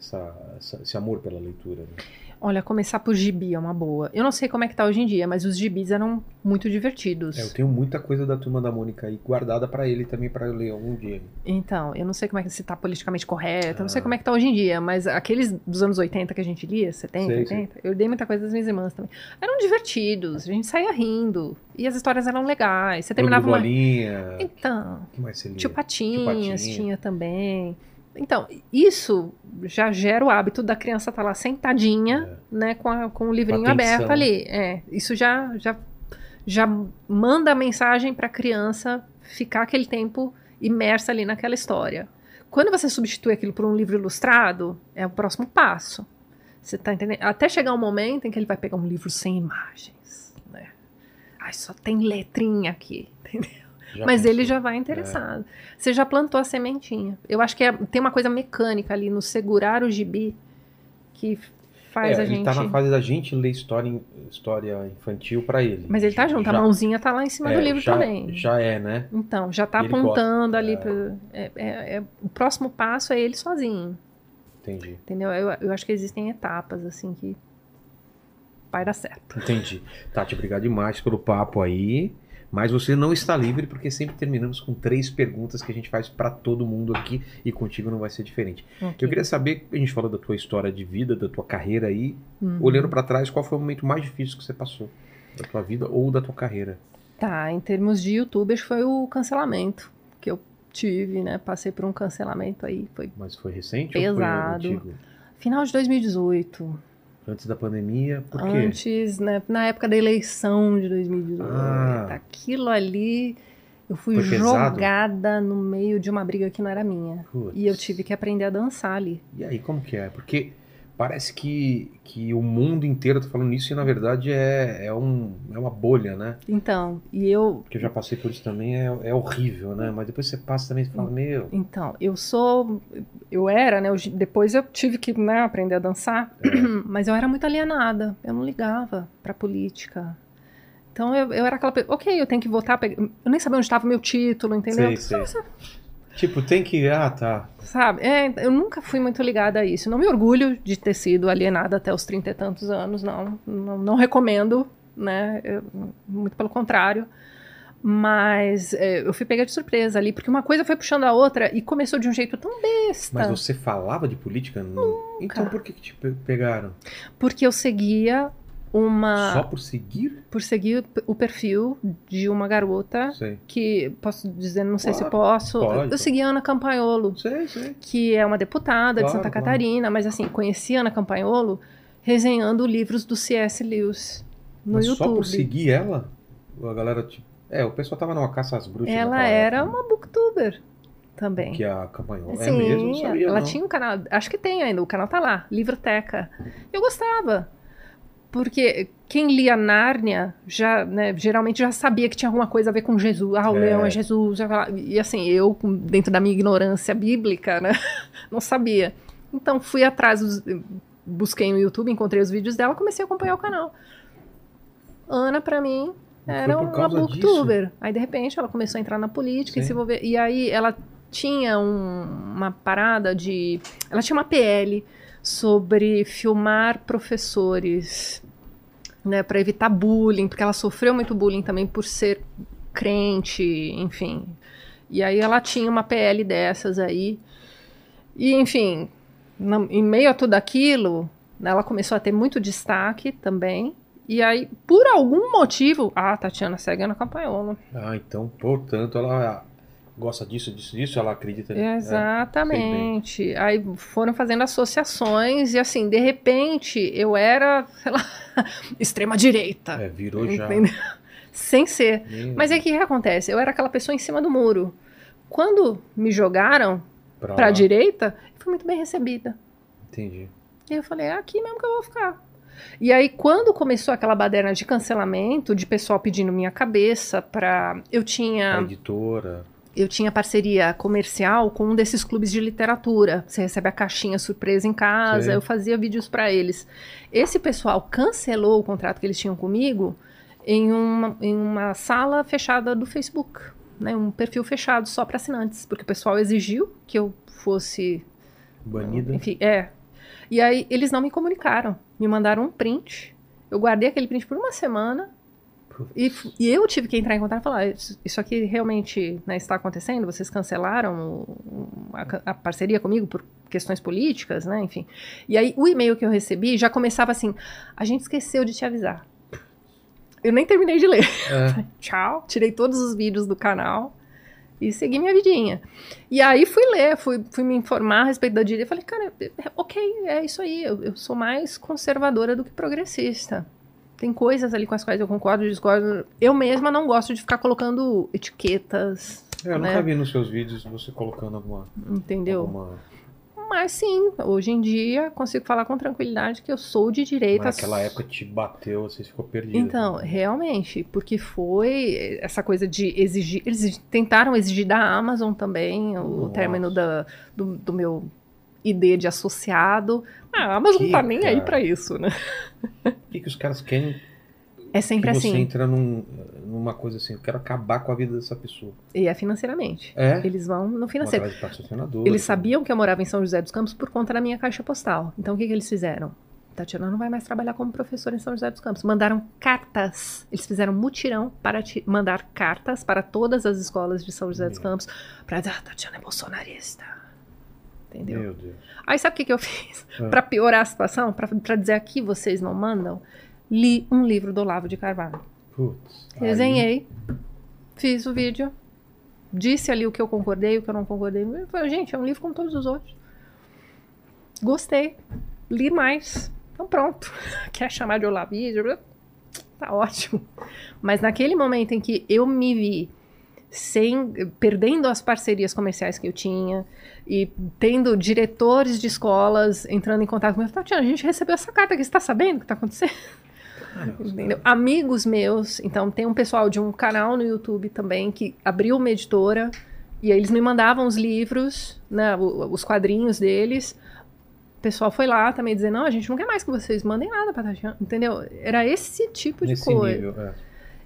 Speaker 1: essa- essa- esse amor pela leitura? né?
Speaker 3: Olha, começar por gibi é uma boa. Eu não sei como é que tá hoje em dia, mas os gibis eram muito divertidos.
Speaker 1: É, eu tenho muita coisa da turma da Mônica aí guardada pra ele também pra eu ler algum dia.
Speaker 3: Então, eu não sei como é que se tá politicamente correto, eu não sei
Speaker 1: Ah.
Speaker 3: como é que tá hoje em dia, mas aqueles dos anos 80 que a gente lia, 70,
Speaker 1: Sei,
Speaker 3: 80,
Speaker 1: sei.
Speaker 3: eu dei muita coisa das minhas irmãs também. Eram divertidos, a gente saía rindo, e as histórias eram legais. Você
Speaker 1: Jogo de
Speaker 3: terminava uma.
Speaker 1: bolinha.
Speaker 3: Então,
Speaker 1: O que mais você lia?
Speaker 3: tio Patinhas
Speaker 1: Patinhas.
Speaker 3: tinha também. Então, isso já gera o hábito da criança estar lá sentadinha, né, com, a- com o livrinho
Speaker 4: Atenção.
Speaker 3: aberto ali. É, isso já, já, já manda a mensagem para a criança ficar aquele tempo imersa ali naquela história. Quando você substitui aquilo por um livro ilustrado, é o próximo passo. Você tá entendendo? Até chegar um momento em que ele vai pegar um livro sem imagens, né? Ai, só tem letrinha aqui, entendeu?
Speaker 4: Já
Speaker 3: Mas ele
Speaker 4: pensou? É.
Speaker 3: já vai interessado. Você já plantou a sementinha. Eu acho que é- tem uma coisa mecânica ali no segurar o gibi que faz
Speaker 4: É,
Speaker 3: a
Speaker 4: ele
Speaker 3: gente.
Speaker 4: tá na fase da gente ler história, in- história infantil pra ele.
Speaker 3: Mas ele tá
Speaker 1: Tipo,
Speaker 3: junto, a
Speaker 4: Já-
Speaker 3: mãozinha tá lá em cima
Speaker 4: é,
Speaker 3: do livro
Speaker 4: já-
Speaker 3: também.
Speaker 4: Já é, né?
Speaker 3: Então, já tá
Speaker 4: Ele
Speaker 3: apontando
Speaker 4: gosta,
Speaker 3: ali.
Speaker 4: é.
Speaker 3: pro- é- é- é- o próximo passo é ele sozinho.
Speaker 4: Entendi.
Speaker 3: Entendeu? Eu, eu acho que existem etapas, assim, que vai dar certo.
Speaker 4: Entendi.
Speaker 1: Tati, Tá, obrigado demais pelo papo aí. Mas você não está livre, porque sempre terminamos com três perguntas que a gente faz para todo mundo aqui e contigo não vai ser diferente. Eu queria saber, a gente falou da tua história de vida, da tua carreira aí,
Speaker 3: Uhum.
Speaker 1: olhando para trás, qual foi o momento mais difícil que você passou da tua vida ou da tua carreira?
Speaker 3: Tá, em termos de youtubers, foi o cancelamento que eu tive, né? Passei por um cancelamento aí. Foi
Speaker 1: Mas foi recente
Speaker 3: Pesado.
Speaker 1: ou foi antigo?
Speaker 3: final de 2018.
Speaker 1: Antes da pandemia, por quê?
Speaker 3: Antes, né, na época da eleição de 2018.
Speaker 1: Ah.
Speaker 3: Tá, Aquilo ali, eu fui
Speaker 1: Foi pesado?
Speaker 3: jogada no meio de uma briga que não era minha.
Speaker 1: Putz.
Speaker 3: E eu tive que aprender a dançar ali.
Speaker 1: E aí, como que é? Porque parece que, que o mundo inteiro tá falando isso e na verdade é, é, um, é uma bolha, né?
Speaker 3: Então, e eu.
Speaker 1: Porque eu já passei por isso também, é, é horrível, né? Mas depois você passa também e fala, meu.
Speaker 3: Então, eu sou. Eu era, né? eu- depois eu tive que né, aprender a dançar,
Speaker 1: É.
Speaker 3: mas eu era muito alienada. Eu não ligava pra política. Então eu, eu era aquela. pe- Ok, eu tenho que votar. pe- Eu nem sabia onde estava o meu título, entendeu?
Speaker 1: Sei, sei. Tipo, tem que. Ah, tá.
Speaker 3: Sabe? É, eu nunca fui muito ligada a isso. Não me orgulho de ter sido alienada até os trinta e tantos anos, não. Não, não recomendo, né? Eu- muito pelo contrário. Mas é, eu fui pega de surpresa ali, porque uma coisa foi puxando a outra e começou de um jeito tão besta.
Speaker 1: Mas você falava de política? Não. Então por que, que te pe- pegaram?
Speaker 3: Porque eu seguia uma.
Speaker 1: Só por seguir?
Speaker 3: Por seguir o perfil de uma garota
Speaker 1: Sei.
Speaker 3: que. Posso dizer, não sei se
Speaker 1: Claro,
Speaker 3: posso.
Speaker 1: pode,
Speaker 3: eu
Speaker 1: pode.
Speaker 3: segui a Ana Campaiolo.
Speaker 1: Sei, sei.
Speaker 3: que é uma deputada
Speaker 1: Claro,
Speaker 3: de Santa
Speaker 1: claro.
Speaker 3: Catarina, mas assim, conheci Ana Campanholo resenhando livros do C.S. Lewis no
Speaker 1: Mas
Speaker 3: YouTube.
Speaker 1: só por seguir ela, a galera. Tipo, é, o pessoal tava numa caça às bruxas.
Speaker 3: Ela
Speaker 1: naquela
Speaker 3: era
Speaker 1: época, né?
Speaker 3: uma booktuber também.
Speaker 1: Que a campanhou. é
Speaker 3: Sim,
Speaker 1: mesmo? Não sabia,
Speaker 3: ela
Speaker 1: não.
Speaker 3: tinha um canal, acho que tem ainda, o canal tá lá, Livroteca. Eu gostava. Porque quem lia Nárnia já, né, geralmente já sabia que tinha alguma coisa a ver com Jesus. Ah, o
Speaker 1: É.
Speaker 3: leão é Jesus. já fala- E assim, eu, com- dentro da minha ignorância bíblica, né, não sabia. Então fui atrás, dos- busquei no YouTube, encontrei os vídeos dela, comecei a acompanhar o canal. Ana, pra mim,
Speaker 1: Foi
Speaker 3: era
Speaker 1: por
Speaker 3: uma
Speaker 1: causa
Speaker 3: booktuber. Aí, de repente, ela começou a entrar na política e
Speaker 1: Sim.
Speaker 3: se envolver. E aí, ela tinha um- uma parada de. Ela tinha uma PL sobre filmar professores, né, para evitar bullying, porque ela sofreu muito bullying também por ser crente, enfim. E aí, ela tinha uma PL dessas aí. E, enfim, na- em meio a tudo aquilo, né, ela começou a ter muito destaque também. E aí, por algum motivo. Ah, Tatiana segue Ana Campagnolo.
Speaker 1: Ah, então, portanto, ela gosta disso, disso, disso, ela acredita né?
Speaker 3: Exatamente. Aí foram fazendo associações e assim, de repente, eu era, sei lá, extrema-direita.
Speaker 1: É, virou já.
Speaker 3: Entendeu? Sem ser.
Speaker 1: Nem-
Speaker 3: Mas é aí o que, que acontece? Eu era aquela pessoa em cima do muro. Quando me jogaram
Speaker 1: pra,
Speaker 3: pra
Speaker 1: lá.
Speaker 3: direita, fui muito bem recebida.
Speaker 1: Entendi.
Speaker 3: E eu falei, é aqui mesmo que eu vou ficar. E aí, quando começou aquela baderna de cancelamento, de pessoal pedindo minha cabeça pra. Eu
Speaker 1: A
Speaker 3: tinha,
Speaker 1: editora.
Speaker 3: eu tinha parceria comercial com um desses clubes de literatura. Você recebe a caixinha surpresa em casa,
Speaker 1: Sei.
Speaker 3: eu fazia vídeos pra eles. Esse pessoal cancelou o contrato que eles tinham comigo em uma, em uma sala fechada do Facebook. Né, um perfil fechado só pra assinantes, porque o pessoal exigiu que eu fosse
Speaker 1: Banida.
Speaker 3: enfim, é. E aí eles não me comunicaram. Me mandaram um print. Eu guardei aquele print por uma semana. E, f- e eu tive que entrar em contato e falar: "Ah, "Isso- Isso aqui realmente né, está acontecendo? Vocês cancelaram o- a, ca- a parceria comigo por questões políticas, né? Enfim. E aí o e-mail que eu recebi já começava assim: A gente esqueceu de te avisar. Eu nem terminei de ler
Speaker 1: É,
Speaker 3: tchau. Tirei todos os vídeos do canal. e segui minha vidinha. E aí fui ler, fui, fui me informar a respeito da direita. Falei, cara, é- é- ok, é isso aí. Eu, eu sou mais conservadora do que progressista. Tem coisas ali com as quais eu concordo, discordo. Eu mesma não gosto de ficar colocando etiquetas,
Speaker 1: É, eu
Speaker 3: né?
Speaker 1: nunca vi nos seus vídeos você colocando alguma.
Speaker 3: entendeu?
Speaker 1: alguma-
Speaker 3: Mas sim, hoje em dia consigo falar com tranquilidade que eu sou de direita.
Speaker 1: Mas naquela época te bateu, você ficou perdido.
Speaker 3: Então, realmente, porque foi essa coisa de exigir. Eles tentaram exigir da Amazon também o
Speaker 1: Nossa.
Speaker 3: término da, do, do meu ID de associado. Ah, a Amazon
Speaker 1: Que
Speaker 3: tá nem aí
Speaker 1: cara.
Speaker 3: pra isso, né?
Speaker 1: O que, que os caras querem
Speaker 3: É
Speaker 1: que
Speaker 3: sempre
Speaker 1: você
Speaker 3: assim.
Speaker 1: entra num- numa coisa assim? Eu quero acabar com a vida dessa pessoa.
Speaker 3: E é financeiramente.
Speaker 1: É?
Speaker 3: Eles vão no
Speaker 1: Vão
Speaker 3: financeiro.
Speaker 1: atrás de patrocinador.
Speaker 3: Eles sabiam que eu morava em São José dos Campos por conta da minha caixa postal. Então o que, que eles fizeram? Tatiana não vai mais trabalhar como professora em São José dos Campos. Mandaram cartas. Eles fizeram um mutirão para te- mandar cartas para todas as escolas de São José dos
Speaker 1: Meu.
Speaker 3: Campos para dizer, ah, Tatiana é bolsonarista. Entendeu?
Speaker 1: né? Meu Deus.
Speaker 3: Aí sabe o que, que eu fiz?
Speaker 1: Ah.
Speaker 3: Pra piorar a situação, Pra pra dizer aqui vocês não mandam, li um livro do Olavo de Carvalho.
Speaker 1: Putz. aí-
Speaker 3: Resenhei, fiz o vídeo, disse ali o que eu concordei, o que eu não concordei. Eu falei, gente, é um livro como todos os outros. Gostei, li mais. Então pronto. Quer chamar de Olavídeo? Tá ótimo. Mas naquele momento em que eu me vi sem perdendo as parcerias comerciais que eu tinha e tendo diretores de escolas entrando em contato comigo, Tatiana, a gente recebeu essa carta aqui, você tá sabendo o que tá acontecendo?
Speaker 1: Cara, os
Speaker 3: Entendeu? Amigos meus, então tem um pessoal de um canal no YouTube também que abriu uma editora e aí eles me mandavam os livros, né, o- os quadrinhos deles. O pessoal foi lá também dizer: não, a gente não quer mais que vocês mandem nada pra Tatiana, entendeu? Era esse tipo de
Speaker 1: Nesse
Speaker 3: coisa.
Speaker 1: nível, é.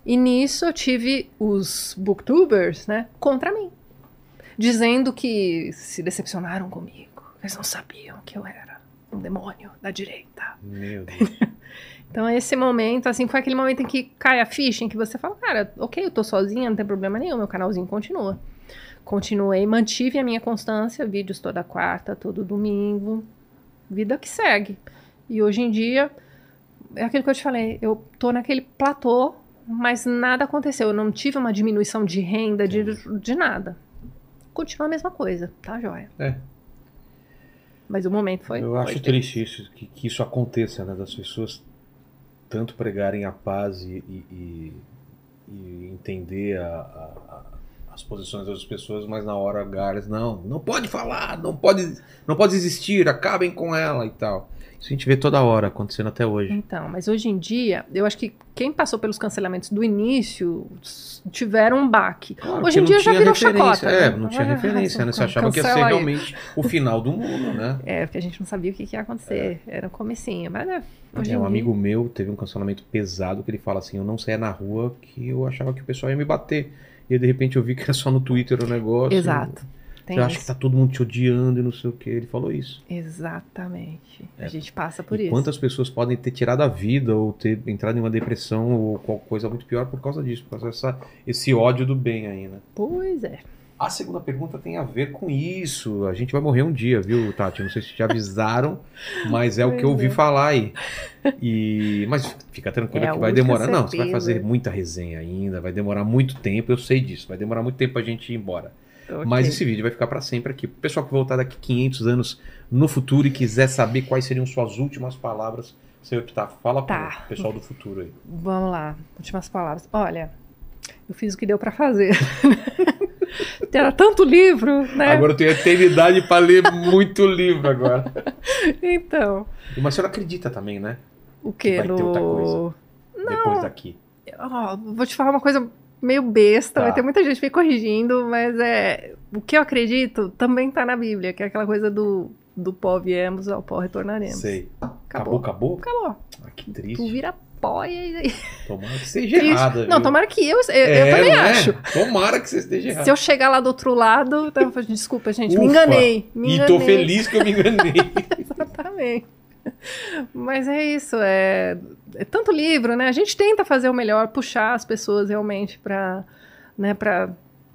Speaker 3: E nisso eu tive os booktubers, né, contra mim, dizendo que se decepcionaram comigo, que eles não sabiam que eu era um demônio da direita.
Speaker 1: Meu Deus.
Speaker 3: Então, esse momento, assim, foi aquele momento em que cai a ficha, em que você fala, cara, ok, eu tô sozinha, não tem problema nenhum, meu canalzinho continua. Continuei, mantive a minha constância, vídeos toda quarta, todo domingo, vida que segue. E hoje em dia, é aquilo que eu te falei, eu tô naquele platô, mas nada aconteceu, eu não tive uma diminuição de renda, de, de nada. Continua a mesma coisa, tá joia.
Speaker 1: É.
Speaker 3: Mas o momento foi...
Speaker 1: eu
Speaker 3: foi
Speaker 1: acho triste isso, que, que isso aconteça, né? Das pessoas tanto pregarem a paz e, e- e- e entender a- a- a- as posições das pessoas, mas na hora H eles, não, não pode falar, não pode, não pode existir, acabem com ela e tal. Isso a gente vê toda hora acontecendo até hoje.
Speaker 3: Então, mas hoje em dia, eu acho que quem passou pelos cancelamentos do início s- tiveram um baque.
Speaker 1: Claro,
Speaker 3: hoje em
Speaker 1: porque
Speaker 3: dia
Speaker 1: não
Speaker 3: já
Speaker 1: tinha
Speaker 3: virou
Speaker 1: referência,
Speaker 3: chacota.
Speaker 1: É,
Speaker 3: né?
Speaker 1: não tinha
Speaker 3: Ah,
Speaker 1: referência, né? Você
Speaker 3: can-
Speaker 1: achava que ia ser
Speaker 3: cancela aí.
Speaker 1: realmente o final do mundo, né?
Speaker 3: É, porque a gente não sabia o que que ia acontecer. Era um comecinho, mas né, hoje
Speaker 1: É,
Speaker 3: em
Speaker 1: um
Speaker 3: dia-
Speaker 1: amigo meu teve um cancelamento pesado que ele fala assim: eu não saía na rua que eu achava que o pessoal ia me bater. E aí, de repente eu vi que era só no Twitter o negócio.
Speaker 3: Exato. Tem
Speaker 1: Você acha
Speaker 3: isso.
Speaker 1: que tá todo mundo te odiando e não sei o que. Ele falou isso.
Speaker 3: Exatamente. A
Speaker 1: É.
Speaker 3: gente passa por
Speaker 1: e
Speaker 3: isso.
Speaker 1: quantas pessoas podem ter tirado a vida ou ter entrado em uma depressão ou qualquer coisa muito pior por causa disso, por causa dessa, esse ódio do bem né? ainda.
Speaker 3: Pois é.
Speaker 1: A segunda pergunta tem a ver com isso. A gente vai morrer um dia, viu, Tati? Não sei se te avisaram, mas é o que eu
Speaker 3: Pois
Speaker 1: ouvi
Speaker 3: é.
Speaker 1: falar aí. E... Mas fica tranquila
Speaker 3: É, a
Speaker 1: que vai
Speaker 3: única
Speaker 1: demorar. Não, você vai
Speaker 3: certeza.
Speaker 1: fazer muita resenha ainda, vai demorar muito tempo, eu sei disso. Vai demorar muito tempo a gente ir embora. Mas
Speaker 3: Ok.
Speaker 1: esse vídeo vai ficar pra sempre aqui. O pessoal que voltar daqui 500 anos no futuro e quiser saber quais seriam suas últimas palavras, você vai optar. Fala
Speaker 3: Tá.
Speaker 1: pro pessoal do futuro aí.
Speaker 3: Vamos lá, últimas palavras. Olha, eu fiz o que deu pra fazer. Era tanto livro, né?
Speaker 1: Agora eu tenho eternidade pra ler muito livro agora.
Speaker 3: Então,
Speaker 1: Mas a senhora acredita também, né?
Speaker 3: o quê?
Speaker 1: Vai ter
Speaker 3: no...
Speaker 1: outra coisa. Depois daqui.
Speaker 3: Ó, vou te falar uma coisa meio besta,
Speaker 1: Tá.
Speaker 3: vai ter muita gente me corrigindo, mas é o que eu acredito também tá na Bíblia, que é aquela coisa do, do pó viemos, ao pó retornaremos.
Speaker 1: Sei. Acabou,
Speaker 3: Acabou.
Speaker 1: acabou?
Speaker 3: Acabou.
Speaker 1: Ah, que
Speaker 3: Tu
Speaker 1: triste.
Speaker 3: vira pó e. e-
Speaker 1: Tomara que seja
Speaker 3: triste.
Speaker 1: errada.
Speaker 3: Não,
Speaker 1: viu?
Speaker 3: tomara que eu. Eu, eu
Speaker 1: É,
Speaker 3: também
Speaker 1: não é?
Speaker 3: acho.
Speaker 1: Tomara que você esteja
Speaker 3: Se
Speaker 1: errada.
Speaker 3: eu chegar lá do outro lado, então eu falo, desculpa, gente, me
Speaker 1: Ufa.
Speaker 3: enganei. Me
Speaker 1: E
Speaker 3: enganei.
Speaker 1: tô feliz que eu me enganei.
Speaker 3: Exatamente. Mas é isso, é, é tanto livro, né? A gente tenta fazer o melhor, puxar as pessoas realmente para né, pra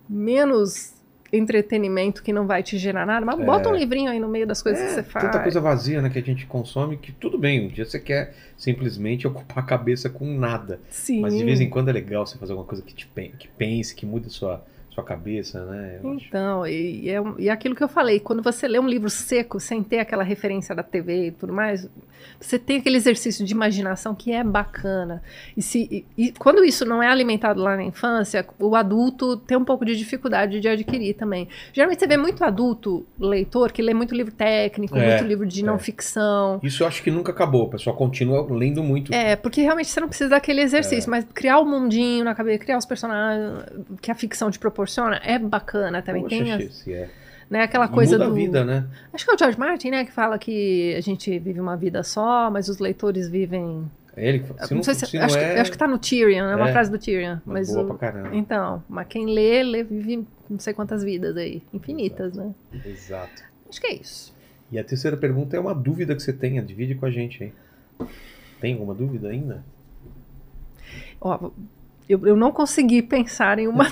Speaker 3: menos entretenimento que não vai te gerar nada, mas
Speaker 1: É.
Speaker 3: bota um livrinho aí no meio das coisas
Speaker 1: É,
Speaker 3: que você faz.
Speaker 1: Tanta coisa vazia, né, que a gente consome, que tudo bem, um dia você quer simplesmente ocupar a cabeça com nada.
Speaker 3: Sim.
Speaker 1: Mas de vez em quando é legal você fazer alguma coisa que te pen- que pense, que mude sua,
Speaker 4: sua cabeça, né? Eu acho.
Speaker 3: Então, e, e é, um- e é aquilo que eu falei, quando você lê um livro seco, sem ter aquela referência da TV e tudo mais, você tem aquele exercício de imaginação que é bacana. E, se, e- e quando isso não é alimentado lá na infância, o adulto tem um pouco de dificuldade de adquirir também. Geralmente você vê muito adulto leitor que lê muito livro técnico,
Speaker 4: É,
Speaker 3: muito livro de
Speaker 4: é.
Speaker 3: não ficção.
Speaker 4: Isso eu acho que nunca acabou, o pessoal continua lendo muito.
Speaker 3: É, porque realmente você não precisa daquele
Speaker 4: É.
Speaker 3: exercício, mas criar o mundinho na cabeça, criar os personagens que a ficção te proporciona é bacana também.
Speaker 4: Poxa,
Speaker 3: tem as-
Speaker 4: Xê, se é.
Speaker 3: né, aquela
Speaker 4: E
Speaker 3: coisa
Speaker 4: muda
Speaker 3: do.
Speaker 4: a vida, né?
Speaker 3: Acho que é o George Martin, né, que fala que a gente vive uma vida só, mas os leitores vivem.
Speaker 4: É Ele, se não,
Speaker 3: Não sei se-
Speaker 4: se não
Speaker 3: acho,
Speaker 4: é,
Speaker 3: que, acho que tá no Tyrion, é uma
Speaker 4: É.
Speaker 3: frase do Tyrion.
Speaker 4: mas
Speaker 3: Mas
Speaker 4: boa
Speaker 3: o-
Speaker 4: pra caramba.
Speaker 3: Então, mas quem lê, lê, vive não sei quantas vidas aí. Infinitas, né?
Speaker 4: Exato.
Speaker 3: Acho que é isso.
Speaker 4: E a terceira pergunta é uma dúvida que você tenha, divide com a gente aí. Tem alguma dúvida ainda?
Speaker 3: Ó, eu, eu não consegui pensar em uma.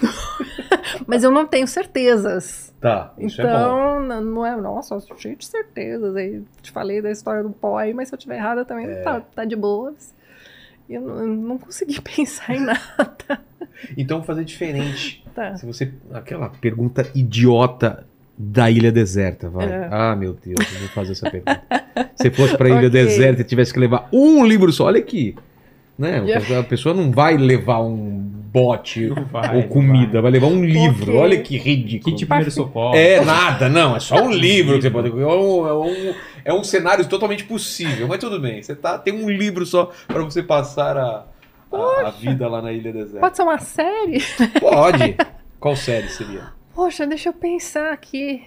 Speaker 3: mas eu não tenho certezas.
Speaker 4: Tá, isso é bom.
Speaker 3: Então, n- não é, nossa, cheio de certezas. Aí te falei da história do pó aí, mas se eu tiver errada também
Speaker 4: É.
Speaker 3: tá, tá de boas. E Eu, não- eu não consegui pensar em nada.
Speaker 4: Então vou fazer diferente. Se você. Aquela pergunta idiota
Speaker 1: Da Ilha Deserta, vai.
Speaker 3: É.
Speaker 1: Ah, meu Deus, eu vou fazer essa pergunta. Se fosse pra Ilha
Speaker 3: Ok.
Speaker 1: Deserta e tivesse que levar um livro só, olha aqui. Né?
Speaker 3: Yeah.
Speaker 1: A pessoa- A pessoa não vai levar um bote
Speaker 2: Não vai,
Speaker 1: ou
Speaker 2: não
Speaker 1: comida,
Speaker 2: vai.
Speaker 1: vai levar um livro.
Speaker 3: Ok.
Speaker 1: Olha que ridículo.
Speaker 2: Kit de primeiro socorro.
Speaker 1: É nada, não. É só um livro que você pode. É um, é um- é um cenário totalmente possível, mas tudo bem. Você tá, tem um livro só pra você passar a, a- a vida lá na Ilha Deserta.
Speaker 3: Pode ser uma série?
Speaker 1: Pode. Qual série seria?
Speaker 3: Poxa, deixa eu pensar aqui.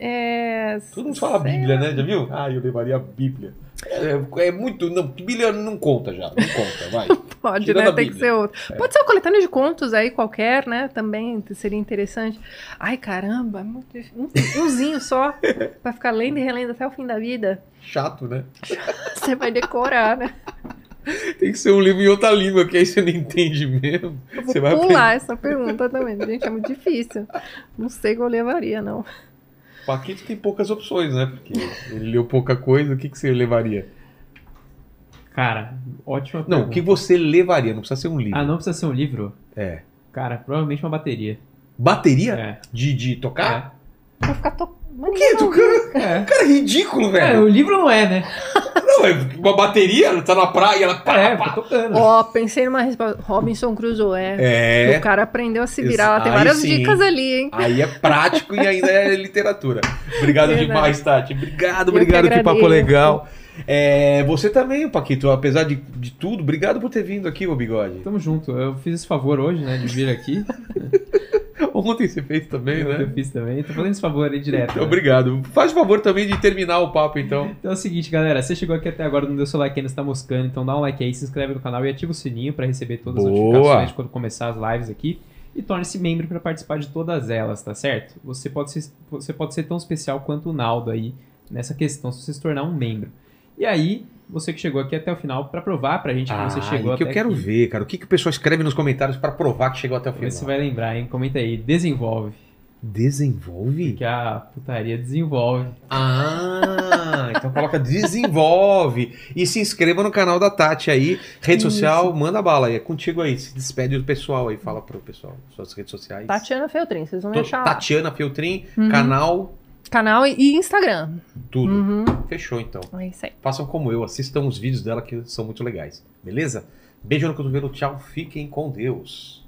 Speaker 3: É,
Speaker 1: Todo mundo fala
Speaker 3: sei
Speaker 1: Bíblia, né? Já viu? Ah, eu levaria a Bíblia. É, é muito. Não, Bíblia não conta já. Não conta, vai.
Speaker 3: Pode,
Speaker 1: Tirando
Speaker 3: né?
Speaker 1: a
Speaker 3: Tem que
Speaker 1: Bíblia. É.
Speaker 3: ser outro. Pode ser uma coletânea de contos aí, qualquer, né? Também seria interessante. Ai, caramba, muito difícil. um, umzinho só, pra ficar lendo e relendo até o fim da vida.
Speaker 1: Chato, né?
Speaker 3: Você vai decorar, né?
Speaker 1: Tem que ser um livro em outra língua, que aí você não entende mesmo.
Speaker 3: Eu vou
Speaker 1: Você vai aprender.
Speaker 3: pular essa pergunta também. Gente, é muito difícil. Não sei qual eu levaria, não.
Speaker 1: O Paquito tem poucas opções, né? Porque ele leu pouca coisa, o que, que você levaria?
Speaker 2: Cara, ótima
Speaker 1: Não, o
Speaker 2: pergunta.
Speaker 1: que você levaria? Não precisa ser um livro.
Speaker 2: Ah, não precisa ser um livro?
Speaker 1: É.
Speaker 2: Cara, provavelmente uma bateria.
Speaker 1: Bateria?
Speaker 2: É.
Speaker 1: De, de tocar?
Speaker 3: Vou ficar tocando.
Speaker 1: O que? Tocando?
Speaker 2: É.
Speaker 1: Cara, é ridículo,
Speaker 2: É,
Speaker 1: velho.
Speaker 2: o livro não é, né?
Speaker 1: Não, é uma bateria, ela tá na praia, ela. pá,
Speaker 2: É,
Speaker 1: pá.
Speaker 2: fica tocando.
Speaker 3: Ó, pensei numa resposta. Robinson Crusoe.
Speaker 1: É.
Speaker 3: O cara aprendeu a se
Speaker 1: Ex-
Speaker 3: virar. Tem
Speaker 1: aí
Speaker 3: várias
Speaker 1: sim,
Speaker 3: dicas ali, hein?
Speaker 1: Aí é prático e ainda é literatura. Obrigado
Speaker 3: Verdade.
Speaker 1: demais, Tati. Obrigado,
Speaker 3: Eu que
Speaker 1: obrigado, que, papo
Speaker 3: agradeço.
Speaker 1: legal. É, você também, Paquito, apesar de, de tudo, obrigado por ter vindo aqui, ô bigode.
Speaker 2: Tamo junto. Eu fiz esse favor hoje, né, de vir aqui.
Speaker 1: Ontem você fez também,
Speaker 2: Eu
Speaker 1: né?
Speaker 2: eu fiz também. Tô fazendo esse favor aí direto. né?
Speaker 1: Então, Obrigado. Faz o favor também de terminar o papo, então.
Speaker 2: Então é o seguinte, galera, você chegou aqui até agora, não deu seu like ainda, você tá moscando, então dá um like aí, se inscreve no canal e ativa o sininho pra receber todas as
Speaker 1: Boa.
Speaker 2: notificações de quando começar as lives aqui. E torne-se membro pra participar de todas elas, tá certo? Você pode, ser, você pode ser tão especial quanto o Naldo aí nessa questão, se você se tornar um membro. E aí, você que chegou aqui até o final, pra provar pra gente que você chegou
Speaker 1: Ah, e que eu
Speaker 2: até
Speaker 1: quero
Speaker 2: aqui.
Speaker 1: ver, cara. O que, que o pessoal escreve nos comentários pra provar que chegou até o
Speaker 2: Vê se você
Speaker 1: final?
Speaker 2: vai lembrar, hein? Comenta aí, desenvolve.
Speaker 1: Desenvolve?
Speaker 2: Que a putaria desenvolve.
Speaker 1: Ah, então coloca desenvolve e se inscreva no canal da Tati aí, rede social, manda bala aí, é contigo aí, se despede do pessoal aí, fala pro pessoal, suas redes sociais.
Speaker 3: Tatiana Feltrin, vocês vão me
Speaker 1: Tô-
Speaker 3: achar lá.
Speaker 1: Tatiana Feltrin,
Speaker 3: Uhum.
Speaker 1: canal,
Speaker 3: Canal e- e Instagram.
Speaker 1: tudo.
Speaker 3: Uhum.
Speaker 1: Fechou então.
Speaker 3: É isso aí.
Speaker 1: Façam como eu, assistam os vídeos dela que são muito legais, beleza? Beijo no cotovelo, tchau, fiquem com Deus.